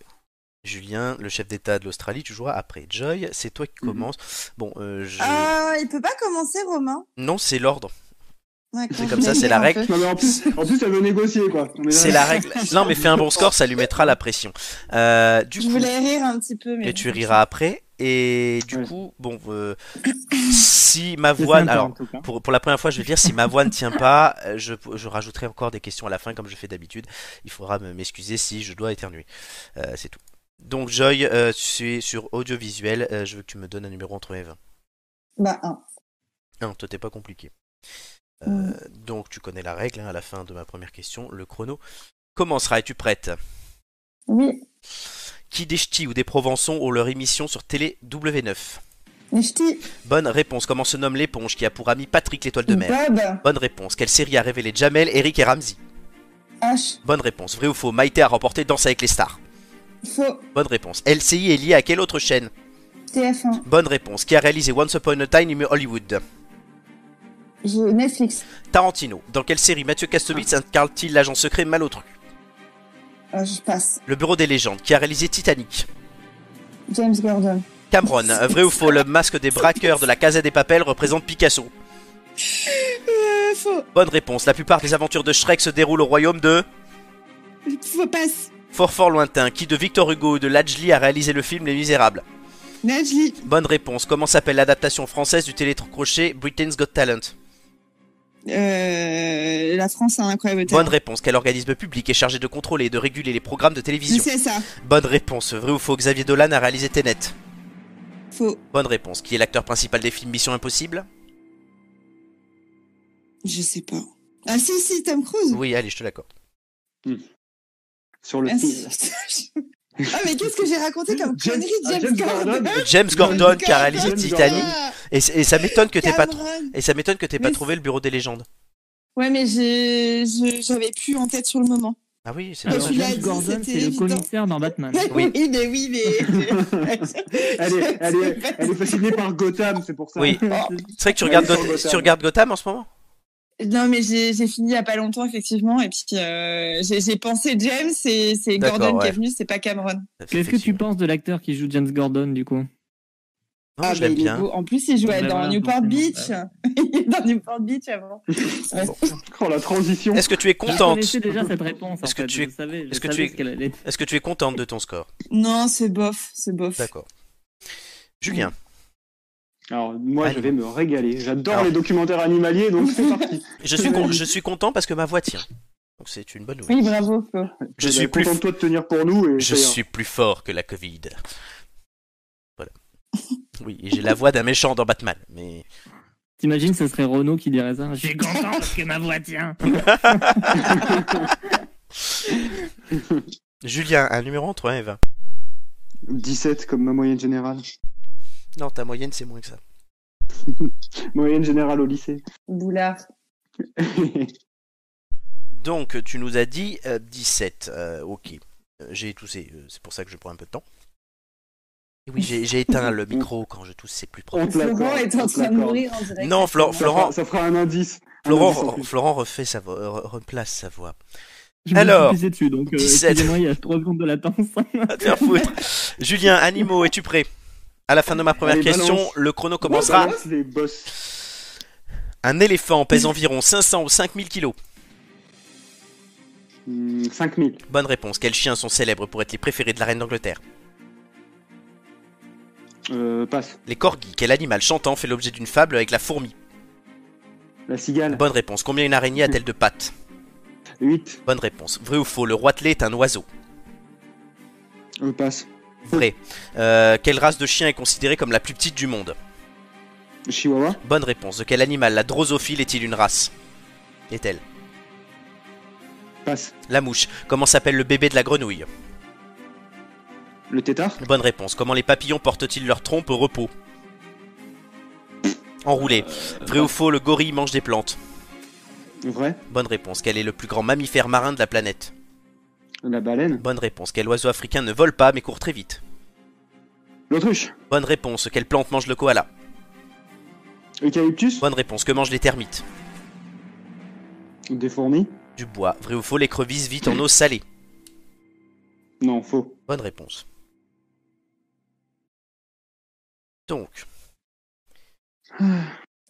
S1: Julien, le chef d'État de l'Australie, tu joueras après. Joy, c'est toi qui
S3: Mhm.
S1: commences. Bon, euh, je...
S4: Ah, il peut pas commencer, Romain.
S1: non, c'est l'ordre.
S4: D'accord.
S1: C'est comme ça, c'est la règle.
S3: Non, mais en plus, en plus, elle veut négocier, quoi. On est
S1: C'est la
S3: là-
S1: règle. Non, mais fais un bon score, ça lui mettra la pression. Euh, du
S4: Je
S1: coup,
S4: voulais rire un petit peu, mais.
S1: et tu riras après. Et du
S3: Ouais.
S1: coup, bon, euh, si ma
S2: C'est
S1: voix,
S2: sympa,
S1: alors
S2: en tout cas.
S1: pour, pour la première fois, je vais dire si ma voix ne tient pas, euh, je, je rajouterai encore des questions à la fin comme je fais d'habitude. Il faudra me- m'excuser si je dois éternuer. Euh, c'est tout. Donc Joy, euh, tu es sur audiovisuel. euh, je veux que tu me donnes un numéro entre 1 et 20.
S4: Bah, un.
S1: Non, toi t'es pas compliqué. Euh,
S4: Mm.
S1: Donc tu connais la règle hein, à la fin de ma première question, le chrono commencera. Es-tu prête
S4: Oui.
S1: Qui des ch'tis ou des Provençons ont leur émission sur Télé W9
S4: Mais je dis,
S1: Bonne réponse. Comment se nomme l'éponge qui a pour ami Patrick l'étoile de mer
S4: Bob,
S1: Bonne réponse. Quelle série a révélé Jamel, Eric et Ramsey
S4: H,
S1: Bonne réponse. Vrai ou faux Maïté a remporté Danse avec les stars.
S4: faux,
S1: Bonne réponse. LCI est liée à quelle autre chaîne
S4: TF1,
S1: Bonne réponse. Qui a réalisé Once Upon a Time in Hollywood
S4: je- Netflix,
S1: Tarantino. Dans quelle série Mathieu Kassovitz incarne-t-il l'agent secret Malotru
S4: Euh, je passe,
S1: Le Bureau des légendes. Qui a réalisé Titanic
S4: James Gordon,
S1: Cameron. Vrai ou faux Le masque des braqueurs de la Casa des Papels représente Picasso.
S4: euh, faux,
S1: Bonne réponse. La plupart des aventures de Shrek se déroulent au royaume de
S4: faux passe,
S1: Fort fort lointain. Qui de Victor Hugo ou de Lajli a réalisé le film Les Misérables
S4: Najli,
S1: Bonne réponse. Comment s'appelle l'adaptation française du télécrochet Britain's Got Talent
S4: euh, la France a un incroyable talent.
S1: Bonne réponse. Quel organisme public est chargé de contrôler et de réguler les programmes de
S4: Je
S1: télévision
S4: sais ça,
S1: Bonne réponse. Vrai ou faux Xavier Dolan a réalisé Tenet
S4: faux,
S1: Bonne réponse. Qui est l'acteur principal des films Mission Impossible
S4: je sais pas. Ah si, si, Tom Cruise
S1: Oui, allez, je te l'accorde.
S3: Sur le
S4: Merci. ah mais qu'est-ce que j'ai raconté comme
S3: James-
S4: connerie,
S3: ah,
S4: James,
S3: James Gordon.
S4: Gordon
S1: James Gordon qui a réalisé
S3: Gordon.
S1: Titanic.
S4: Ah,
S1: Et, c- et ça m'étonne que t'aies pas tr-
S4: Cameron.
S1: et ça m'étonne que t'aies pas
S4: Mais
S1: trouvé le bureau des légendes.
S4: Ouais mais j'ai- je- j'avais plus en tête sur le moment.
S1: Ah oui, c'est
S4: Alors,
S1: dommage.
S4: tu l'as
S2: James
S4: dit,
S2: Gordon,
S4: c'était
S2: c'est le
S4: évident.
S2: commissaire dans Batman.
S1: Oui.
S4: mais oui mais...
S3: Elle est, elle, est, elle est fascinée par Gotham, c'est pour ça.
S1: Oui. C'est vrai que tu regardes, Goth- tu regardes Gotham en ce moment
S4: Non, mais j'ai j'ai fini il y a pas longtemps, effectivement. Et puis, euh, j'ai j'ai pensé James, et c'est
S1: D'accord,
S4: Gordon qui
S1: ouais.
S4: est venu, c'est pas Cameron.
S2: Qu'est-ce que tu penses de l'acteur qui joue James Gordon du coup
S1: Non, Ah, je l'aime
S4: mais il est
S1: bien.
S4: beau. En plus, il jouait
S2: Mais
S4: dans
S2: voilà,
S4: Newport
S2: donc,
S4: Beach. il est dans Newport Beach avant.
S3: Oh, la transition.
S1: Est-ce que tu es
S2: Je
S1: contente
S2: connaissais déjà cette réponse.
S1: Est-ce
S2: en
S1: que
S2: fait,
S1: tu es-
S2: je savais, je
S1: est-ce que
S2: savais
S1: tu es-
S2: ce qu'elle allait être.
S1: Est-ce que tu es contente de ton score
S4: Non, c'est bof, c'est bof.
S1: D'accord. Julien,
S3: Alors, moi, je
S1: Allez.
S3: vais me régaler. J'adore
S1: Alors.
S3: les documentaires animaliers, donc c'est parti.
S1: je suis, con- je suis content parce que ma voix tient. Donc c'est une bonne nouvelle.
S4: Oui, bravo, Flo.
S1: Je
S3: Eh
S1: suis
S3: ben,
S1: plus
S3: content de toi de tenir pour nous. Et
S1: Je
S3: ça ira.
S1: suis plus fort que la Covid. Voilà. Oui, et j'ai la voix d'un méchant dans Batman, mais
S2: T'imagines, ce serait Renault qui dirait ça. Je suis content parce que ma voix tient.
S1: Julien, un numéro entre 1 et 20.
S3: 17 comme ma moyenne générale.
S1: Non, ta moyenne c'est moins que ça.
S3: Moyenne générale au lycée.
S4: Boulard.
S1: Donc tu nous as dit euh, 17. euh, ok. Euh, j'ai toussé, euh, c'est pour ça que je prends un peu de temps. Et oui, j'ai j'ai éteint le micro quand je tousse, c'est plus
S3: On
S1: propre.
S3: te l'accorde,
S4: Florent est
S3: on
S4: en
S3: te
S4: train de
S3: l'accorde.
S4: mourir en direct.
S1: Non, Flo-
S3: Ça
S1: Florent,
S3: fera- Ça fera un indice. Un
S1: Florent,
S3: indice en plus.
S1: Florent refait sa voix, euh, re- replace sa voix.
S2: Je me suis
S1: Alors,
S2: pissé dessus, donc euh,
S1: 17.
S2: excusez-moi, il y a 3 secondes de latence.
S1: Va te faire foutre. Julien, animaux, es-tu prêt À la fin de ma première
S3: Allez,
S1: question,
S3: balance.
S1: le chrono
S3: On
S1: commencera.
S3: balance les boss.
S1: Un éléphant pèse environ 500 ou 5000 kilos.
S3: Hmm, 5000.
S1: Bonne réponse. Quels chiens sont célèbres pour être les préférés de la reine d'Angleterre
S3: Euh, passe.
S1: Les corgis. Quel animal chantant fait l'objet d'une fable avec la fourmi
S3: La cigale.
S1: Bonne réponse. Combien une araignée a-t-elle de pattes
S3: 8.
S1: Bonne réponse. Vrai ou faux Le roitelet est un oiseau.
S3: Euh, passe.
S1: Vrai. Euh, quelle race de chien est considérée comme la plus petite du monde
S3: Chihuahua.
S1: Bonne réponse. De quel animal la drosophile est-il une race Est-elle
S3: Passe.
S1: La mouche. Comment s'appelle le bébé de la grenouille
S3: Le tétard
S1: Bonne réponse. Comment les papillons portent-ils leur trompe au repos Enroulé. Vrai ou faux, le gorille mange des plantes
S3: Vrai
S1: Bonne réponse. Quel est le plus grand mammifère marin de la planète
S3: La baleine
S1: Bonne réponse. Quel oiseau africain ne vole pas mais court très vite
S3: L'autruche
S1: Bonne réponse. Quelle plante mange le koala
S3: Eucalyptus
S1: Bonne réponse. Que mangent les termites
S3: Des fourmis
S1: Du bois. Vrai ou faux, l'écrevisse vit en eau salée
S3: Non, faux.
S1: Bonne réponse. Donc,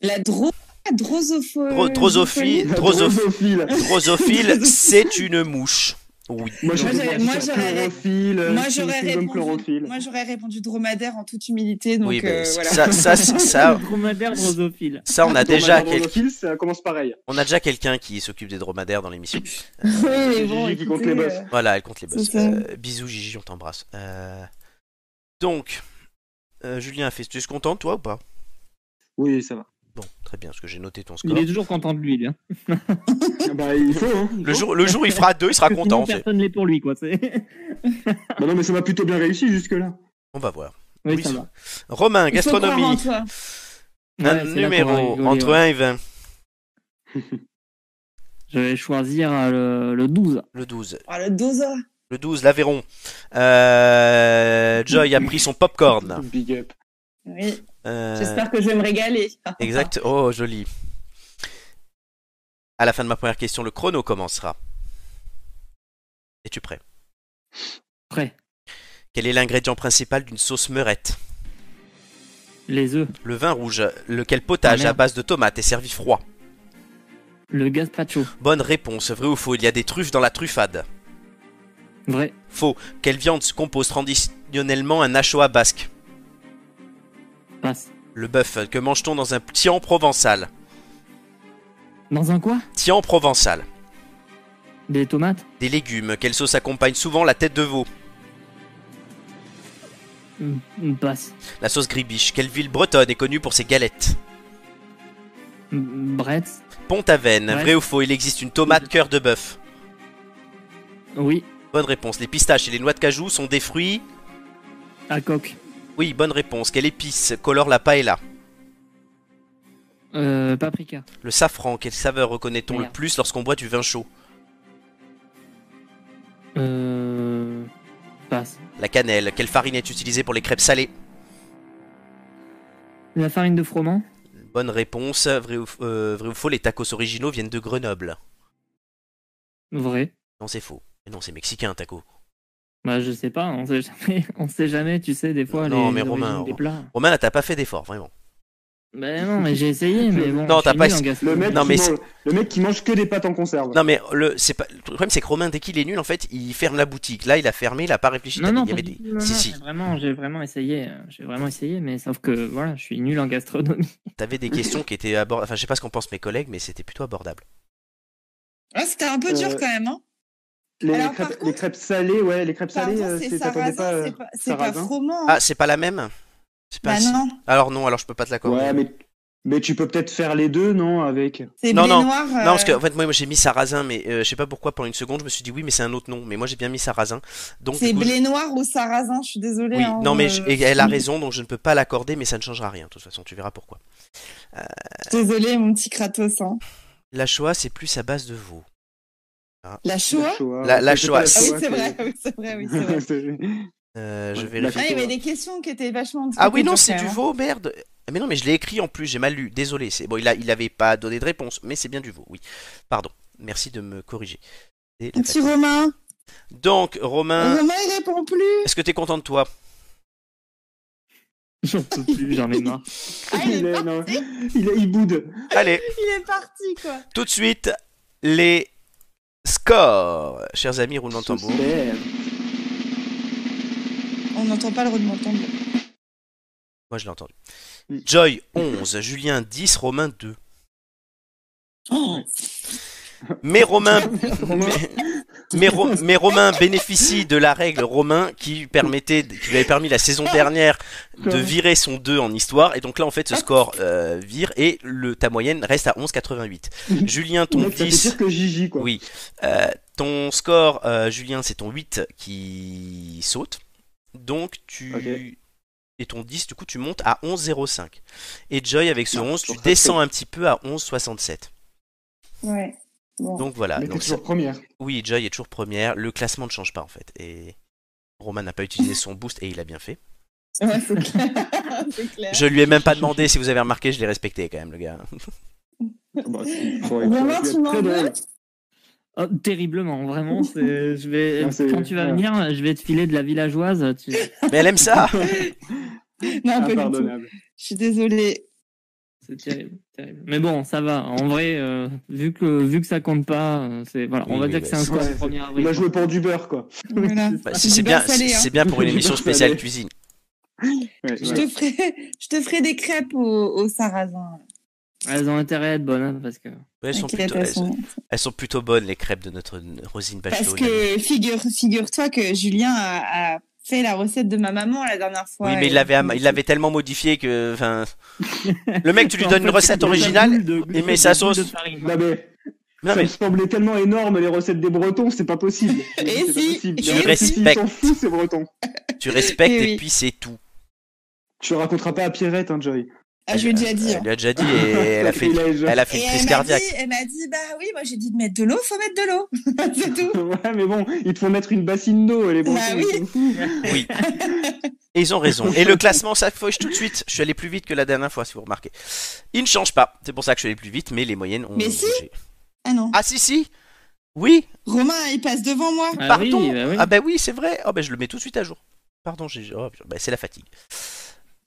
S4: La dro... drosophile.
S1: Dro- drosophile.
S3: La
S1: Drosoph-
S3: drosophile
S1: drosophile, c'est une mouche. Oui.
S3: Moi,
S4: Moi,
S3: j'aurais
S4: j'aurais-
S3: répondu
S4: moi,
S3: sur
S4: j'aurais-
S3: chlorophylle, euh,
S4: Moi j'aurais
S3: Chinchillum
S4: répondu,
S3: chlorophylle.
S4: moi, j'aurais répondu dromadaire en toute humilité. Donc
S1: oui,
S4: euh,
S1: mais
S4: voilà.
S1: ça, ça, c'est- ça,
S2: Dromadaire drosophile.
S1: ça, on a
S3: Dans ma
S1: Ah, déjà
S3: drosophile,
S1: quelqu'un.
S3: ça commence pareil.
S1: On a déjà quelqu'un qui s'occupe des dromadaires dans l'émission.
S4: Oui, mais bon,
S3: Gigi qui compte
S4: écoutez,
S3: les boss.
S4: euh,
S1: Voilà, elle compte les boss.
S4: C'est ça.
S1: Euh, bisous Gigi, on t'embrasse. Euh, Donc, euh, Julien a fait. Tu es content toi ou pas
S3: Oui, ça va.
S1: Bon, très bien, parce que j'ai noté ton score.
S2: Il est toujours content de lui, lui. hein.
S3: bah, il faut, hein.
S1: Le jour, le jour où il fera deux, il sera
S2: Sinon,
S1: content. c'est-
S2: Personne l'est pour lui, quoi. c'est-
S3: Bah, non, mais ça m'a plutôt bien réussi jusque-là.
S1: On va voir.
S2: Oui,
S1: Oui,
S2: ça
S1: c'est-
S2: va.
S1: Romain,
S4: il faut croire en
S1: gastronomie.
S4: toi.
S1: Un
S2: Ouais, c'est là qu'on va
S1: numéro
S2: rigoler,
S1: entre
S2: ouais.
S1: 1 et 20.
S2: Je vais choisir euh, le, le 12.
S1: Le 12.
S4: Ah, le dosa.
S1: Le 12, l'Aveyron. Euh, Joy a pris son popcorn.
S3: Big up.
S4: Oui,
S1: Euh,
S4: j'espère que je vais me régaler.
S1: Exact. Oh, joli. À la fin de ma première question, le chrono commencera. Es-tu prêt
S2: Prêt.
S1: Quel est l'ingrédient principal d'une sauce meurette
S2: Les œufs.
S1: Le vin rouge, lequel potage
S2: Ah, merde.
S1: à base de tomates est servi froid.
S2: Le gazpacho.
S1: Bonne réponse, vrai ou faux, il y a des truffes dans la truffade.
S2: Vrai.
S1: Faux, quelle viande se compose traditionnellement un achoa basque
S2: Passe.
S1: Le bœuf, que mange-t-on dans un tian provençal
S2: Dans un quoi
S1: Tian provençal.
S2: Des tomates
S1: Des légumes, quelle sauce accompagne souvent la tête de veau
S2: Hum, hum, Passe.
S1: La sauce gribiche, quelle ville bretonne est connue pour ses galettes
S2: Hum, Bretz.
S1: Pont-Aven,
S2: Ouais.
S1: vrai ou faux, il existe une tomate cœur de bœuf.
S2: Oui.
S1: Bonne réponse. Les pistaches et les noix de cajou sont des fruits.
S2: À coque.
S1: Oui, bonne réponse. Quelle épice colore la paella
S2: Euh, paprika.
S1: Le safran, quelle saveur reconnaît-on le
S2: Merde.
S1: plus lorsqu'on boit du vin chaud
S2: Euh... Passe.
S1: La cannelle, quelle farine est utilisée pour les crêpes salées
S2: La farine de froment
S1: Bonne réponse. Vrai ou, f- euh, vrai ou faux, les tacos originaux viennent de Grenoble.
S2: Vrai.
S1: Non, c'est faux. Mais non, c'est mexicain, un taco.
S2: Bah je sais pas, on sait jamais, on sait jamais tu sais des fois
S1: Non,
S2: les
S1: mais
S2: origines
S1: Romain,
S2: des plats.
S1: Romain, là, t'as pas fait d'effort, vraiment.
S2: Bah non mais j'ai essayé mais bon.
S1: Non,
S2: je
S1: t'as
S2: suis
S1: pas
S2: nul
S1: essayé.
S2: en gastronomie.
S3: Le mec,
S1: Non, mais
S3: qui mange, le mec qui mange que des pâtes en conserve.
S1: Non, mais le, c'est pas... le problème, c'est que Romain, dès qu'il est nul, en fait, il ferme la boutique. Là, il a fermé, il a pas réfléchi.
S2: Non
S1: T'as-
S2: non,
S1: il y
S2: pas
S1: avait
S2: du
S1: des-
S2: tout, non,
S1: Si,
S2: non,
S1: si.
S2: j'ai Vraiment, j'ai vraiment essayé, euh, j'ai vraiment essayé mais sauf que voilà, je suis nul en gastronomie.
S1: T'avais des questions qui étaient abordables. Enfin, je sais pas ce qu'en pensent mes collègues, mais c'était plutôt abordable.
S4: Ah, c'était un peu dur
S3: Euh,
S4: quand même. Hein.
S3: Les,
S4: Alors,
S3: crêpes,
S4: par
S3: les crêpes salées, ouais, les crêpes salées,
S4: Pardon,
S3: euh,
S4: c'est
S3: c'est- t'attendais
S4: sarrasin,
S3: pas. euh,
S4: c'est pas, c'est pas
S3: sarrasin.
S4: froment. hein.
S1: Ah, c'est pas la même C'est pas
S4: bah
S1: si-
S4: non,
S1: Alors non, alors je peux pas te l'accorder.
S3: Ouais, mais, mais tu peux peut-être faire les deux, non Avec.
S4: c'est euh,
S1: Non,
S4: blé
S1: non.
S4: noir.
S1: Non, parce que en fait, moi moi, j'ai mis sarrasin, mais euh, je sais pas pourquoi pendant une seconde, je me suis dit oui, mais c'est un autre nom. Mais moi j'ai bien mis sarrasin. Donc,
S4: C'est
S1: du coup, je-
S4: blé noir ou sarrasin, je suis désolée.
S1: Oui,
S4: hein,
S1: non, mais
S4: euh,
S1: je- et elle a raison, donc je ne peux pas l'accorder, mais ça ne changera rien. De toute façon, tu verras pourquoi.
S4: Désolée, mon petit Kratos. hein.
S1: La Shoah, c'est plus à base de veau.
S4: La Shoah
S3: Shoah.
S1: La- la
S3: C'est pas
S4: Ah oui,
S1: Shoah,
S4: c'est vrai, oui, c'est vrai, oui, c'est vrai.
S1: Euh, je
S3: Ouais,
S1: vais
S3: la
S4: Ah, il y avait
S3: Shoah.
S4: des questions qui étaient vachement
S1: Ah oui, non,
S4: dures,
S1: c'est
S4: quand
S1: du
S4: même.
S1: veau, merde. Ah, Mais non, mais je l'ai écrit en plus, j'ai mal lu. Désolé. C'est bon, il a, il avait pas donné de réponse, mais c'est bien du veau. Oui. Pardon. Merci de me corriger. Et la
S4: Petit Romain.
S1: fatigue. Donc,
S3: Mhm.
S1: Romain,
S4: Romain, il répond plus.
S1: est-ce que t'es content de toi
S2: J'en peux plus, j'en ai marre.
S4: Ah, il,
S3: Il
S4: est
S3: est-
S4: par-
S3: non, il est- il boude.
S1: Allez.
S4: il est parti, quoi.
S1: Tout de suite, les scores. Chers amis, roulement de tambour.
S3: Super.
S4: On n'entend pas le roulement de tambour.
S1: Moi, je l'ai entendu.
S3: Mm.
S1: Joy 11, Julien 10, Romain 2.
S4: Oh,
S1: Mais Romain,
S3: Romain,
S1: mais Ro- mais Romain bénéficie de la règle Romain qui, permettait, qui lui avait permis la saison dernière de virer son 2 en histoire. Et donc là, en fait, ce score euh, vire et le, ta moyenne reste à 11,88. Julien,
S3: le
S1: ton
S3: mec, ça fait
S1: 10.
S3: pire que Gigi, quoi.
S1: Oui. Euh, ton score, euh, Julien, c'est ton 8 qui saute. Donc tu
S3: Ok.
S1: et ton 10 du coup tu montes à 11,05. Et Joy avec ce
S3: Non,
S1: 11 tu
S3: toujours
S1: descends un petit peu à 11,67.
S4: Ouais. Bon.
S1: Donc voilà.
S3: Mais t'es
S1: Donc,
S3: toujours première.
S1: oui, Joy est toujours première. Le classement ne change pas en fait. Et Roman n'a pas utilisé son boost et il a bien fait.
S4: Ouais, c'est clair. c'est clair.
S1: Euh, Je lui ai même pas demandé si vous avez remarqué, je l'ai respecté quand même le gars.
S3: Bah, tu- faudrait-
S4: Romain,
S3: faudrait-
S4: tu m'en
S3: très euh,
S4: veux
S3: drôle.
S2: Oh, terriblement, vraiment. c'est- Je vais...
S3: Non, c'est-
S2: Quand tu vas
S3: ouais.
S2: venir, je vais te filer de la villageoise. Tu...
S1: Mais elle aime ça.
S3: Ah,
S4: Non, pas du tout.
S3: Impardonnable.
S4: Je suis désolée.
S2: C'est terrible, terrible. Mais bon, ça va. En vrai, euh, vu, que, vu que ça compte pas, euh, c'est... Voilà,
S1: Oui,
S2: on va
S1: oui,
S2: dire
S1: bah,
S2: que c'est un
S3: c'est-
S2: score
S3: ouais,
S2: du 1er avril.
S3: On a joué pour du beurre, quoi.
S4: Voilà.
S1: Bah,
S4: Du
S1: c'est c'est
S4: beurre
S1: bien,
S4: salé, hein.
S1: c'est bien pour une
S3: Du
S1: émission
S3: beurre
S1: spéciale
S3: salé.
S1: cuisine.
S3: Ouais,
S4: Je
S3: ouais.
S4: te ferai, je te ferai des crêpes au, au sarrasin.
S2: Elles ont intérêt à être bonnes, hein, parce que...
S1: Ouais, Elles sont,
S4: T'inquiète,
S1: plutôt,
S4: elles
S1: elles,
S4: sont-
S1: elles sont plutôt bonnes les crêpes de notre Rosine Bachelot.
S4: Parce que figure, figure-toi que Julien a, a fait la recette de ma maman la dernière fois.
S1: Oui, mais il
S4: Et-
S1: l'avait, am- il l'avait tellement modifié que, enfin, le mec, tu lui donnes une recette originale. et mets sa sauce.
S3: Non, mais
S1: Non
S3: ça
S1: mais
S3: me semblait tellement énorme, les recettes des Bretons, c'est pas possible. C'est
S4: Et
S3: pas
S4: si,
S3: possible.
S4: et
S3: Les
S4: si.
S3: recettes, Ils
S1: Respecte.
S3: s'en foutent, ces Bretons.
S1: tu respectes
S4: Eh
S1: et,
S4: oui.
S1: puis c'est tout.
S3: Tu le raconteras pas à Pierrette, hein, Joy.
S4: Ah, je lui ai déjà dit.
S1: Elle lui a déjà dit et elle a fait,
S3: Il déjà-
S1: elle a euh, fait
S4: Et
S1: une
S4: elle
S1: crise
S4: m'a dit,
S1: cardiaque.
S4: elle m'a dit, bah oui, moi j'ai dit de mettre de l'eau, faut mettre de l'eau. c'est tout.
S3: Ouais, mais bon, ils te font mettre une bassine d'eau, les Bretons.
S4: Bah oui.
S3: ils s'en foutent.
S1: Oui. Et ils ont raison. Et le classement s'affoche tout de suite. Je suis allé plus vite que la dernière fois, si vous remarquez. Il ne change pas. C'est pour ça que je suis allé plus vite, mais les moyennes ont
S4: Mais si.
S1: bougé.
S4: Ah non.
S1: Ah si si. Oui.
S4: Romain, il passe devant moi.
S2: Ah oui,
S1: Pardon.
S2: bah oui.
S1: Ah ben oui, c'est vrai. Oh ben je le mets tout de suite à jour. Pardon, j'ai. oh, putain, ben, c'est la fatigue.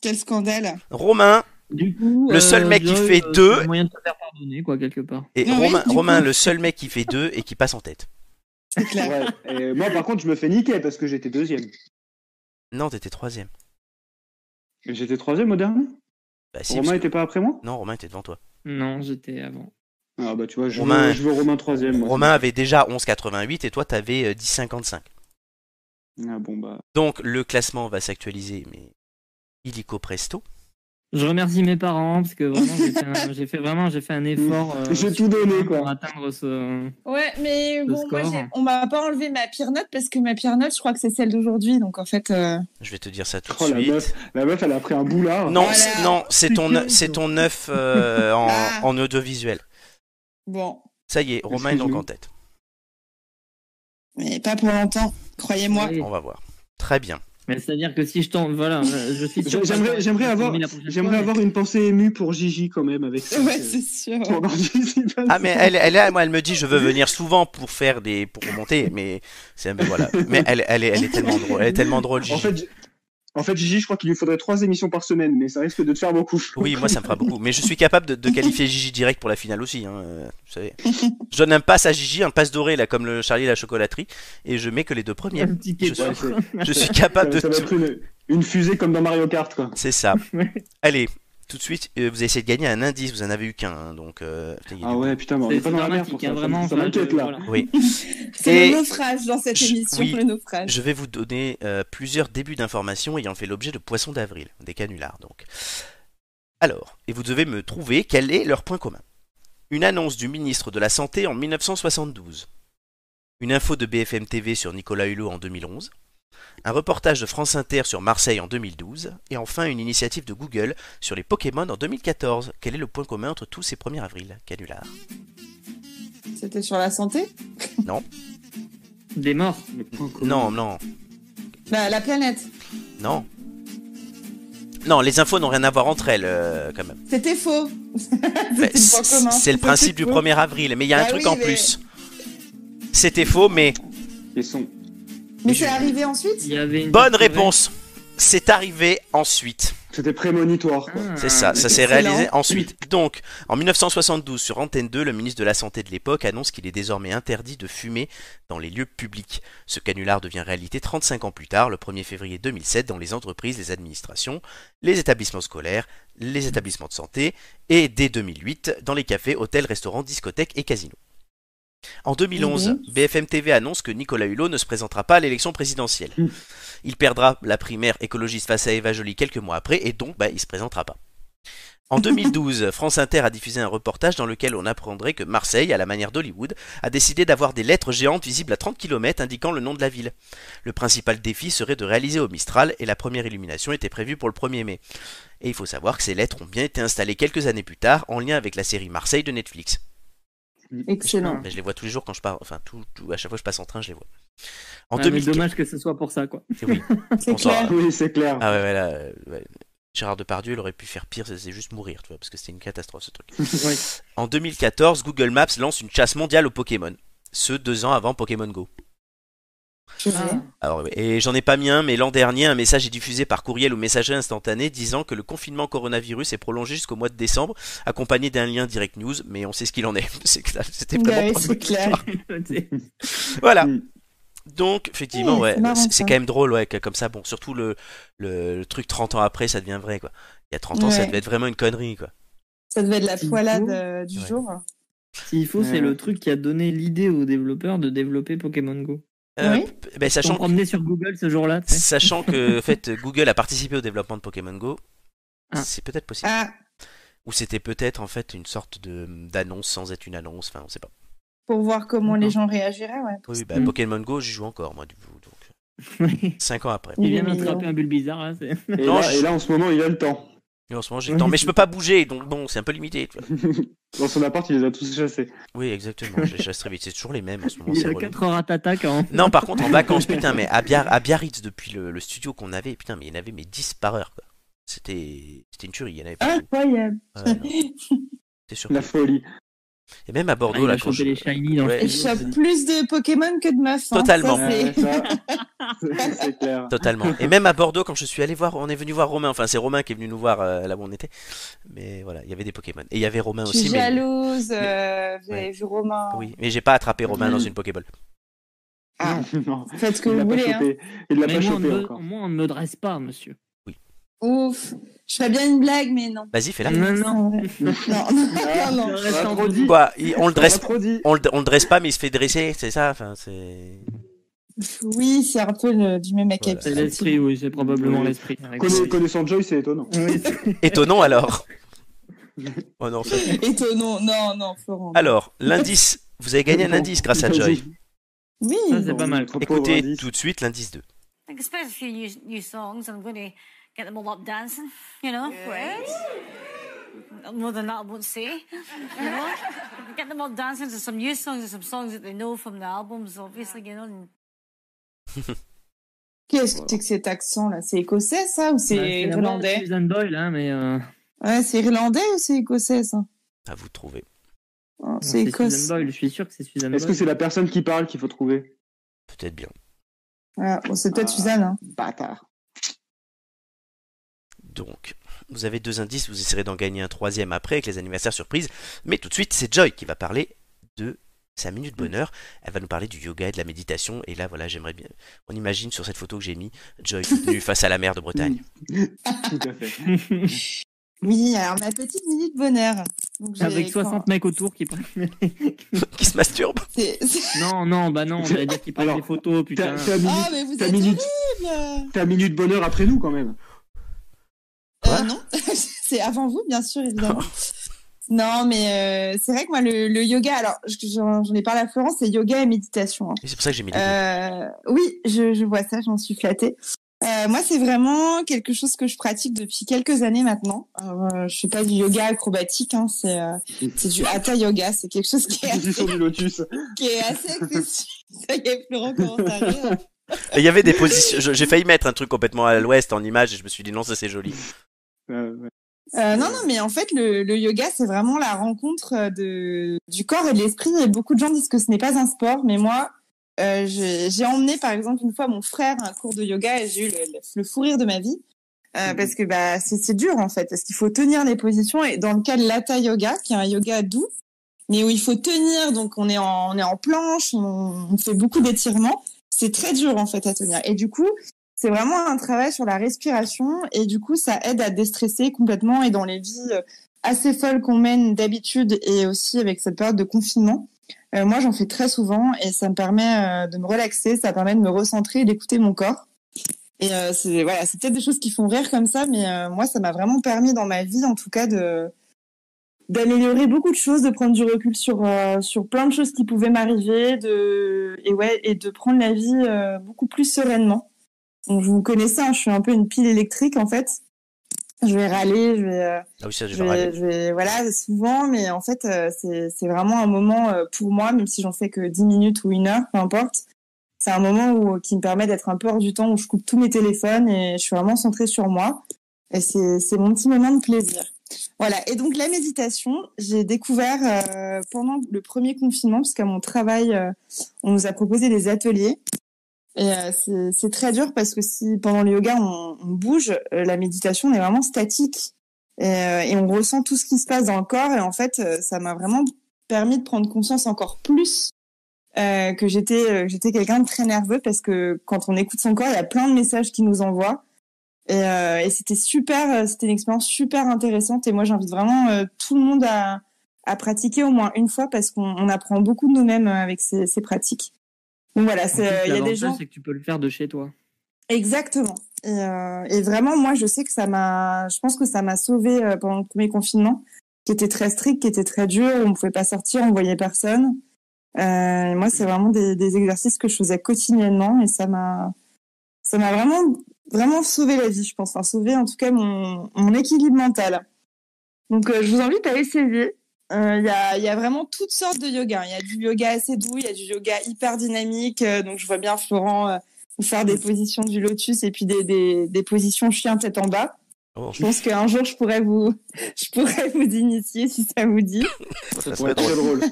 S4: Quel scandale.
S1: Romain
S2: Du coup,
S1: Le seul mec qui
S2: Joy,
S1: fait
S2: euh,
S1: deux-
S2: c'est le moyen de te faire pardonner, quoi, quelque part.
S1: et
S4: Oui,
S1: Romain,
S4: du
S1: Romain
S4: coup.
S1: le seul mec qui fait deux et qui passe en tête.
S4: C'est clair.
S3: Ouais. Et moi, par contre, je me fais niquer parce que j'étais deuxième.
S1: Non, t'étais troisième.
S3: J'étais troisième au dernier
S1: Bah, si,
S3: Romain
S1: parce que-
S3: était pas après moi
S1: Non, Romain était devant toi.
S2: Non, j'étais avant.
S3: Ah bah tu vois, je,
S1: Romain-
S3: veux, je veux Romain troisième. moi.
S1: Romain avait déjà 11,88 et toi t'avais euh, 10,55.
S3: Ah bon bah...
S1: Donc le classement va s'actualiser, mais illico presto.
S2: Je remercie mes parents parce que vraiment j'ai fait, un- j'ai fait vraiment j'ai fait un effort. euh,
S3: J'ai tout donné, quoi.
S2: pour atteindre ce. euh,
S4: Ouais, mais bon, moi,
S2: score.
S4: j'ai- on m'a pas enlevé ma pire note parce que ma pire note, je crois que c'est celle d'aujourd'hui. Donc en fait, euh,
S1: Je vais te dire ça tout
S3: Oh,
S1: de
S3: la
S1: suite.
S3: meuf, la meuf, elle a pris un boulard.
S1: Non,
S4: Voilà.
S1: c'est- non, c'est ton,
S2: Putain.
S1: c'est ton neuf euh, en,
S4: Ah.
S1: en audiovisuel.
S4: bon,
S1: Ça y est, Romain est donc en
S3: Excuse-nous.
S1: tête.
S4: mais pas pour longtemps, croyez-moi.
S2: Oui.
S1: On va voir. Très bien.
S2: Mais c'est à dire que si je tombe, voilà, je je suis. sûr que-
S3: J'a- J'aimerais, j'aimerais avoir,
S2: la prochaine
S3: j'aimerais
S2: fois,
S3: avoir une pensée émue pour Gigi quand même avec euh, ça.
S4: Ouais, c'est sûr.
S3: Son participation.
S1: Ah mais elle, elle, est- moi, elle me dit je veux venir souvent pour faire des, pour remonter, mais c'est mais voilà. Mais elle, elle, est, elle est tellement drôle, elle est tellement drôle.
S3: En
S1: Gigi.
S3: fait, je- en fait, Gigi, je crois qu'il lui faudrait trois émissions par semaine, mais ça risque de te faire beaucoup.
S1: Oui, moi ça me fera beaucoup. Mais je suis capable de, de qualifier Gigi direct pour la finale aussi. Hein, euh, vous savez. Je donne un pass à Gigi, un pass doré là comme le Charlie et la chocolaterie, et je mets que les deux
S2: mais-
S1: premiers.
S2: Un petit
S1: Je
S2: kebab.
S3: Ouais,
S1: suis,
S3: c'est-
S1: je suis capable de
S3: ça va
S1: tout.
S3: être une, une fusée comme dans Mario Kart, quoi.
S1: C'est ça.
S2: Ouais.
S1: Allez, tout de suite, euh, vous avez essayé de gagner un indice, vous en avez eu qu'un, hein, donc. euh, putain, il y a
S3: Ah
S1: du-
S3: ouais, putain, mais on
S2: C'est
S3: est pas dans la merde
S2: dramatique,
S3: pour
S2: hein,
S3: ça.
S2: vraiment.
S3: ça, ça
S2: enfin,
S3: m'inquiète
S2: je-
S3: là.
S2: voilà.
S4: C'est
S1: Et-
S4: le naufrage dans cette
S1: Je-
S4: émission,
S1: oui.
S4: le naufrage.
S1: Je vais vous donner euh, plusieurs débuts d'informations ayant fait l'objet de poissons d'avril, des canulars donc. Alors, et vous devez me trouver quel est leur point commun. Une annonce du ministre de la Santé en 1972. Une info de BFM TV sur Nicolas Hulot en 2011. Un reportage de France Inter sur Marseille en 2012. Et enfin, une initiative de Google sur les Pokémon en 2014. Quel est le point commun entre tous ces 1er avril canulars
S4: C'était sur la santé
S2: Des morts.
S1: Non, non,
S4: Bah, la planète.
S1: non. Non, les infos n'ont rien à voir entre elles, euh, quand même.
S4: C'était faux.
S1: Mais
S4: C'était le point commun.
S1: C'est le principe du
S4: C'était faux.
S1: 1er avril, mais il y a un
S4: Bah
S1: truc
S4: oui,
S1: en
S4: mais-
S1: plus. C'était faux, mais
S3: Ils sont.
S4: Mais
S1: du-
S4: c'est arrivé ensuite
S2: Il y avait une
S1: bonne réponse. C'est arrivé ensuite.
S3: C'était prémonitoire. quoi.
S2: Ah,
S1: C'est ça, ça s'est
S4: excellent.
S1: réalisé ensuite. Donc, en 1972, sur Antenne 2, le ministre de la Santé de l'époque annonce qu'il est désormais interdit de fumer dans les lieux publics. Ce canular devient réalité 35 ans plus tard, le 1er février 2007, dans les entreprises, les administrations, les établissements scolaires, les établissements de santé, et dès 2008, dans les cafés, hôtels, restaurants, discothèques et casinos. En 2011, BFM TV annonce que Nicolas Hulot ne se présentera pas à l'élection présidentielle.
S3: Mmh.
S1: Il perdra la primaire écologiste face à Eva Joly quelques mois après, et donc bah, il se présentera pas. En 2012, France Inter a diffusé un reportage dans lequel on apprendrait que Marseille, à la manière d'Hollywood, a décidé d'avoir des lettres géantes visibles à 30 km indiquant le nom de la ville. Le principal défi serait de réaliser au Mistral et la première illumination était prévue pour le 1er mai. Et il faut savoir que ces lettres ont bien été installées quelques années plus tard en lien avec la série Marseille de Netflix. Mmh.
S4: Excellent.
S1: Mais je les vois tous les jours quand je pars, enfin tout, tout- à chaque fois que je passe en train, je les vois. En
S2: Ah, mais
S1: 2015,
S2: dommage que ce soit pour ça, quoi.
S1: oui.
S4: C'est
S1: On sort,
S4: clair.
S3: Oui, c'est clair.
S1: Ah ouais, ouais, là, euh, ouais. Gérard Depardieu, il aurait pu faire pire, c'est c'est juste mourir, tu vois, parce que c'était une catastrophe ce truc.
S2: Ouais.
S1: En 2014, Google Maps lance une chasse mondiale aux Pokémon. Ce deux ans avant Pokémon Go.
S4: Ah.
S1: Alors, ouais, et j'en ai pas mis un, mais l'an dernier, un message est diffusé par courriel ou messagerie instantanée disant que le confinement coronavirus est prolongé jusqu'au mois de décembre, accompagné d'un lien direct news, mais on sait ce qu'il en est. C'est que là, C'était
S4: Bah
S1: vraiment
S4: oui,
S1: pas
S4: c'est clair.
S2: C'est-
S1: Voilà.
S3: Mm.
S1: Donc, effectivement,
S4: Oui,
S1: ouais,
S4: c'est marrant,
S1: c'est c'est
S4: ça.
S1: quand même drôle, ouais, que comme ça, bon, surtout le, le, le truc 30 ans après, ça devient vrai, quoi. Il y a 30 ans, ça
S4: Ouais.
S1: devait être vraiment une connerie, quoi.
S4: Ça devait être la poilade euh, du
S1: Ouais.
S4: jour.
S2: S'il faut, c'est le truc qui a donné l'idée aux développeurs de développer Pokémon Go.
S1: Euh,
S4: Oui.
S1: p- ben,
S2: Ils sont
S1: sachant,
S2: promenés sur Google ce jour-là. tu sais.
S1: sachant que, en fait, Google a participé au développement de Pokémon Go,
S2: Ah.
S1: c'est peut-être possible.
S4: Ah,
S1: Ou c'était peut-être, en fait, une sorte de d'annonce sans être une annonce, enfin, on sait pas.
S4: pour voir comment les
S2: Non.
S4: gens réagiraient, ouais.
S1: Oui, bah,
S2: Mm.
S1: Pokémon Go, j'y joue encore, moi, du coup. Donc,
S2: Oui.
S1: 5 ans après.
S2: Il
S4: Il est
S2: vient d'attraper
S4: mignon.
S2: un bulle bizarre, là.
S1: Ah,
S2: c'est-
S3: Et,
S1: Non,
S3: là,
S1: je-
S3: et là, en ce moment, il a le temps.
S1: Et en ce moment, j'ai le temps, mais je peux pas bouger, donc bon, c'est un peu limité. tu vois.
S3: Dans son appart, il les a tous chassés.
S1: Oui, exactement, je les chasse très vite. C'est toujours les mêmes en ce moment,
S2: Il
S1: c'est
S2: a
S1: relou.
S2: 4 heures à t'attaquer. Hein.
S1: Non, par contre, en vacances, putain, mais à, Biar- à Biarritz, depuis le, le studio qu'on avait, putain, mais il y en avait mais 10 par heure, quoi. C'était c'était une tuerie, il y en avait pas.
S4: Incroyable.
S2: Ah.
S1: Ouais, non, T'es surpris.
S3: La folie.
S1: Et même à
S2: Ah,
S1: Bordeaux,
S2: il
S1: là,
S2: a
S1: quand je...
S2: chopé les shiny dans
S1: Ouais.
S2: le
S4: Et
S2: studio,
S4: je chope plus de Pokémon que de meufs. hein.
S1: Totalement.
S4: Ça, c'est-
S3: Ouais, Euh, ça, c'est- c'est clair.
S1: Totalement. Et même à Bordeaux, quand je suis allé voir, on est venu voir Romain. Enfin, c'est Romain qui est venu nous voir euh, là où on était. Mais voilà, il y avait des Pokémon. Et il y avait Romain
S4: Je suis
S1: aussi. Mais...
S4: jalouse. euh, Vous avez vu Romain.
S1: Oui, mais j'ai pas attrapé Romain
S2: Mm.
S1: dans une Pokéball.
S4: Ah,
S3: Non,
S4: faites ce que
S3: il
S4: vous
S3: l'a pas
S4: voulez. Hein.
S3: chopé. Il l'a
S2: Mais
S3: pas
S2: moi, on
S3: chopé
S2: me-
S3: encore.
S2: moi, on ne me dresse pas, monsieur.
S4: hein. Ouf. Je ferais bien une blague, mais non.
S1: Vas-y, fais-la.
S2: Non,
S4: Non, non, non, non.
S2: Je reste
S3: Ah,
S2: en
S3: trop
S2: vie.
S3: dit.
S1: Quoi Bah, il- On le dresse
S3: trop dit.
S1: on le, on le dresse pas, mais il se fait dresser, c'est ça Enfin, c'est.
S4: Oui, c'est un peu le- du même acabit.
S2: C'est l'esprit, oui, c'est probablement
S3: Oui.
S2: l'esprit.
S3: Connais- Connaissant Joy, c'est étonnant.
S2: Oui,
S1: Étonnant alors Oh non, ça-
S4: Étonnant. Non, non, Florent.
S1: Alors, l'indice, vous avez gagné un indice grâce à Joy.
S4: Oui.
S2: Ça, c'est pas mal.
S3: Trop pauvre
S1: Écoutez
S3: indice.
S1: tout de suite l'indice 2.
S5: I suppose a few new, new songs. I'm going to get them all up dancing, you know. Great. More than that, I won't say. You know, get them all dancing to some new songs and some songs that they know from the albums, obviously, you know. And
S4: Qu'est-ce que c'est que cet accent là C'est écossais ça ou c'est irlandais
S2: Susan Boyle, hein, mais. euh,
S4: Ouais, c'est irlandais ou c'est écossais ça
S1: À vous de trouver.
S4: Oh, C'est
S2: C'est
S4: écossais.
S2: Susan Boyle, je suis sûr que c'est Susan Boyle.
S3: Est-ce que c'est la personne qui parle qu'il faut trouver
S1: Peut-être bien.
S4: Ah, bon, c'est peut-être
S3: Ah.
S4: Suzanne. Hein.
S3: Bâtard.
S1: Donc, vous avez deux indices, vous essaierez d'en gagner un troisième après avec les anniversaires surprises. Mais tout de suite, c'est Joy qui va parler de sa minute bonheur. Elle va nous parler du yoga et de la méditation. Et là, voilà, j'aimerais bien. On imagine sur cette photo que j'ai mis Joy toute nue face à la mer de Bretagne.
S3: Tout à fait.
S4: Oui, alors ma petite minute bonheur. Donc, j'ai-
S2: Avec 60 mecs autour qui prennent.
S1: qui se masturbe.
S4: C'est- c'est-
S2: non, non, bah non, j'allais dire qu'ils prennent
S3: Alors,
S2: des photos, putain.
S3: Ta, ta minute,
S4: Ah, mais vous
S3: ta
S4: êtes
S3: minute-
S4: horrible
S3: ta minute bonheur après nous, quand même.
S1: Quoi
S4: Euh, non, c'est avant vous, bien sûr, évidemment. non, mais euh, c'est vrai que moi, le, le yoga, alors je- j'en j'en ai parlé à Florence, c'est yoga et méditation. hein.
S1: Et C'est pour ça que j'ai mis les deux.
S4: Euh, oui, je, je vois ça, j'en suis flattée. Euh, moi, c'est vraiment quelque chose que je pratique depuis quelques années maintenant. Euh, je fais pas du yoga acrobatique, hein, c'est euh, c'est du hatha yoga. C'est quelque chose qui est
S3: Ils
S4: assez,
S3: sont du lotus.
S4: qui est assez accessible. Ça hein. y est, Florent commence à rire.
S1: Et Il y avait des positions. je- J'ai failli mettre un truc complètement à l'ouest en image et je me suis dit non, ça c'est joli.
S3: Euh, ouais.
S4: Euh, non, non, mais en fait, le, le yoga, c'est vraiment la rencontre euh, de, du corps et de l'esprit. Et beaucoup de gens disent que ce n'est pas un sport, mais moi, euh, j'ai j'ai emmené par exemple une fois mon frère à un cours de yoga et j'ai eu le, le, le fou rire de ma vie. Euh, parce que bah, c'est c'est dur en fait, parce qu'il faut tenir les positions. Et dans le cas de l'hatha yoga, qui est un yoga doux, mais où il faut tenir, donc on est en, on est en planche, on, on fait beaucoup d'étirements, c'est très dur en fait à tenir. Et du coup, c'est vraiment un travail sur la respiration et du coup ça aide à déstresser complètement et dans les vies euh, assez folles qu'on mène d'habitude et aussi avec cette période de confinement. euh, moi j'en fais très souvent et ça me permet euh, de me relaxer, ça permet de me recentrer et d'écouter mon corps. Et euh, c'est voilà, c'est peut-être des choses qui font rire comme ça, mais euh, moi, ça m'a vraiment permis dans ma vie, en tout cas, de d'améliorer beaucoup de choses, de prendre du recul sur euh, sur plein de choses qui pouvaient m'arriver, de et ouais, et de prendre la vie euh, beaucoup plus sereinement. Donc, je vous connaissez, hein, je suis un peu une pile électrique en fait. Je vais râler, je vais euh,
S1: Ah oui, ça, je
S4: je
S1: vais râler.
S4: vais, je vais- voilà, souvent, mais en fait, euh, c'est c'est vraiment un moment euh, pour moi, même si j'en fais que 10 minutes ou une heure, peu importe. C'est un moment où, qui me permet d'être un peu hors du temps, où je coupe tous mes téléphones et je suis vraiment centrée sur moi. Et c'est c'est mon petit moment de plaisir. Voilà. Et donc, la méditation, j'ai découvert euh, pendant le premier confinement, parce qu'à mon travail, euh, on nous a proposé des ateliers. Et euh, c'est- c'est très dur parce que si pendant le yoga, on, on bouge, euh, la méditation, on est vraiment statique. Et, euh, et on ressent tout ce qui se passe dans le corps. Et en fait, euh, ça m'a vraiment permis de prendre conscience encore plus euh, que j'étais euh, que j'étais quelqu'un de très nerveux parce que quand on écoute son corps, il y a plein de messages qui nous envoient. Et, euh, et c'était super, euh, c'était une expérience super intéressante. Et moi, j'invite vraiment euh, tout le monde à, à pratiquer au moins une fois parce qu'on on apprend beaucoup de nous-mêmes euh, avec ces, ces pratiques. Donc voilà,
S2: En
S4: c'est,
S2: plus,
S4: euh, il y a des
S2: l'avantage,
S4: gens.
S2: c'est que tu peux le faire de chez toi.
S4: Exactement. Et, euh, et vraiment, moi, je sais que ça m'a, je pense que ça m'a sauvé pendant le premier confinement, qui était très strict, qui était très dur, où on pouvait pas sortir, on voyait personne. Euh, et moi, c'est vraiment des, des exercices que je faisais quotidiennement, et ça m'a, ça m'a vraiment, vraiment sauvé la vie, je pense, enfin sauvé en tout cas mon, mon équilibre mental. Donc, euh, je vous invite à essayer. Euh, Il y, a, il y a vraiment toutes sortes de yoga. Il y a du yoga assez doux, il y a du yoga hyper dynamique. euh, donc, je vois bien Florent. euh, ou faire des positions du lotus et puis des, des, des positions chien tête en bas.
S1: Oh,
S4: Je pense qu'un jour, je pourrais vous, je pourrais vous initier si ça vous dit.
S1: ça
S3: Ouais,
S1: serait
S3: très
S1: drôle.
S3: drôle.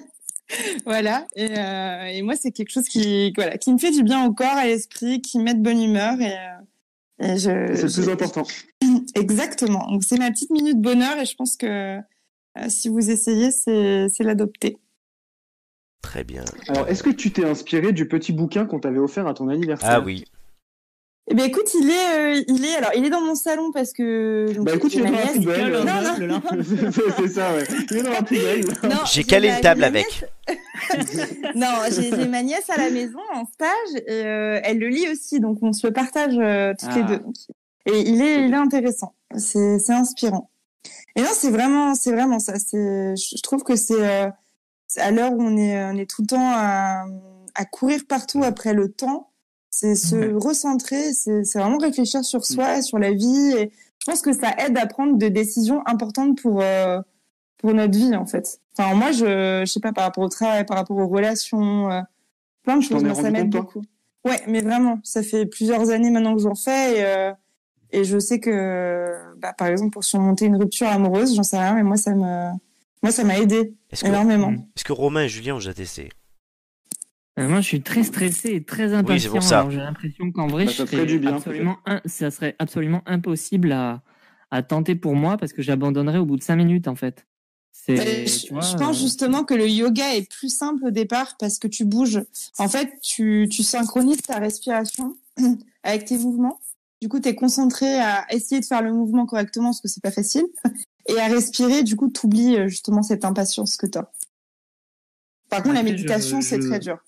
S4: Voilà. Et, euh, et moi, c'est quelque chose qui, voilà, qui me fait du bien au corps, à l'esprit, qui me met de bonne humeur et, euh, et je,
S3: C'est le plus
S4: je-
S3: important.
S4: Exactement. Donc, c'est ma petite minute bonheur et je pense que euh, si vous essayez, c'est, c'est l'adopter.
S1: Très bien.
S3: Alors, est-ce que tu t'es inspiré du petit bouquin qu'on t'avait offert à ton anniversaire
S1: Ah oui.
S4: Eh ben, écoute, il est, euh, il est, alors, il est dans mon salon parce que. donc,
S3: Bah écoute, il est
S4: ma
S3: dans la
S4: nièce-
S3: poubelle.
S4: Non,
S3: C'est-
S4: non.
S3: c'est- hein. C'est ça, ouais. Il est dans la poubelle.
S4: Non,
S1: J'ai calé
S4: ma-
S1: une table
S4: ma
S1: avec.
S4: nièce- Non, j'ai j'ai ma nièce à la maison en stage et euh, elle le lit aussi, donc on se le partage euh, toutes les
S2: Ah.
S4: deux. Et il est, il est intéressant, c'est c'est inspirant. Et non, c'est vraiment, c'est vraiment ça. C'est, je je trouve que c'est euh, c'est à l'heure où on est, on est tout le temps à, à courir partout après le temps. C'est se
S2: Ouais.
S4: recentrer, c'est c'est vraiment réfléchir
S3: Mm.
S4: sur soi, sur la vie. Et je pense que ça aide à prendre des décisions importantes pour euh, pour notre vie en fait. Enfin moi je je sais pas par rapport au travail, par rapport aux relations, euh, plein de
S3: Je t'en
S4: choses.
S3: ai
S4: Moi, ça
S3: rendu
S4: m'aide
S3: compte, toi
S4: beaucoup. Ouais, mais vraiment, ça fait plusieurs années maintenant que j'en fais et, euh, et je sais que bah, par exemple pour surmonter une rupture amoureuse, j'en sais rien, mais moi ça me moi ça m'a aidé
S1: Est-ce que,
S4: énormément.
S2: Mm.
S1: est-ce que Romain et Julien ont déjà testé
S2: Euh, moi, je suis très stressé et très impatient.
S1: Oui, c'est pour ça.
S2: alors j'ai l'impression qu'en vrai,
S3: Bah,
S2: je
S3: ça ferait du
S2: serais
S3: bien,
S2: absolument un- ça serait absolument impossible à, à tenter pour moi parce que j'abandonnerais au bout de 5 minutes, en fait.
S4: Euh,
S2: C'est,
S4: je,
S2: tu vois,
S4: je
S2: euh,
S4: pense justement que le yoga est plus simple au départ parce que tu bouges. En fait, tu, tu synchronises ta respiration avec tes mouvements. Du coup, tu es concentré à essayer de faire le mouvement correctement parce que c'est pas facile. Et à respirer, du coup, tu oublies justement cette impatience que tu as. Par contre, la
S2: Après, je-
S4: méditation, c'est
S2: je-
S4: très dur.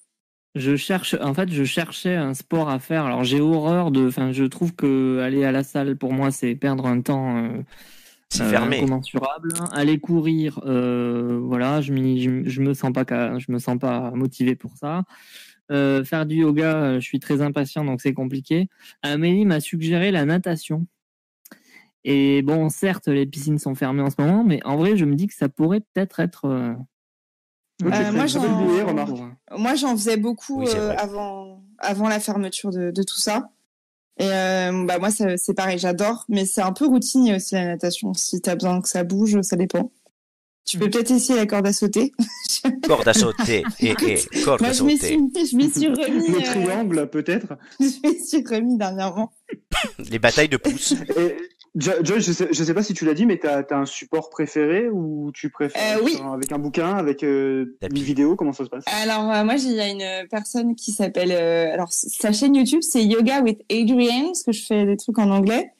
S2: Je cherche, en fait, je cherchais un sport à faire. Alors, j'ai horreur de, enfin, je trouve que aller à la salle pour moi, c'est perdre un temps euh,
S1: C'est
S2: euh,
S1: fermé.
S2: incommensurable. Aller courir, euh, voilà, je, m'y- je, je me sens pas, ca- je me sens pas motivé pour ça. Euh, faire du yoga, euh, je suis très impatient, donc c'est compliqué. Amélie m'a suggéré la natation. Et bon, certes, les piscines sont fermées en ce moment, mais en vrai, je me dis que ça pourrait peut-être être. euh,
S3: Ok,
S4: Euh, moi,
S3: très belle
S4: j'en-
S3: idée, remarque.
S4: Moi, j'en faisais beaucoup
S1: Oui, c'est
S4: euh,
S1: vrai.
S4: avant, avant la fermeture de, de tout ça. Et euh, bah moi, ça- c'est pareil, j'adore, mais c'est un peu routinier aussi la natation. Si t'as besoin que ça bouge, ça dépend. Tu peux peut-être essayer la corde à sauter.
S1: Corde à sauter. Et, et, corde
S4: Moi,
S1: à
S4: je m'y
S1: sauter.
S4: suis, je m'y suis remis.
S3: Le
S4: euh,
S3: triangle, peut-être.
S4: je m'y suis remis dernièrement.
S1: Les batailles de pouces.
S3: Et, Jo- Joy, je sais, je sais pas si tu l'as dit, mais t'as as un support préféré ou tu préfères
S4: Euh, oui.
S3: sur- avec un bouquin, avec euh, une
S1: Tapis.
S3: vidéo, comment ça se passe
S4: Alors euh, moi, j'ai- il y a une personne qui s'appelle. euh, alors sa chaîne YouTube, c'est Yoga with Adrienne, parce que je fais des trucs en anglais.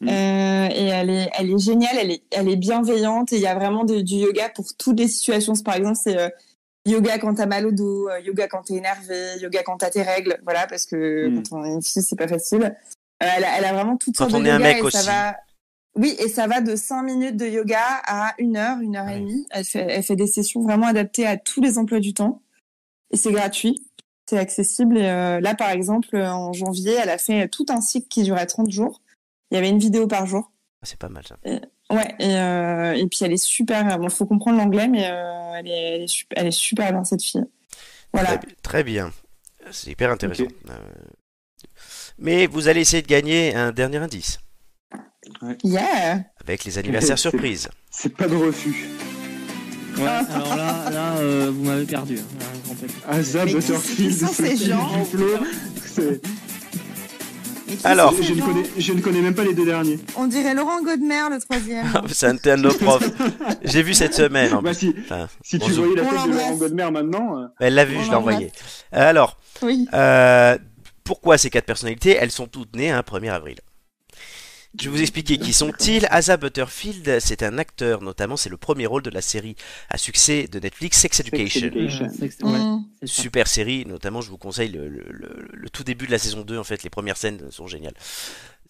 S3: Mhm.
S4: Euh, et elle est, elle est géniale, elle est, elle est bienveillante. Et il y a vraiment de- du yoga pour toutes les situations. Par exemple, c'est euh, yoga quand t'as mal au dos, euh, yoga quand t'es énervé, yoga quand t'as tes règles. Voilà, parce que
S3: Mhm.
S4: quand on est une fille, c'est pas facile. Euh, elle, a, elle a vraiment toutes
S1: Quand
S4: sortes
S1: on
S4: de
S1: est un
S4: yoga
S1: mec
S4: et
S1: aussi.
S4: ça va. Oui, et ça va de 5 minutes de yoga à 1 heure, 1 heure
S1: Ouais.
S4: et demie. Elle fait, elle fait des sessions vraiment adaptées à tous les emplois du temps. Et c'est gratuit, c'est accessible. Et, euh, là, par exemple, en janvier, elle a fait tout un cycle qui durait 30 jours. Il y avait une vidéo par jour.
S1: Ah, C'est pas mal ça.
S4: Ouais, et, euh, et puis elle est super. Bon, faut comprendre l'anglais, mais euh, elle, est, elle, est sup- elle est super bien, cette fille. Voilà.
S1: Très, bi- très bien. C'est hyper intéressant. Euh, Mais vous allez essayer de gagner un dernier indice
S4: Yeah!
S1: avec les anniversaires surprises.
S3: C'est pas de refus.
S2: Ouais, alors là, là euh, vous m'avez perdu. hein, là, complètement.
S3: Azab
S4: Mais qui-
S3: Butterfield.
S4: qui sont ces
S3: Sophie
S4: gens
S3: Duflo, c'est-
S4: Mais qui
S1: Alors.
S4: sont ces
S3: Je ne
S4: gens
S3: connais- je ne connais même pas les deux derniers.
S4: On dirait Laurent Godmer, le troisième.
S1: C'est un de nos profs. J'ai vu cette semaine. En
S3: Bah,
S1: plus.
S3: si,
S1: Putain.
S3: si tu
S1: Eh Bonjour.
S3: voyais la
S4: On
S3: tête de Laurent
S4: l'embrasse.
S3: Godmer maintenant. euh,
S1: Elle l'a vu, je l'ai
S4: Voilà.
S1: envoyé. Alors,
S4: Oui.
S1: Euh, pourquoi ces quatre personnalités Elles sont toutes nées un 1er avril. Je vais vous expliquer qui sont-ils. Asa Butterfield, c'est un acteur, notamment c'est le premier rôle de la série à succès de Netflix Sex Education.
S3: Education. Education.
S2: Euh, c'est que- ouais,
S4: Mm.
S2: c'est ça.
S1: Super série, notamment je vous conseille le, le- le- le tout début de la saison 2, en fait les premières scènes sont géniales.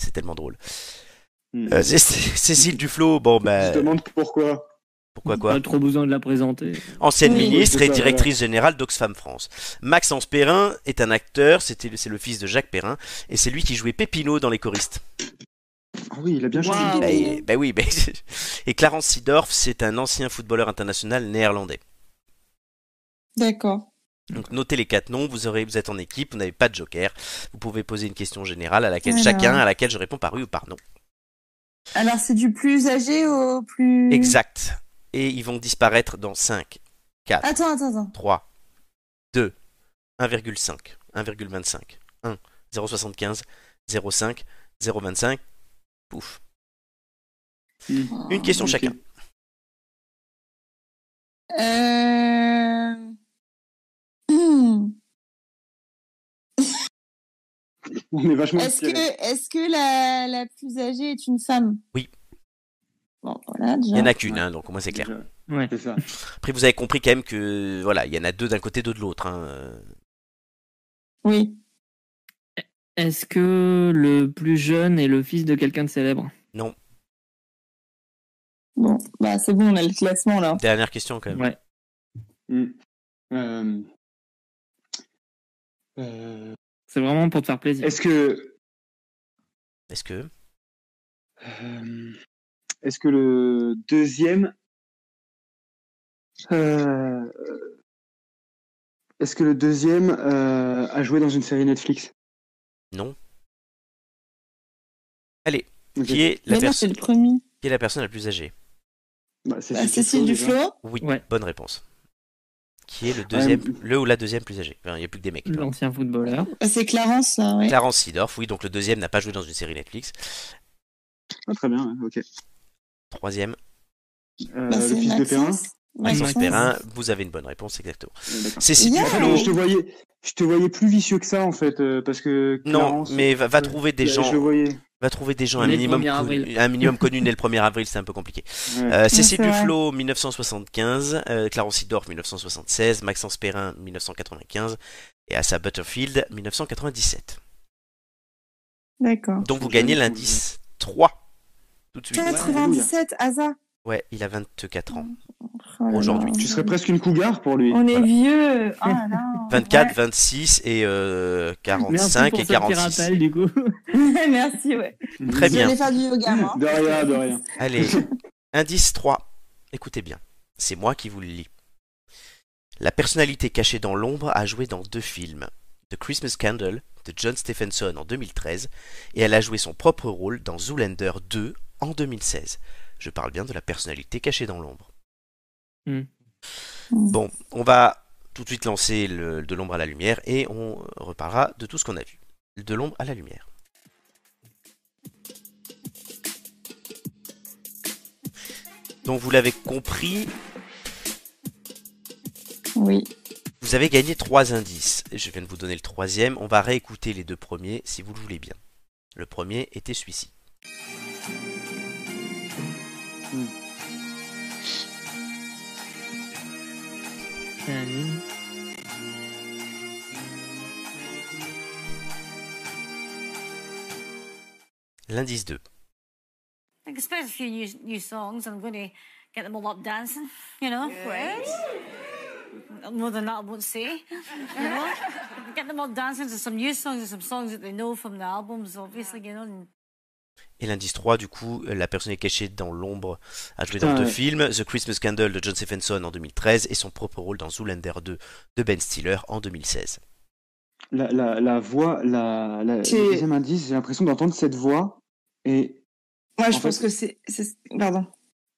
S1: C'est tellement drôle.
S3: hmm.
S1: Euh, Cé- Cé- Cécile Duflo, bon
S3: Je
S1: bah
S3: te demande pourquoi.
S1: pourquoi quoi
S2: Pas trop besoin de la présenter.
S1: Ancienne
S4: Oui.
S1: ministre
S3: Oui,
S1: et
S3: c'est ça,
S1: directrice générale d'Oxfam France. Maxence Perrin est un acteur, c'était- c'est le fils de Jacques Perrin, et c'est lui qui jouait Pépino dans Les Choristes.
S3: Ah oui, il a bien changé.
S4: Oh.
S1: Bah, et- bah oui, bah- et Clarence Seedorf, c'est un ancien footballeur international néerlandais.
S4: D'accord.
S1: Donc notez les quatre noms, vous, aurez, vous êtes en équipe, vous n'avez pas de joker, vous pouvez poser une question générale à laquelle
S4: Alors.
S1: chacun, à laquelle je réponds par oui ou par non.
S4: Alors, c'est du plus âgé au plus.
S1: Exact. Et ils vont disparaître dans 5, 4,
S4: Attends, attends, attends.
S1: 3, 2, 1,5, 1,25, 1, 0,75, 0,5, 0,25. Pouf.
S4: Oh,
S1: Une question
S3: Ok.
S1: chacun.
S4: Euh... hmm.
S3: On est vachement
S4: Est-ce que,
S3: inspiré.
S4: est-ce que la, la plus âgée est une femme
S1: Oui.
S4: Bon, voilà,
S1: Il n'y
S4: déjà.
S1: en a qu'une,
S3: Ouais.
S1: hein, donc au moins c'est clair.
S2: Ouais.
S3: C'est ça.
S1: Après, vous avez compris quand même que voilà, il y en a deux d'un côté, deux de l'autre. hein, euh.
S4: Oui.
S2: Est-ce que le plus jeune est le fils de quelqu'un de célèbre
S4: Bon, bah, c'est bon, on a le classement, là.
S1: Dernière question quand même.
S2: Ouais.
S3: Hmm. Euh, euh,
S2: C'est vraiment pour te faire plaisir.
S3: Est-ce que.
S1: Est-ce que
S3: euh, Est-ce que le deuxième. euh, Est-ce que le deuxième euh, a joué dans une série Netflix
S1: Non. Allez,
S3: Ok.
S1: qui est la,
S4: Mais non, c'est
S1: personne
S4: le premier.
S1: qui est la personne la plus âgée
S3: Bah, c'est
S4: Bah, Cécile
S3: Duflo, déjà.
S4: Duflo.
S1: Oui,
S2: Ouais.
S1: bonne réponse. Qui est le deuxième, le ou la deuxième plus âgée Enfin, Il n'y a plus que des mecs. pardon.
S2: L'ancien footballeur.
S4: Bah, c'est Clarence, là, ouais.
S1: Clarence Seedorf, oui, donc le deuxième n'a pas joué dans une série Netflix.
S3: Ah, très bien, ouais, ok.
S1: Troisième,
S3: Euh,
S4: Bah,
S3: le
S4: c'est
S3: fils de Perrin
S4: Maxence.
S1: Maxence
S4: Maxence.
S1: Perrin, vous avez une bonne réponse, exactement.
S3: Ouais, d'accord.
S1: Cécile
S4: Yeah.
S1: Duflo,
S3: Ah, Je te voyais, je te voyais plus vicieux que ça en fait, euh, parce que
S1: non,
S3: Clarence,
S1: mais va, va
S3: euh,
S1: trouver des
S3: je-
S1: gens,
S3: Je le voyais.
S1: va trouver des gens un
S2: Né le
S1: minimum,
S2: 1er
S1: connu-
S2: avril.
S1: un minimum connu dès le 1er avril, c'est un peu compliqué.
S3: Ouais.
S1: Euh, Cécile
S4: c'est vrai.
S1: Duflo, 1975, euh, Clarence Seedorf, 1976, Maxence Perrin, 1995, et Assa Butterfield, 1997.
S2: Oh,
S4: D'accord.
S1: Donc vous
S3: Je vais
S1: gagnez
S3: le
S1: l'indice 3 tout de suite.
S4: 97, Asa.
S1: Ouais, il a 24 ans.
S4: Oh là là.
S1: Aujourd'hui.
S3: Tu serais presque une cougar pour lui.
S4: On est
S1: Voilà.
S4: vieux. Oh là là.
S1: 24, 26 et euh, 45
S2: Merci
S1: et
S2: pour ce petit
S1: 46.
S2: rappel, du coup.
S4: Ouais. Merci, ouais.
S1: Très bien.
S4: Je vais faire du yoga, moi.
S3: De rien, de rien.
S1: Allez, indice 3. Écoutez bien, c'est moi qui vous le lis. La personnalité cachée dans l'ombre a joué dans deux films. The Christmas Candle de John Stephenson en 2013 et elle a joué son propre rôle dans Zoolander 2 en 2016. Je parle bien de la personnalité cachée dans l'ombre.
S2: Hmm.
S1: Bon, on va tout de suite lancer le- de l'ombre à la lumière et on reparlera de tout ce qu'on a vu. De l'ombre à la lumière. Donc vous l'avez compris,
S4: Oui.
S1: Vous avez gagné trois indices. Je viens de vous donner le troisième. On va réécouter les deux premiers si vous le voulez bien. Le premier était celui-ci.
S2: C'est un hymne.
S1: L'indice 2.
S5: I can spare a few new, new songs and I'm going to get them all up dancing, you know? More than that, I won't say. You know? get them all dancing to some new songs and some songs that they know from the albums, obviously, you know? And
S1: Et l'indice 3, du coup, euh, la personne est cachée dans l'ombre, a joué dans
S3: Ah,
S1: deux
S3: ouais.
S1: films, The Christmas Candle de John Stephenson en 2013 et son propre rôle dans Zoolander 2 de Ben Stiller en 2016.
S3: La, la, la voix, la, la, le
S4: C'est-
S3: deuxième indice, j'ai l'impression d'entendre cette voix. Et
S4: Moi, je
S3: En
S4: pense
S3: fait-
S4: que c'est. c'est- Pardon.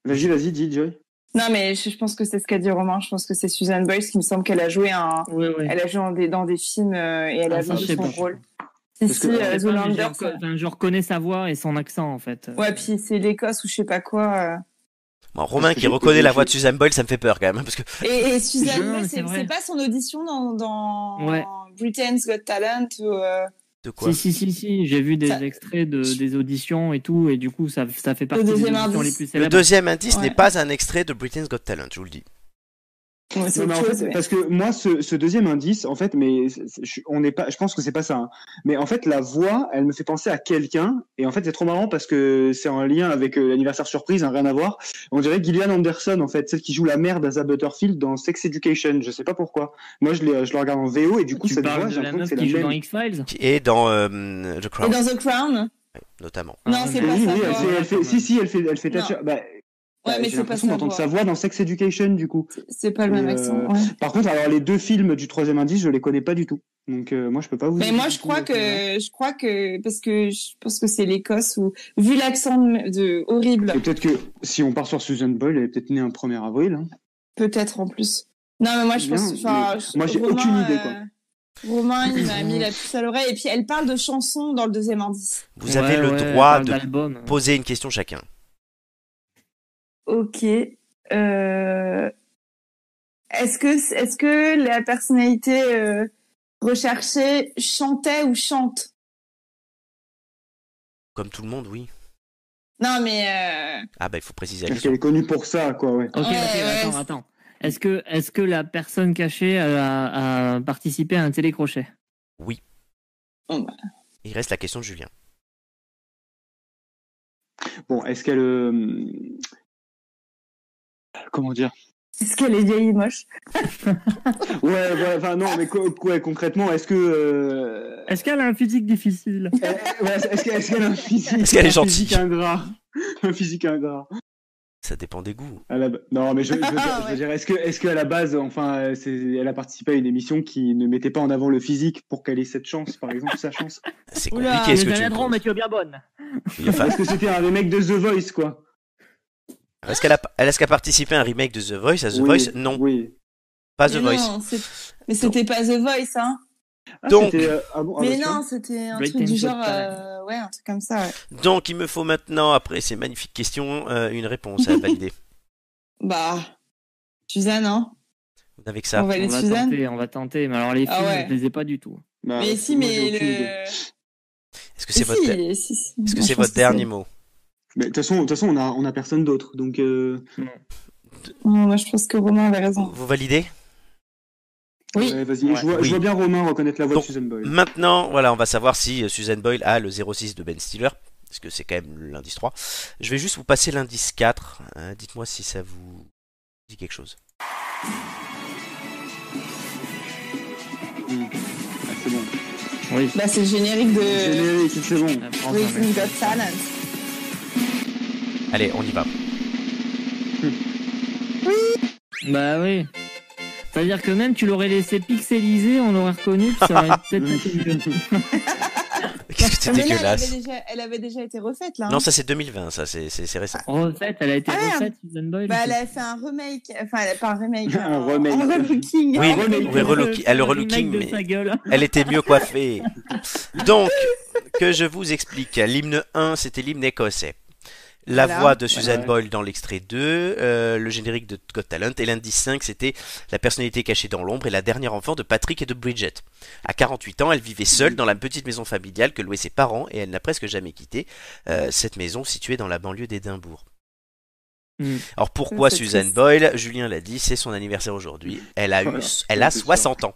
S3: vas-y, vas-y, dis, Joy.
S4: Non, mais je, je pense que c'est ce qu'a dit Romain. Je pense que c'est Susan Boyce qui me semble qu'elle a joué un.
S2: Oui, oui.
S4: Elle a joué dans des, dans des films euh, et elle
S2: Ah,
S4: a
S2: ça, je
S4: joué
S2: sais
S4: son
S2: pas.
S4: rôle. Si,
S3: Parce que-
S4: si,
S3: Je sais
S4: euh,
S2: Je sais pas, mais je,
S4: Zoolander.
S2: reco- enfin, je reconnais sa voix et son accent en fait.
S4: Ouais, puis c'est l'Écosse ou je sais pas quoi. euh.
S1: Bon, Romain
S3: que
S1: qui
S3: j'ai-
S1: reconnaît
S3: j'ai-
S1: la voix de Susan Boyle, ça me fait peur quand même, hein, parce que
S4: Et, et Susan
S2: Je- non, mais
S4: Boyce,
S2: c'est
S4: c'est
S2: vrai.
S4: c'est pas son audition dans, dans
S2: Ouais.
S4: Britain's Got Talent ou. euh,
S1: de quoi
S2: Si, si, si, si, j'ai vu des
S4: Ça-
S2: extraits de, des auditions et tout, et du coup, ça, ça fait partie des
S4: deuxième
S2: auditions les
S4: indice.
S2: plus
S1: Le
S2: célèbres.
S1: deuxième indice
S4: Ouais.
S1: n'est pas un extrait de Britain's Got Talent, je vous le dis.
S4: ouais, c'est
S3: Non, mais
S4: autre
S3: Ah, en fait,
S4: chose, mais-
S3: Parce que moi, ce, ce deuxième indice, en fait, mais c'est- c'est- je, on n'est pas, je pense que c'est pas ça. hein. Mais en fait, la voix, elle me fait penser à quelqu'un. Et en fait, c'est trop marrant parce que c'est en lien avec euh, l'anniversaire surprise, hein, rien à voir. On dirait Gillian Anderson, en fait, celle qui joue la mère d'Asa Butterfield dans Sex Education. Je sais pas pourquoi. Moi, je, l'ai- euh, je le regarde en VO et du coup,
S2: tu
S3: cette voix,
S2: parles
S3: j'ai
S2: de la
S3: l'impression que
S2: meuf
S3: c'est
S2: qui joue
S3: la
S2: dans
S3: même.
S2: X-Files
S1: Qui est dans euh, The
S4: Et
S1: Crown,
S4: dans The Crown
S1: notamment.
S2: Ah,
S4: Non, c'est
S3: Oui,
S4: pas
S3: oui,
S4: sa
S3: elle
S4: voix.
S3: fait, elle fait- si, si, elle fait, elle fait
S4: ben, Non.
S3: Thatcher. Bah, bah, j'ai
S4: mais c'est pas
S3: l'impression
S4: sa
S3: d'entendre
S4: voix.
S3: sa voix dans Sex Education, du coup.
S4: C'est pas le même
S3: Mais,
S4: accent.
S3: euh,
S4: ouais.
S3: Par contre, alors les deux films du troisième indice, je les connais pas du tout. Donc euh, moi, je peux pas vous.
S4: Mais
S3: dire
S4: moi,
S3: du
S4: je
S3: tout,
S4: crois que,
S3: euh,
S4: je crois que, parce que je pense que c'est l'Écosse ou, vu l'accent de, de- horrible,
S3: Et peut-être que si on part sur Susan Boyle, elle est peut-être née un 1er avril. hein.
S4: peut-être en plus. Non, mais moi, je
S3: Bien,
S4: pense, enfin,
S3: mais
S4: je-
S3: moi, j'ai
S4: Romain,
S3: aucune idée, quoi.
S4: euh, Romain, il m'a mis la puce à l'oreille, et puis elle parle de chansons dans le deuxième indice.
S1: Vous avez
S2: Ouais,
S1: le
S2: ouais, elle
S1: droit
S2: parle
S1: de
S2: d'album.
S1: poser une question chacun.
S4: Ok. Euh, est-ce que, est-ce que la personnalité euh, recherchée chantait ou chante
S1: Comme tout le monde, oui.
S4: Non, mais euh,
S1: Ah bah il faut préciser la
S3: Parce
S1: question.
S3: qu'elle est connue pour ça, quoi. Ouais.
S2: Ok, ok,
S4: Ouais,
S2: attends,
S4: ouais.
S2: attends. Est-ce que, est que la personne cachée euh, a, a participé à un télécrochet
S1: Il reste la question de Julien.
S3: Bon, est-ce qu'elle, euh, comment dire
S4: c'est ce qu'elle est vieille et moche.
S3: Ouais, voilà, enfin non, mais quoi, ouais, concrètement, est-ce que, euh,
S2: Est-ce qu'elle a un physique difficile
S3: euh, ouais, est-ce qu'elle est-ce qu'elle a un physique,
S1: Est-ce qu'elle est hein
S3: un physique
S1: gentille
S3: ingrat, un physique ingrat.
S1: Ça dépend des goûts.
S3: À la ba- Non, mais je, je veux dire, je veux
S4: Ah Ouais.
S3: dire, est-ce que, est-ce qu'à la base, enfin, euh, c'est- elle a participé à une émission qui ne mettait pas en avant le physique pour qu'elle ait cette chance, par exemple, sa chance.
S1: C'est
S2: Oula,
S1: compliqué ce
S2: Ah, mais
S1: que
S2: t'as
S1: tu
S2: la
S1: me
S2: drôle,
S1: poses.
S2: mais tu es bien bonne.
S1: Oui, enfin,
S3: Est-ce que c'était un des mecs de The Voice, quoi
S1: Est-ce qu'elle a, est-ce qu'elle a participé à un remake de The Voice à The
S3: Oui,
S1: Voice Non,
S3: Oui.
S1: pas The
S4: mais
S1: Voice.
S4: non, c'est- mais c'était pas The Voice, hein.
S3: Ah,
S1: Donc-
S3: c'était, euh, ah bon, ah,
S4: Mais
S3: bah, tiens.
S4: non, c'était un
S2: Breaking
S4: truc du
S2: the
S4: genre,
S2: time.
S4: euh, ouais, un truc comme ça. ouais.
S1: Donc il me faut maintenant, après ces magnifiques questions, euh, une réponse à valider.
S4: Bah, Suzanne, hein.
S1: Vous n'avez que ça.
S4: On va
S2: On
S4: aller
S2: va
S4: Suzanne.
S2: tenter, on va tenter. Mais alors les films,
S4: Ah ouais.
S2: je ne les ai pas du tout.
S3: Bah,
S4: mais si,
S3: moi,
S4: mais
S3: j'ai aucune idée.
S4: le.
S1: Est-ce que c'est
S4: Mais
S1: votre,
S4: si,
S1: est
S4: si, si.
S1: -ce que
S4: Moi,
S1: c'est
S4: je pense
S1: votre dernier mot
S3: Mais de toute façon, de toute façon, on a, on a personne d'autre, donc. euh,
S4: c'est- Non, moi, je pense que Romain avait raison.
S1: Vous validez
S4: Oui.
S3: ouais, vas-y.
S2: Ouais.
S3: Je, vois, je
S1: Oui.
S3: vois bien Romain reconnaître la voix
S1: Donc-
S3: de Susan Boyle.
S1: Maintenant, voilà, on va savoir si euh, Susan Boyle a le 06 de Ben Stiller, parce que c'est quand même l'indice 3. Je vais juste vous passer l'indice 4. hein, Dites-moi si ça vous dit quelque chose.
S3: Ah, c'est bon.
S2: Oui.
S4: Bah, c'est le générique de
S3: Générique, c'est bon.
S2: La France, hein,
S4: Breaking
S2: mais-
S4: Got Talent.
S1: Allez, on y va.
S2: Bah oui. C'est-à-dire que même tu l'aurais laissé pixeliser, on l'aurait reconnu, puis ça aurait peut-être été mieux.
S1: Qu'est-ce que c'est
S4: Mais là, elle
S1: dégueulasse
S4: avait, déjà, elle avait déjà été refaite, là. hein.
S1: Non, ça c'est 2020, ça c'est c'est- c'est récent.
S2: Refaite, elle a été
S4: Ah merde.
S2: refaite, Susan Boyle.
S4: Bah, elle a fait un remake. Enfin, elle a pas un remake.
S3: Un remake.
S4: Un rebooking.
S1: Oui,
S4: Un
S1: oui,
S4: remake.
S1: relooking- elle a relooking,
S2: remake de
S1: mais-
S2: sa gueule.
S1: Elle était mieux coiffée. Donc, que je vous explique. L'hymne 1, c'était l'hymne écossais. La
S4: Voilà.
S1: voix de Suzanne
S3: Bah Ouais.
S1: Boyle dans l'extrait 2, euh, le générique de God Talent, et l'indice 5, c'était la personnalité cachée dans l'ombre et la dernière enfant de Patrick et de Bridget. À 48 ans, elle vivait seule dans la petite maison familiale que louaient ses parents et elle n'a presque jamais quitté euh, cette maison située dans la banlieue d'Édimbourg.
S3: Hmm.
S2: Mm.
S1: Alors pourquoi
S4: C'est triste.
S1: Suzanne Boyle Julien l'a dit, c'est son anniversaire aujourd'hui. Elle a, eu,
S3: Voilà.
S1: elle a
S3: C'est sûr.
S1: 60 ans.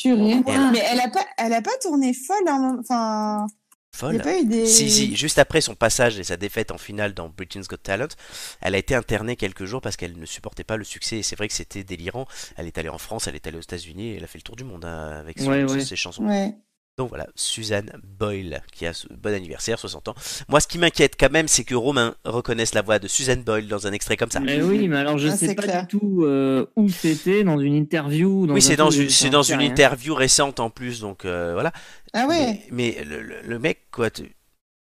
S4: Purée.
S1: Elle-
S4: Mais elle a pas, elle a pas tourné folle, hein. Enfin, Il
S1: folle.
S4: n'y a pas eu des.
S1: Si, si, juste après son passage et sa défaite en finale dans Britain's Got Talent, elle a été internée quelques jours parce qu'elle ne supportait pas le succès. Et c'est vrai que c'était délirant. Elle est allée en France, elle est allée aux États-Unis, et elle a fait le tour du monde hein, avec son-
S2: Ouais, ouais.
S1: ses chansons.
S4: Ouais.
S1: Donc voilà, Suzanne Boyle, qui a ce bon anniversaire, 60 ans. Moi, ce qui m'inquiète quand même, c'est que Romain reconnaisse la voix de Suzanne Boyle dans un extrait comme ça.
S2: Mais Eh oui, mais alors je
S4: Ah,
S2: sais
S4: c'est
S2: pas
S4: clair.
S2: du tout euh, où c'était, dans une interview. Dans
S1: Oui,
S2: un
S1: c'est dans,
S2: truc, hein.
S1: une-
S2: j'en
S1: c'est dans
S2: sais
S1: une
S2: rien.
S1: interview récente en plus, donc euh, voilà.
S4: Ah ouais.
S1: Mais, mais le, le- le mec, quoi, tu-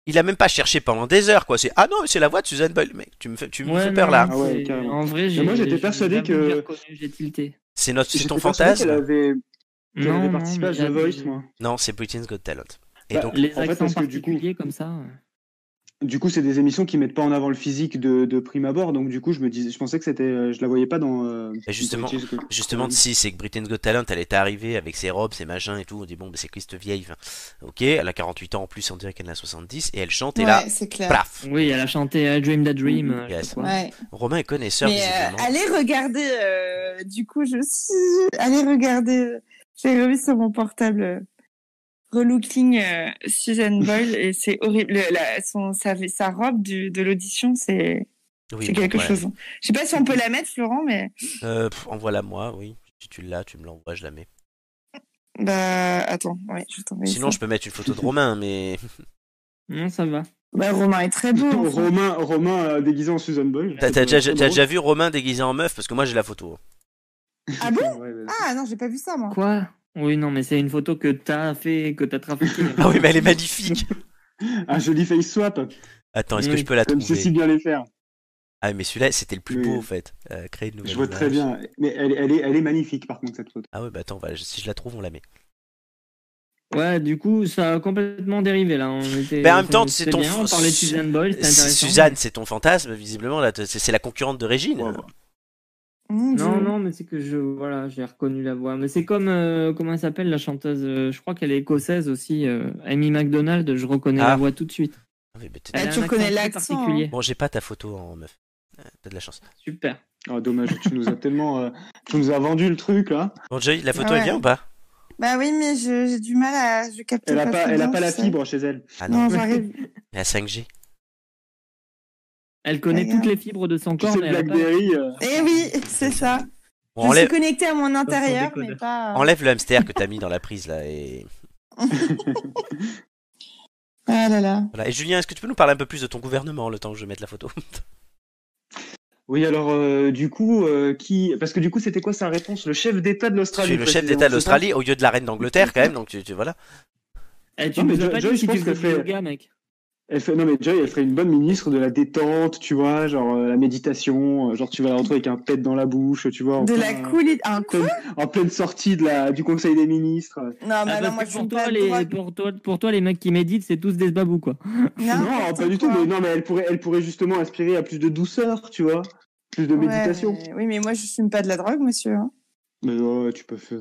S1: il a même pas cherché pendant des heures, quoi. C'est ah non, mais c'est la voix de Suzanne Boyle, mec. Tu me fais, tu me
S2: Ouais,
S1: fais peur
S2: non,
S1: là.
S2: c'est-
S3: Ah ouais, carrément.
S2: En vrai, j'ai.
S3: moi, j'étais
S2: j'ai- j'ai
S3: persuadé
S2: jamais
S3: que-
S2: bien reconnu, J'ai tilté.
S1: C'est notre, c'est ton
S3: J'étais persuadé
S1: fantasme.
S3: qu'elle avait, qu'elle
S2: Non,
S3: avait
S2: non,
S3: participé à
S2: mais
S3: The Voice,
S2: j'avais-
S3: moi.
S1: Non, c'est Britain's Got Talent. Et
S3: Bah,
S1: donc,
S2: Les
S3: En fait,
S2: accents
S3: parce que du coup-
S2: particuliers comme ça.
S3: Du coup, c'est des émissions qui mettent pas en avant le physique de, de prime abord, donc du coup, je me disais, je pensais que c'était, euh, je la voyais pas dans. euh,
S1: justement-
S3: British Got-
S1: justement, si, c'est que Britain's Got Talent, elle était arrivée avec ses robes, ses machins et tout. On dit, bon, bah, c'est qui cette vieille enfin, Ok, elle a 48 ans en plus, on dirait qu'elle en a 70. Et elle chante, et là,
S4: Ouais, c'est clair.
S1: plaf
S2: Oui, elle a chanté euh, Dream That Dream. euh, je
S1: Yes.
S2: sais pas quoi.
S4: Ouais.
S1: Romain est connaisseur,
S4: Mais euh,
S1: visiblement.
S4: allez regarder, euh, du coup, je suis. Allez regarder. euh, J'ai revu sur mon portable euh, relooking euh, Susan Boyle et c'est horrible. Le- la- son, sa, sa robe du- de l'audition, c'est
S1: Oui,
S4: c'est
S1: bon,
S4: quelque
S1: ouais.
S4: chose. hein. Je sais pas si on peut la mettre, Florent, mais
S1: Euh, pff, Envoie-la moi, oui. Si tu l'as, tu me l'envoies, je la mets.
S4: bah attends, ouais, je vais t'envoyer
S1: Sinon,
S4: ça.
S1: je peux mettre une photo de Romain, mais.
S2: Non, ça va.
S4: Bah, Romain est
S2: Ah
S4: très beau. enfin.
S3: Romain, Romain euh, déguisé en Susan Boyle.
S1: T'as t'as
S3: C'est
S1: déjà,
S3: très
S1: t'as
S3: drôle.
S1: déjà vu Romain déguisé en meuf Parce que moi j'ai la photo. hein.
S4: Ah bon
S3: Ouais, ouais.
S4: Ah non, j'ai pas vu ça moi.
S2: Quoi Oui, non, mais c'est une photo que t'as fait, que t'as trafiquée.
S1: Ah oui, mais elle est magnifique
S3: Un joli face swap,
S1: Attends, est-ce que
S2: Oui.
S1: je peux la
S3: comme je sais si
S1: trouver
S3: bien les faire.
S1: Ah, mais celui-là, c'était le plus
S3: Euh, Oui.
S1: beau en fait. Euh, créer une nouvelle
S3: Je vois très
S1: image.
S3: bien, mais elle, elle est, elle est magnifique par contre cette photo.
S1: Ah ouais, bah attends, voilà, si je la trouve, on la met.
S2: Ouais, du coup, ça a complètement dérivé là. On était,
S1: Ben, en même temps,
S2: c'était
S1: c'est ton-
S2: bien, On parlait de Suzanne Boyle, c'était
S1: C'est-
S2: intéressant.
S1: Suzanne, c'est ton fantasme, visiblement. là, t- C'est c'est la concurrente de Régine.
S3: Ouais, ouais.
S4: Mon Dieu.
S2: Non, non, mais c'est que je. Voilà, j'ai reconnu la voix. Mais c'est comme. euh, comment elle s'appelle la chanteuse euh, Je crois qu'elle est écossaise aussi. euh, Amy McDonald, je reconnais
S1: Ah.
S2: la voix tout de suite.
S1: Ah oui, bah, t'es-
S4: Ah,
S2: Elle a
S4: tu
S2: un
S4: reconnais
S2: accent très
S4: l'accent, hein.
S2: particulier.
S1: Bon, j'ai pas ta photo en meuf. Euh, T'as de la chance.
S2: Super.
S3: Ah, dommage, tu nous as tellement, euh, tu nous as vendu le truc là.
S1: Bon, Joy, la photo
S4: Ah ouais.
S1: elle vient ou pas
S4: Bah oui, mais je- j'ai du mal à. Je capte
S3: Elle a
S4: pas
S3: pas,
S4: très
S3: elle a
S4: bien,
S3: pas la
S4: ça.
S3: fibre chez elle.
S1: Ah non,
S4: Non, j'arrive.
S1: mais à 5G.
S2: Elle connaît
S4: Regarde.
S2: toutes les fibres de son
S3: Tu
S2: corps,
S3: sais,
S2: mais elle a pas-
S3: Blackberry. euh,
S4: Eh oui, c'est ça.
S1: Bon,
S4: je
S1: enlève,
S4: suis connectée à mon intérieur,
S2: déconner.
S4: mais pas. euh,
S1: enlève le hamster que t'as mis dans la prise là. Et,
S4: Ah là là.
S1: voilà. et Julien, est-ce que tu peux nous parler un peu plus de ton gouvernement le temps que je mette la photo
S3: Oui, alors euh, du coup, euh, qui, parce que du coup, c'était quoi sa réponse Le chef d'État de
S1: Tu
S3: l'Australie.
S1: es le chef
S3: précisément,
S1: d'État de
S3: c'est ça
S1: l'Australie au lieu de la reine d'angleterre quand même, donc tu, tu- voilà.
S2: Eh, tu
S3: Non, mais
S2: nous as
S3: je-
S2: pas
S3: je-
S2: dit
S3: je
S2: si tu
S3: pense
S2: faisais
S3: que
S2: du
S3: c'est-
S2: yoga, mec.
S3: Elle fait, non mais Joy, elle ferait une bonne ministre de la détente, tu vois, genre euh, la méditation, euh, genre tu vas la retrouver avec un pet dans la bouche, tu vois, en,
S4: De
S3: plein-
S4: la coulisse. Un coup.
S3: en pleine sortie de la, du Conseil des ministres.
S4: Non, mais
S2: Ah,
S4: non,
S2: parce
S4: bah, moi
S2: que
S4: je
S2: pour,
S4: suis
S2: toi,
S4: pas
S2: les,
S4: droite.
S2: pour, toi, pour toi, les mecs qui méditent, c'est tous des babous, quoi.
S3: non, pas du tout, mais non, mais elle pourrait, elle pourrait justement aspirer à plus de douceur, tu vois, plus de
S4: Ouais,
S3: méditation.
S4: mais- Oui, mais moi je fume pas de la drogue, monsieur. hein.
S3: Mais ouais, tu peux faire.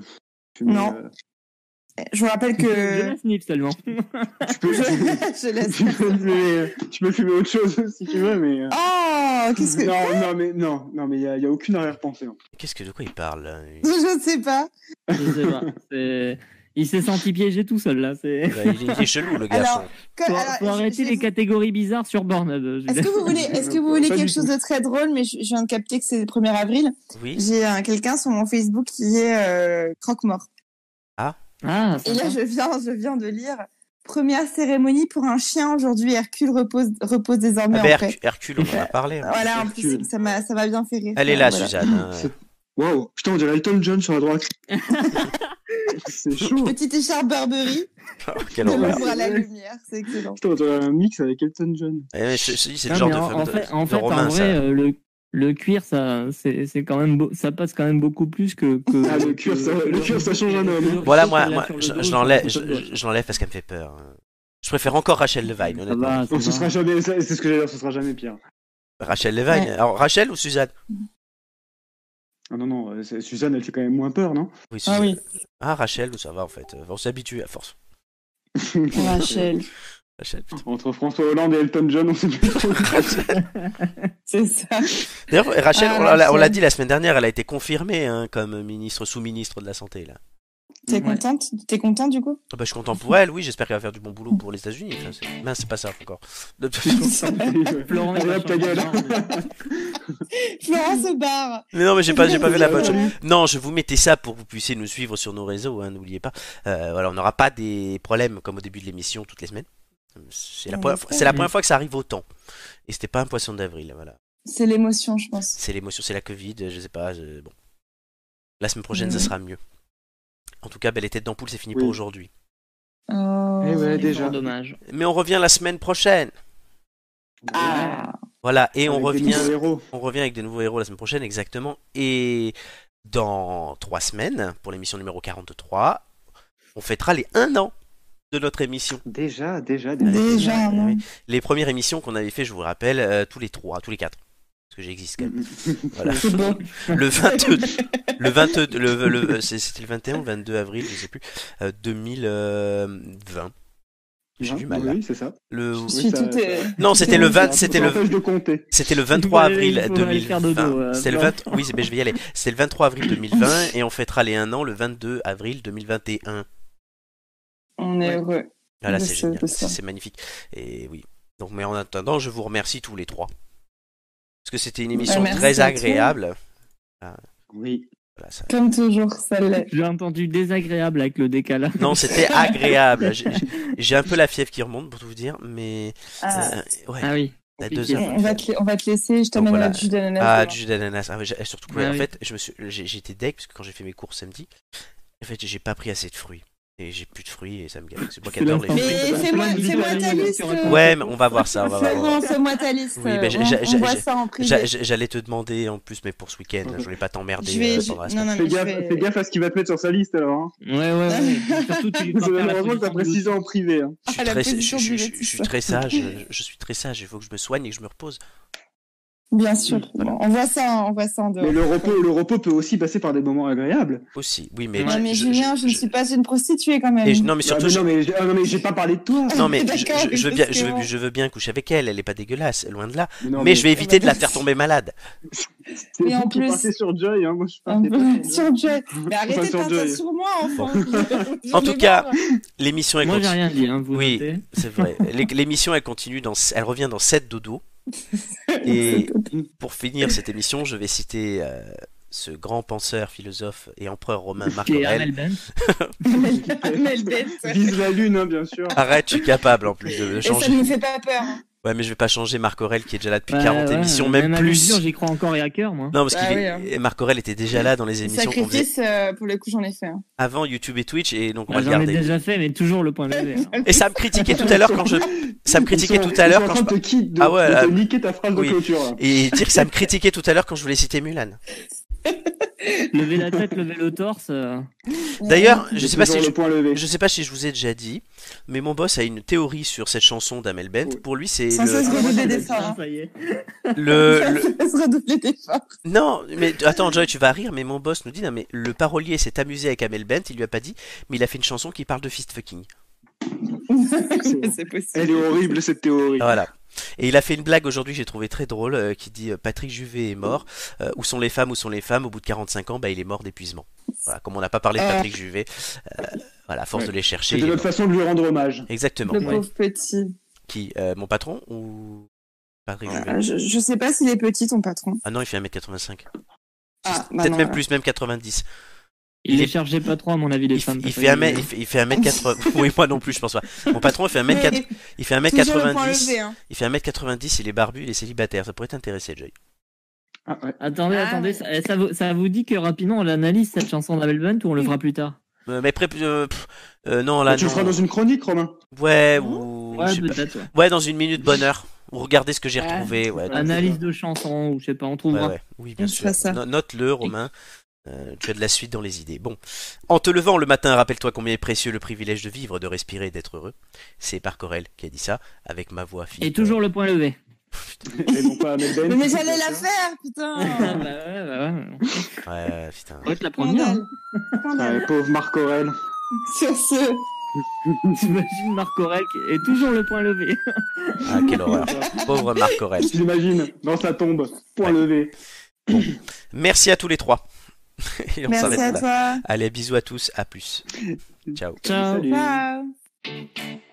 S3: tu mets,
S4: Non.
S3: euh,
S4: Je vous rappelle
S2: Je
S4: que.
S2: la sniff seulement.
S3: tu, peux,
S4: je,
S3: tu, peux,
S4: je laisse.
S3: tu peux fumer, euh, tu peux fumer autre chose si tu veux, mais. euh,
S4: Oh, qu'est-ce que.
S3: Non, non, mais non, non, mais il y a, il y a aucune arrière-pensée. hein.
S1: Qu'est-ce que de quoi il parle là
S4: Je ne sais pas.
S2: Je sais pas, c'est- Il s'est senti piégé tout seul, là. C'est...
S1: Ouais, il, est- il est chelou le garçon.
S4: Alors, que-
S2: Faut,
S4: alors,
S2: faut
S4: je-
S2: arrêter
S4: je-
S2: les catégories bizarres sur Bornhub.
S4: Est-ce que vous voulez, est-ce que vous voulez
S3: Pas du
S4: quelque
S3: tout.
S4: chose de très drôle Mais je, je viens de capter que c'est le 1er avril.
S1: Oui.
S4: J'ai un quelqu'un sur mon Facebook qui est euh, croque-mort.
S2: Ah,
S4: Et
S2: ça
S4: là,
S2: va.
S4: je viens, je viens de lire. Première cérémonie pour un chien aujourd'hui. Hercule repose, repose désormais
S1: Ah, bah,
S4: en paix.
S1: Hercu- Hercule, on en a parlé. hein.
S4: Voilà, en plus,
S3: Hercule.
S4: ça m'a, ça m'a bien fait rire.
S1: Elle est là,
S4: Voilà.
S1: Suzanne. hein.
S3: C'est- Waouh, putain, on dirait Elton John sur la droite. C'est chaud.
S4: Petite écharpe Burberry,
S1: Oh, quelle
S4: de
S1: horreur.
S4: l'ombre à la lumière, c'est excellent.
S3: Putain, on dirait un euh, mix avec Elton John.
S1: Eh, mais je- je dis, c'est
S2: Non,
S1: le genre de,
S2: mais en,
S1: femme
S2: en
S1: de-
S2: fait,
S1: de hein.
S2: en, fait, en
S1: Romain, ça.
S2: vrai, euh, le, le cuir, ça, c'est, c'est quand même beau- ça passe quand même beaucoup plus que. que-
S3: Ah, le cuir,
S2: que-
S3: ça- le cuir, ça change un homme.
S2: que- que-
S1: Voilà,
S2: que-
S1: moi,
S2: qu'elle a
S1: moi
S2: sur le
S1: je,
S2: dos,
S1: je l'enlève,
S2: sur le dos.
S1: je, je l'enlève parce qu'elle me fait peur. hein. Je préfère encore Rachel Levine,
S2: Ça
S1: honnêtement.
S2: va,
S3: Oh,
S2: ça
S3: ce
S2: va.
S3: sera jamais, ça- c'est ce que j'allais dire, ce sera jamais pire.
S1: Rachel Levine.
S4: Ouais.
S1: Alors, Rachel ou Suzanne
S3: Ah non, non, euh, c'est- Suzanne, elle fait quand même moins peur, non
S1: oui,
S4: Ah
S1: Suzanne.
S4: oui,
S1: Ah, Rachel, ça va en fait. Euh, On s'habitue à force.
S4: Rachel,
S1: Rachel.
S3: Entre François Hollande et Elton John, on sait plus trop.
S4: c'est ça.
S1: D'ailleurs, Rachel,
S4: Ah,
S1: on l'a- on l'a
S4: Rachel.
S1: dit la semaine dernière, elle a été confirmée hein, comme ministre, sous-ministre de la Santé. là.
S4: T'es
S2: Ouais.
S4: contente T'es content du coup
S1: Ah bah, je suis content pour elle, oui, j'espère qu'elle va faire du bon boulot pour les États-Unis. Enfin, c'est- mince, c'est pas ça encore.
S3: euh,
S2: Florent, il va
S3: Regarde ta
S2: changer de
S3: gueule.
S2: genre,
S4: Florence au bar
S1: Mais non, mais j'ai pas, j'ai pas fait la bonne chose.
S4: Florent.
S1: Non, je vous mettais ça pour que vous puissiez nous suivre sur nos réseaux, hein, n'oubliez pas. Euh, voilà, on n'aura pas des problèmes comme au début de l'émission toutes les semaines. C'est la,
S4: On
S1: première, fois-
S4: espère.
S1: c'est la première fois que ça arrive autant. Et c'était pas un poisson d'avril, voilà.
S4: C'est l'émotion, je pense.
S1: C'est l'émotion, c'est la Covid, je sais pas. je- Bon. La semaine prochaine, ça
S4: Mm.
S1: sera mieux. En tout cas, belle tête d'ampoule, c'est fini
S3: Mhm. Oui.
S1: pour aujourd'hui.
S4: Oh.
S3: Eh ouais,
S2: mais
S3: déjà.
S2: fort Dommage.
S1: Mais on revient la semaine prochaine.
S4: Ah.
S1: Voilà, et on
S3: Avec des
S1: revient,
S3: nouveaux héros.
S1: on revient avec des nouveaux héros la semaine prochaine, exactement. Et dans trois semaines, pour l'émission numéro 43, on fêtera les un an de notre émission.
S3: Déjà, déjà, déjà.
S4: Déjà,
S1: Ah
S4: non
S1: oui. Les premières émissions qu'on avait fait, je vous rappelle, euh, tous les trois, tous les quatre. Parce que j'existe quand même. Voilà.
S4: C'est bon.
S1: Le 22, le 22, le, le- euh, c'est- c'était le 21 ou le 22 avril, je sais plus, euh, 2020. J'ai du mal là.
S3: hein, Oui, c'est ça.
S1: Le,
S4: Je suis
S3: Oui, ça-
S4: toute, euh,
S1: non, c'était le 20, c'était
S3: Ça
S1: le,
S3: empêche de compter.
S1: C'était le 23
S2: Il faut aller-
S1: avril
S2: il faut aller faire dodo,
S1: 2020.
S2: euh,
S1: C'est le 20... Oui, c'est- mais je vais y aller. C'est le 23 avril 2020 et on fêtera les 1 an le 22 avril 2021.
S4: On est
S2: Ouais.
S4: heureux.
S1: Voilà,
S4: De
S1: Ah c'est
S4: ce-
S1: génial.
S4: de
S1: C'est
S4: ça.
S1: c'est magnifique. Et oui. Donc, mais en attendant, je vous remercie tous les trois. Parce que c'était une émission
S4: merci
S1: très
S4: à
S1: agréable.
S3: Oui.
S1: Voilà, ça-
S4: Comme toujours, ça l'est.
S2: J'ai entendu désagréable avec le décalage.
S1: Non, c'était agréable. J'ai- j'ai- J'ai un peu la fièvre qui remonte pour tout vous dire, mais.
S4: Ah,
S1: euh, ouais,
S2: Ah oui.
S1: à
S2: compliqué.
S1: deux
S4: on,
S1: heures.
S4: on va te, la- on va te laisser, je
S1: Donc
S4: t'amènerai
S1: voilà.
S4: du jus d'ananas.
S1: Ah,
S4: demain.
S1: du jus d'ananas. Ah ouais, j'ai- surtout que
S2: Ouais,
S1: en
S2: oui.
S1: fait, je me suis, j'ai- j'étais deg parce que quand j'ai fait mes courses samedi, en fait, j'ai pas pris assez de fruits et j'ai plus de fruits et ça me gave. C'est moi qui adore les.
S4: Mais fais-moi- fais-moi ta liste, euh,
S1: Ouais, mais on va voir ça. On va voir.
S4: Florent, fais-moi ta liste.
S1: Oui, ben, j'ai-
S4: on-
S1: j'ai-
S4: on
S1: j'ai-
S4: voit
S1: j'ai-
S4: ça en privé.
S1: J'a- j'a- J'allais te demander en plus, mais pour ce week-end, hein, je voulais pas
S4: Je
S1: t'emmerder
S4: vais.
S1: euh,
S4: je-
S1: pendant la
S4: Non,
S1: semaine.
S4: non,
S3: Fais
S4: mais je
S3: gaffe,
S4: vais-
S3: fais gaffe à ce qu'il va te mettre sur sa liste alors. Hein.
S2: Ouais, ouais, ouais. Surtout, tu dois
S3: Parce que
S2: faire la
S3: Malheureusement,
S2: solution
S3: après
S2: douce.
S3: 6 ans en privé. hein.
S1: Je suis
S4: Ah, la
S1: très, je,
S4: position
S1: je-
S4: du
S1: je-
S4: métis.
S1: je suis très sage. Je, je suis très sage. Il faut que je me soigne et que je me repose.
S4: Bien sûr.
S1: Voilà.
S4: Bon, on voit ça, on voit ça en dehors.
S3: Mais le repos, le repos peut aussi passer par des moments agréables. Ah,
S1: Aussi, oui, mais.
S4: Ouais, mais Julien, je ne suis pas une prostituée quand même.
S1: et je- non, mais
S3: Ah,
S1: surtout,
S3: mais
S1: je-
S3: non, mais j'ai- ah, non, mais j'ai pas parlé de toi.
S1: non, mais je,
S4: D'accord,
S1: je- je veux bien,
S4: parce
S1: je
S4: que-
S1: veux, je veux bien coucher avec elle. Elle est pas dégueulasse, loin de là.
S3: Mais,
S1: Mais,
S3: non,
S1: je vais éviter de la faire tomber malade.
S3: c'est
S4: Mais en
S3: vous qui
S4: plus-
S3: partez sur Joy, hein. moi je
S4: Un
S3: partais pas
S4: peu
S3: sur Joy.
S4: sur Joy. Mais arrêtez
S3: Pas
S4: de
S3: sur
S4: partir
S3: Joy.
S4: sur moi, enfant.
S1: En
S4: J'en ai
S1: tout cas,
S4: marre.
S1: L'émission est
S2: Moi, j'ai
S1: continue.
S2: rien dit, hein, vous
S1: Oui.
S2: notez.
S1: C'est vrai. L'é- L'émission, elle continue dans, elle revient dans 7 dodo. Et pour finir cette émission, je vais citer euh, ce grand penseur, philosophe et empereur romain Marc
S2: Qui est
S1: Aurèle.
S2: Amel Ben.
S4: Mel Bent.
S3: Vise la lune, hein, bien sûr.
S1: Arrête, je suis capable en plus de
S4: Et ça ne
S1: changer.
S4: nous fait pas peur.
S1: Ouais, mais je vais pas changer Marc Aurèle qui est déjà là depuis
S2: Ouais,
S1: 40
S2: ouais,
S1: émissions, même,
S2: à
S1: plus.
S2: mesure, J'y crois encore et à cœur, moi.
S1: Non, parce
S4: Bah
S1: qu'il
S4: oui,
S1: est-
S4: hein.
S1: et Marc Aurèle était déjà là dans les émissions qu'on faisait
S4: Sacrifice, euh, pour le coup, j'en ai fait. un.
S1: avant YouTube et Twitch, et donc on va
S2: Ah,
S1: le
S2: J'en ai
S1: garder.
S2: déjà fait, mais toujours le point levé. hein.
S1: Et ça me critiquait tout à l'heure quand je, ça me critiquait
S3: Ils sont-
S1: tout à l'heure
S3: ils
S1: quand
S3: sont en
S1: je,
S3: train de te quitter, de,
S1: Ah ouais,
S3: de
S1: là.
S3: te niquer ta phrase
S1: Oui.
S3: de clôture. là.
S1: et dire que ça me critiquait tout à l'heure quand je voulais citer Mulan.
S2: Lever la tête, lever le torse. euh,
S1: D'ailleurs, je
S3: C'est
S1: sais pas si
S3: toujours
S1: je,
S3: le point levé.
S1: Je sais pas si je vous ai déjà dit, mais mon boss a une théorie sur cette chanson d'Amel Bent.
S3: Oui.
S1: Pour lui, c'est
S4: Sans
S1: le,
S4: cesse
S2: moi,
S4: redoubler
S2: ça
S4: d'efforts,
S2: Ah,
S4: hein.
S2: Ça y est.
S1: le- le-
S4: Ça se redoubler d'efforts.
S1: Non, mais attends, Joy, tu vas rire, mais mon boss nous dit non, mais le parolier s'est amusé avec Amel Bent, il lui a pas dit, mais il a fait une chanson qui parle de fist fucking.
S4: C'est possible.
S3: Elle est horrible cette théorie.
S1: Voilà. Et il a fait une blague aujourd'hui que j'ai trouvé très drôle euh, qui dit euh, Patrick Juvet est mort. Euh, où sont les femmes Où sont les femmes Au bout de 45 ans, bah, il est mort d'épuisement. Voilà, comme on n'a pas parlé de
S4: Ah.
S1: Patrick Juvet, euh, voilà, à force
S3: Ouais.
S1: de les chercher.
S3: C'est
S1: il
S3: de
S1: est
S3: notre
S1: mort.
S3: façon de lui rendre hommage.
S1: Exactement.
S4: Le
S1: ouais.
S4: pauvre petit.
S1: Qui euh, Mon patron ou Patrick Juvet
S4: Euh, Je, je sais pas s'il est petit, ton patron.
S1: Ah non, il fait 1m85.
S4: Ah, bah
S1: Peut-être
S4: non,
S1: même
S4: alors.
S1: plus, même 90.
S2: Il
S1: Il
S2: les
S1: est-
S2: chargeait pas trop, à mon avis, les
S1: Il,
S2: femmes.
S1: il
S2: parce
S1: fait
S2: que-
S1: 1 mètre, il fait, il fait 1m80. oui, moi non plus, je pense pas. Mon patron, il fait 1m4
S4: Mais
S1: il fait
S4: toujours le point
S1: 1m90.
S4: levé, hein.
S1: Il fait 1m90, il est barbu, il est célibataire. Ça pourrait t'intéresser, Joy.
S3: Ah, ouais.
S2: Attendez,
S5: Ah,
S2: attendez,
S5: ouais.
S2: ça, eh, ça vous, ça vous dit que rapidement on analyse cette chanson d'Amel Bent ou on le fera plus tard
S1: Euh, mais après, euh, pff, euh, non, là,
S3: Bah, tu le
S1: non.
S3: feras dans une chronique, Romain.
S1: Ouais, ou. je
S2: Ouais,
S1: sais pas.
S2: peut-être. ouais.
S1: Ouais, dans une minute bonheur. Ou regardez ce que j'ai
S4: Ouais.
S1: retrouvé. Ouais,
S3: Ouais,
S2: Analyse de chanson ou je sais pas, on
S1: ouais,
S2: trouvera.
S1: ouais. Oui, bien
S4: On
S1: sûr.
S4: fera ça.
S1: No- Note-le, Romain. Euh, tu as de la suite dans les idées. Bon. En te levant le matin, rappelle-toi combien est précieux le privilège de vivre, de respirer et d'être heureux. C'est par Corel qui a dit ça, avec ma voix fille.
S2: Et toujours le point levé.
S3: Et non pas Ahmed Ben.
S4: Mais, j'allais la faire, putain.
S2: bah ouais, bah ouais.
S1: Ouais, putain.
S2: Faut être la première. hein.
S4: Scandale. Scandale.
S3: Ouais, pauvre Marc Aurel.
S4: Sur ce,
S2: T'imagines Marc Aurel qui est toujours le point levé.
S1: Ah, quelle horreur. Pauvre Marc Aurel.
S3: Je l'imagine dans sa tombe, point
S1: Ouais.
S3: levé.
S1: Merci à tous les trois. Et on
S4: Merci
S1: s'arrête
S4: à
S1: là.
S4: toi.
S2: Ah.
S1: Allez, bisous à tous, à plus. Ciao.
S2: Ciao.
S3: Salut.
S4: Ciao.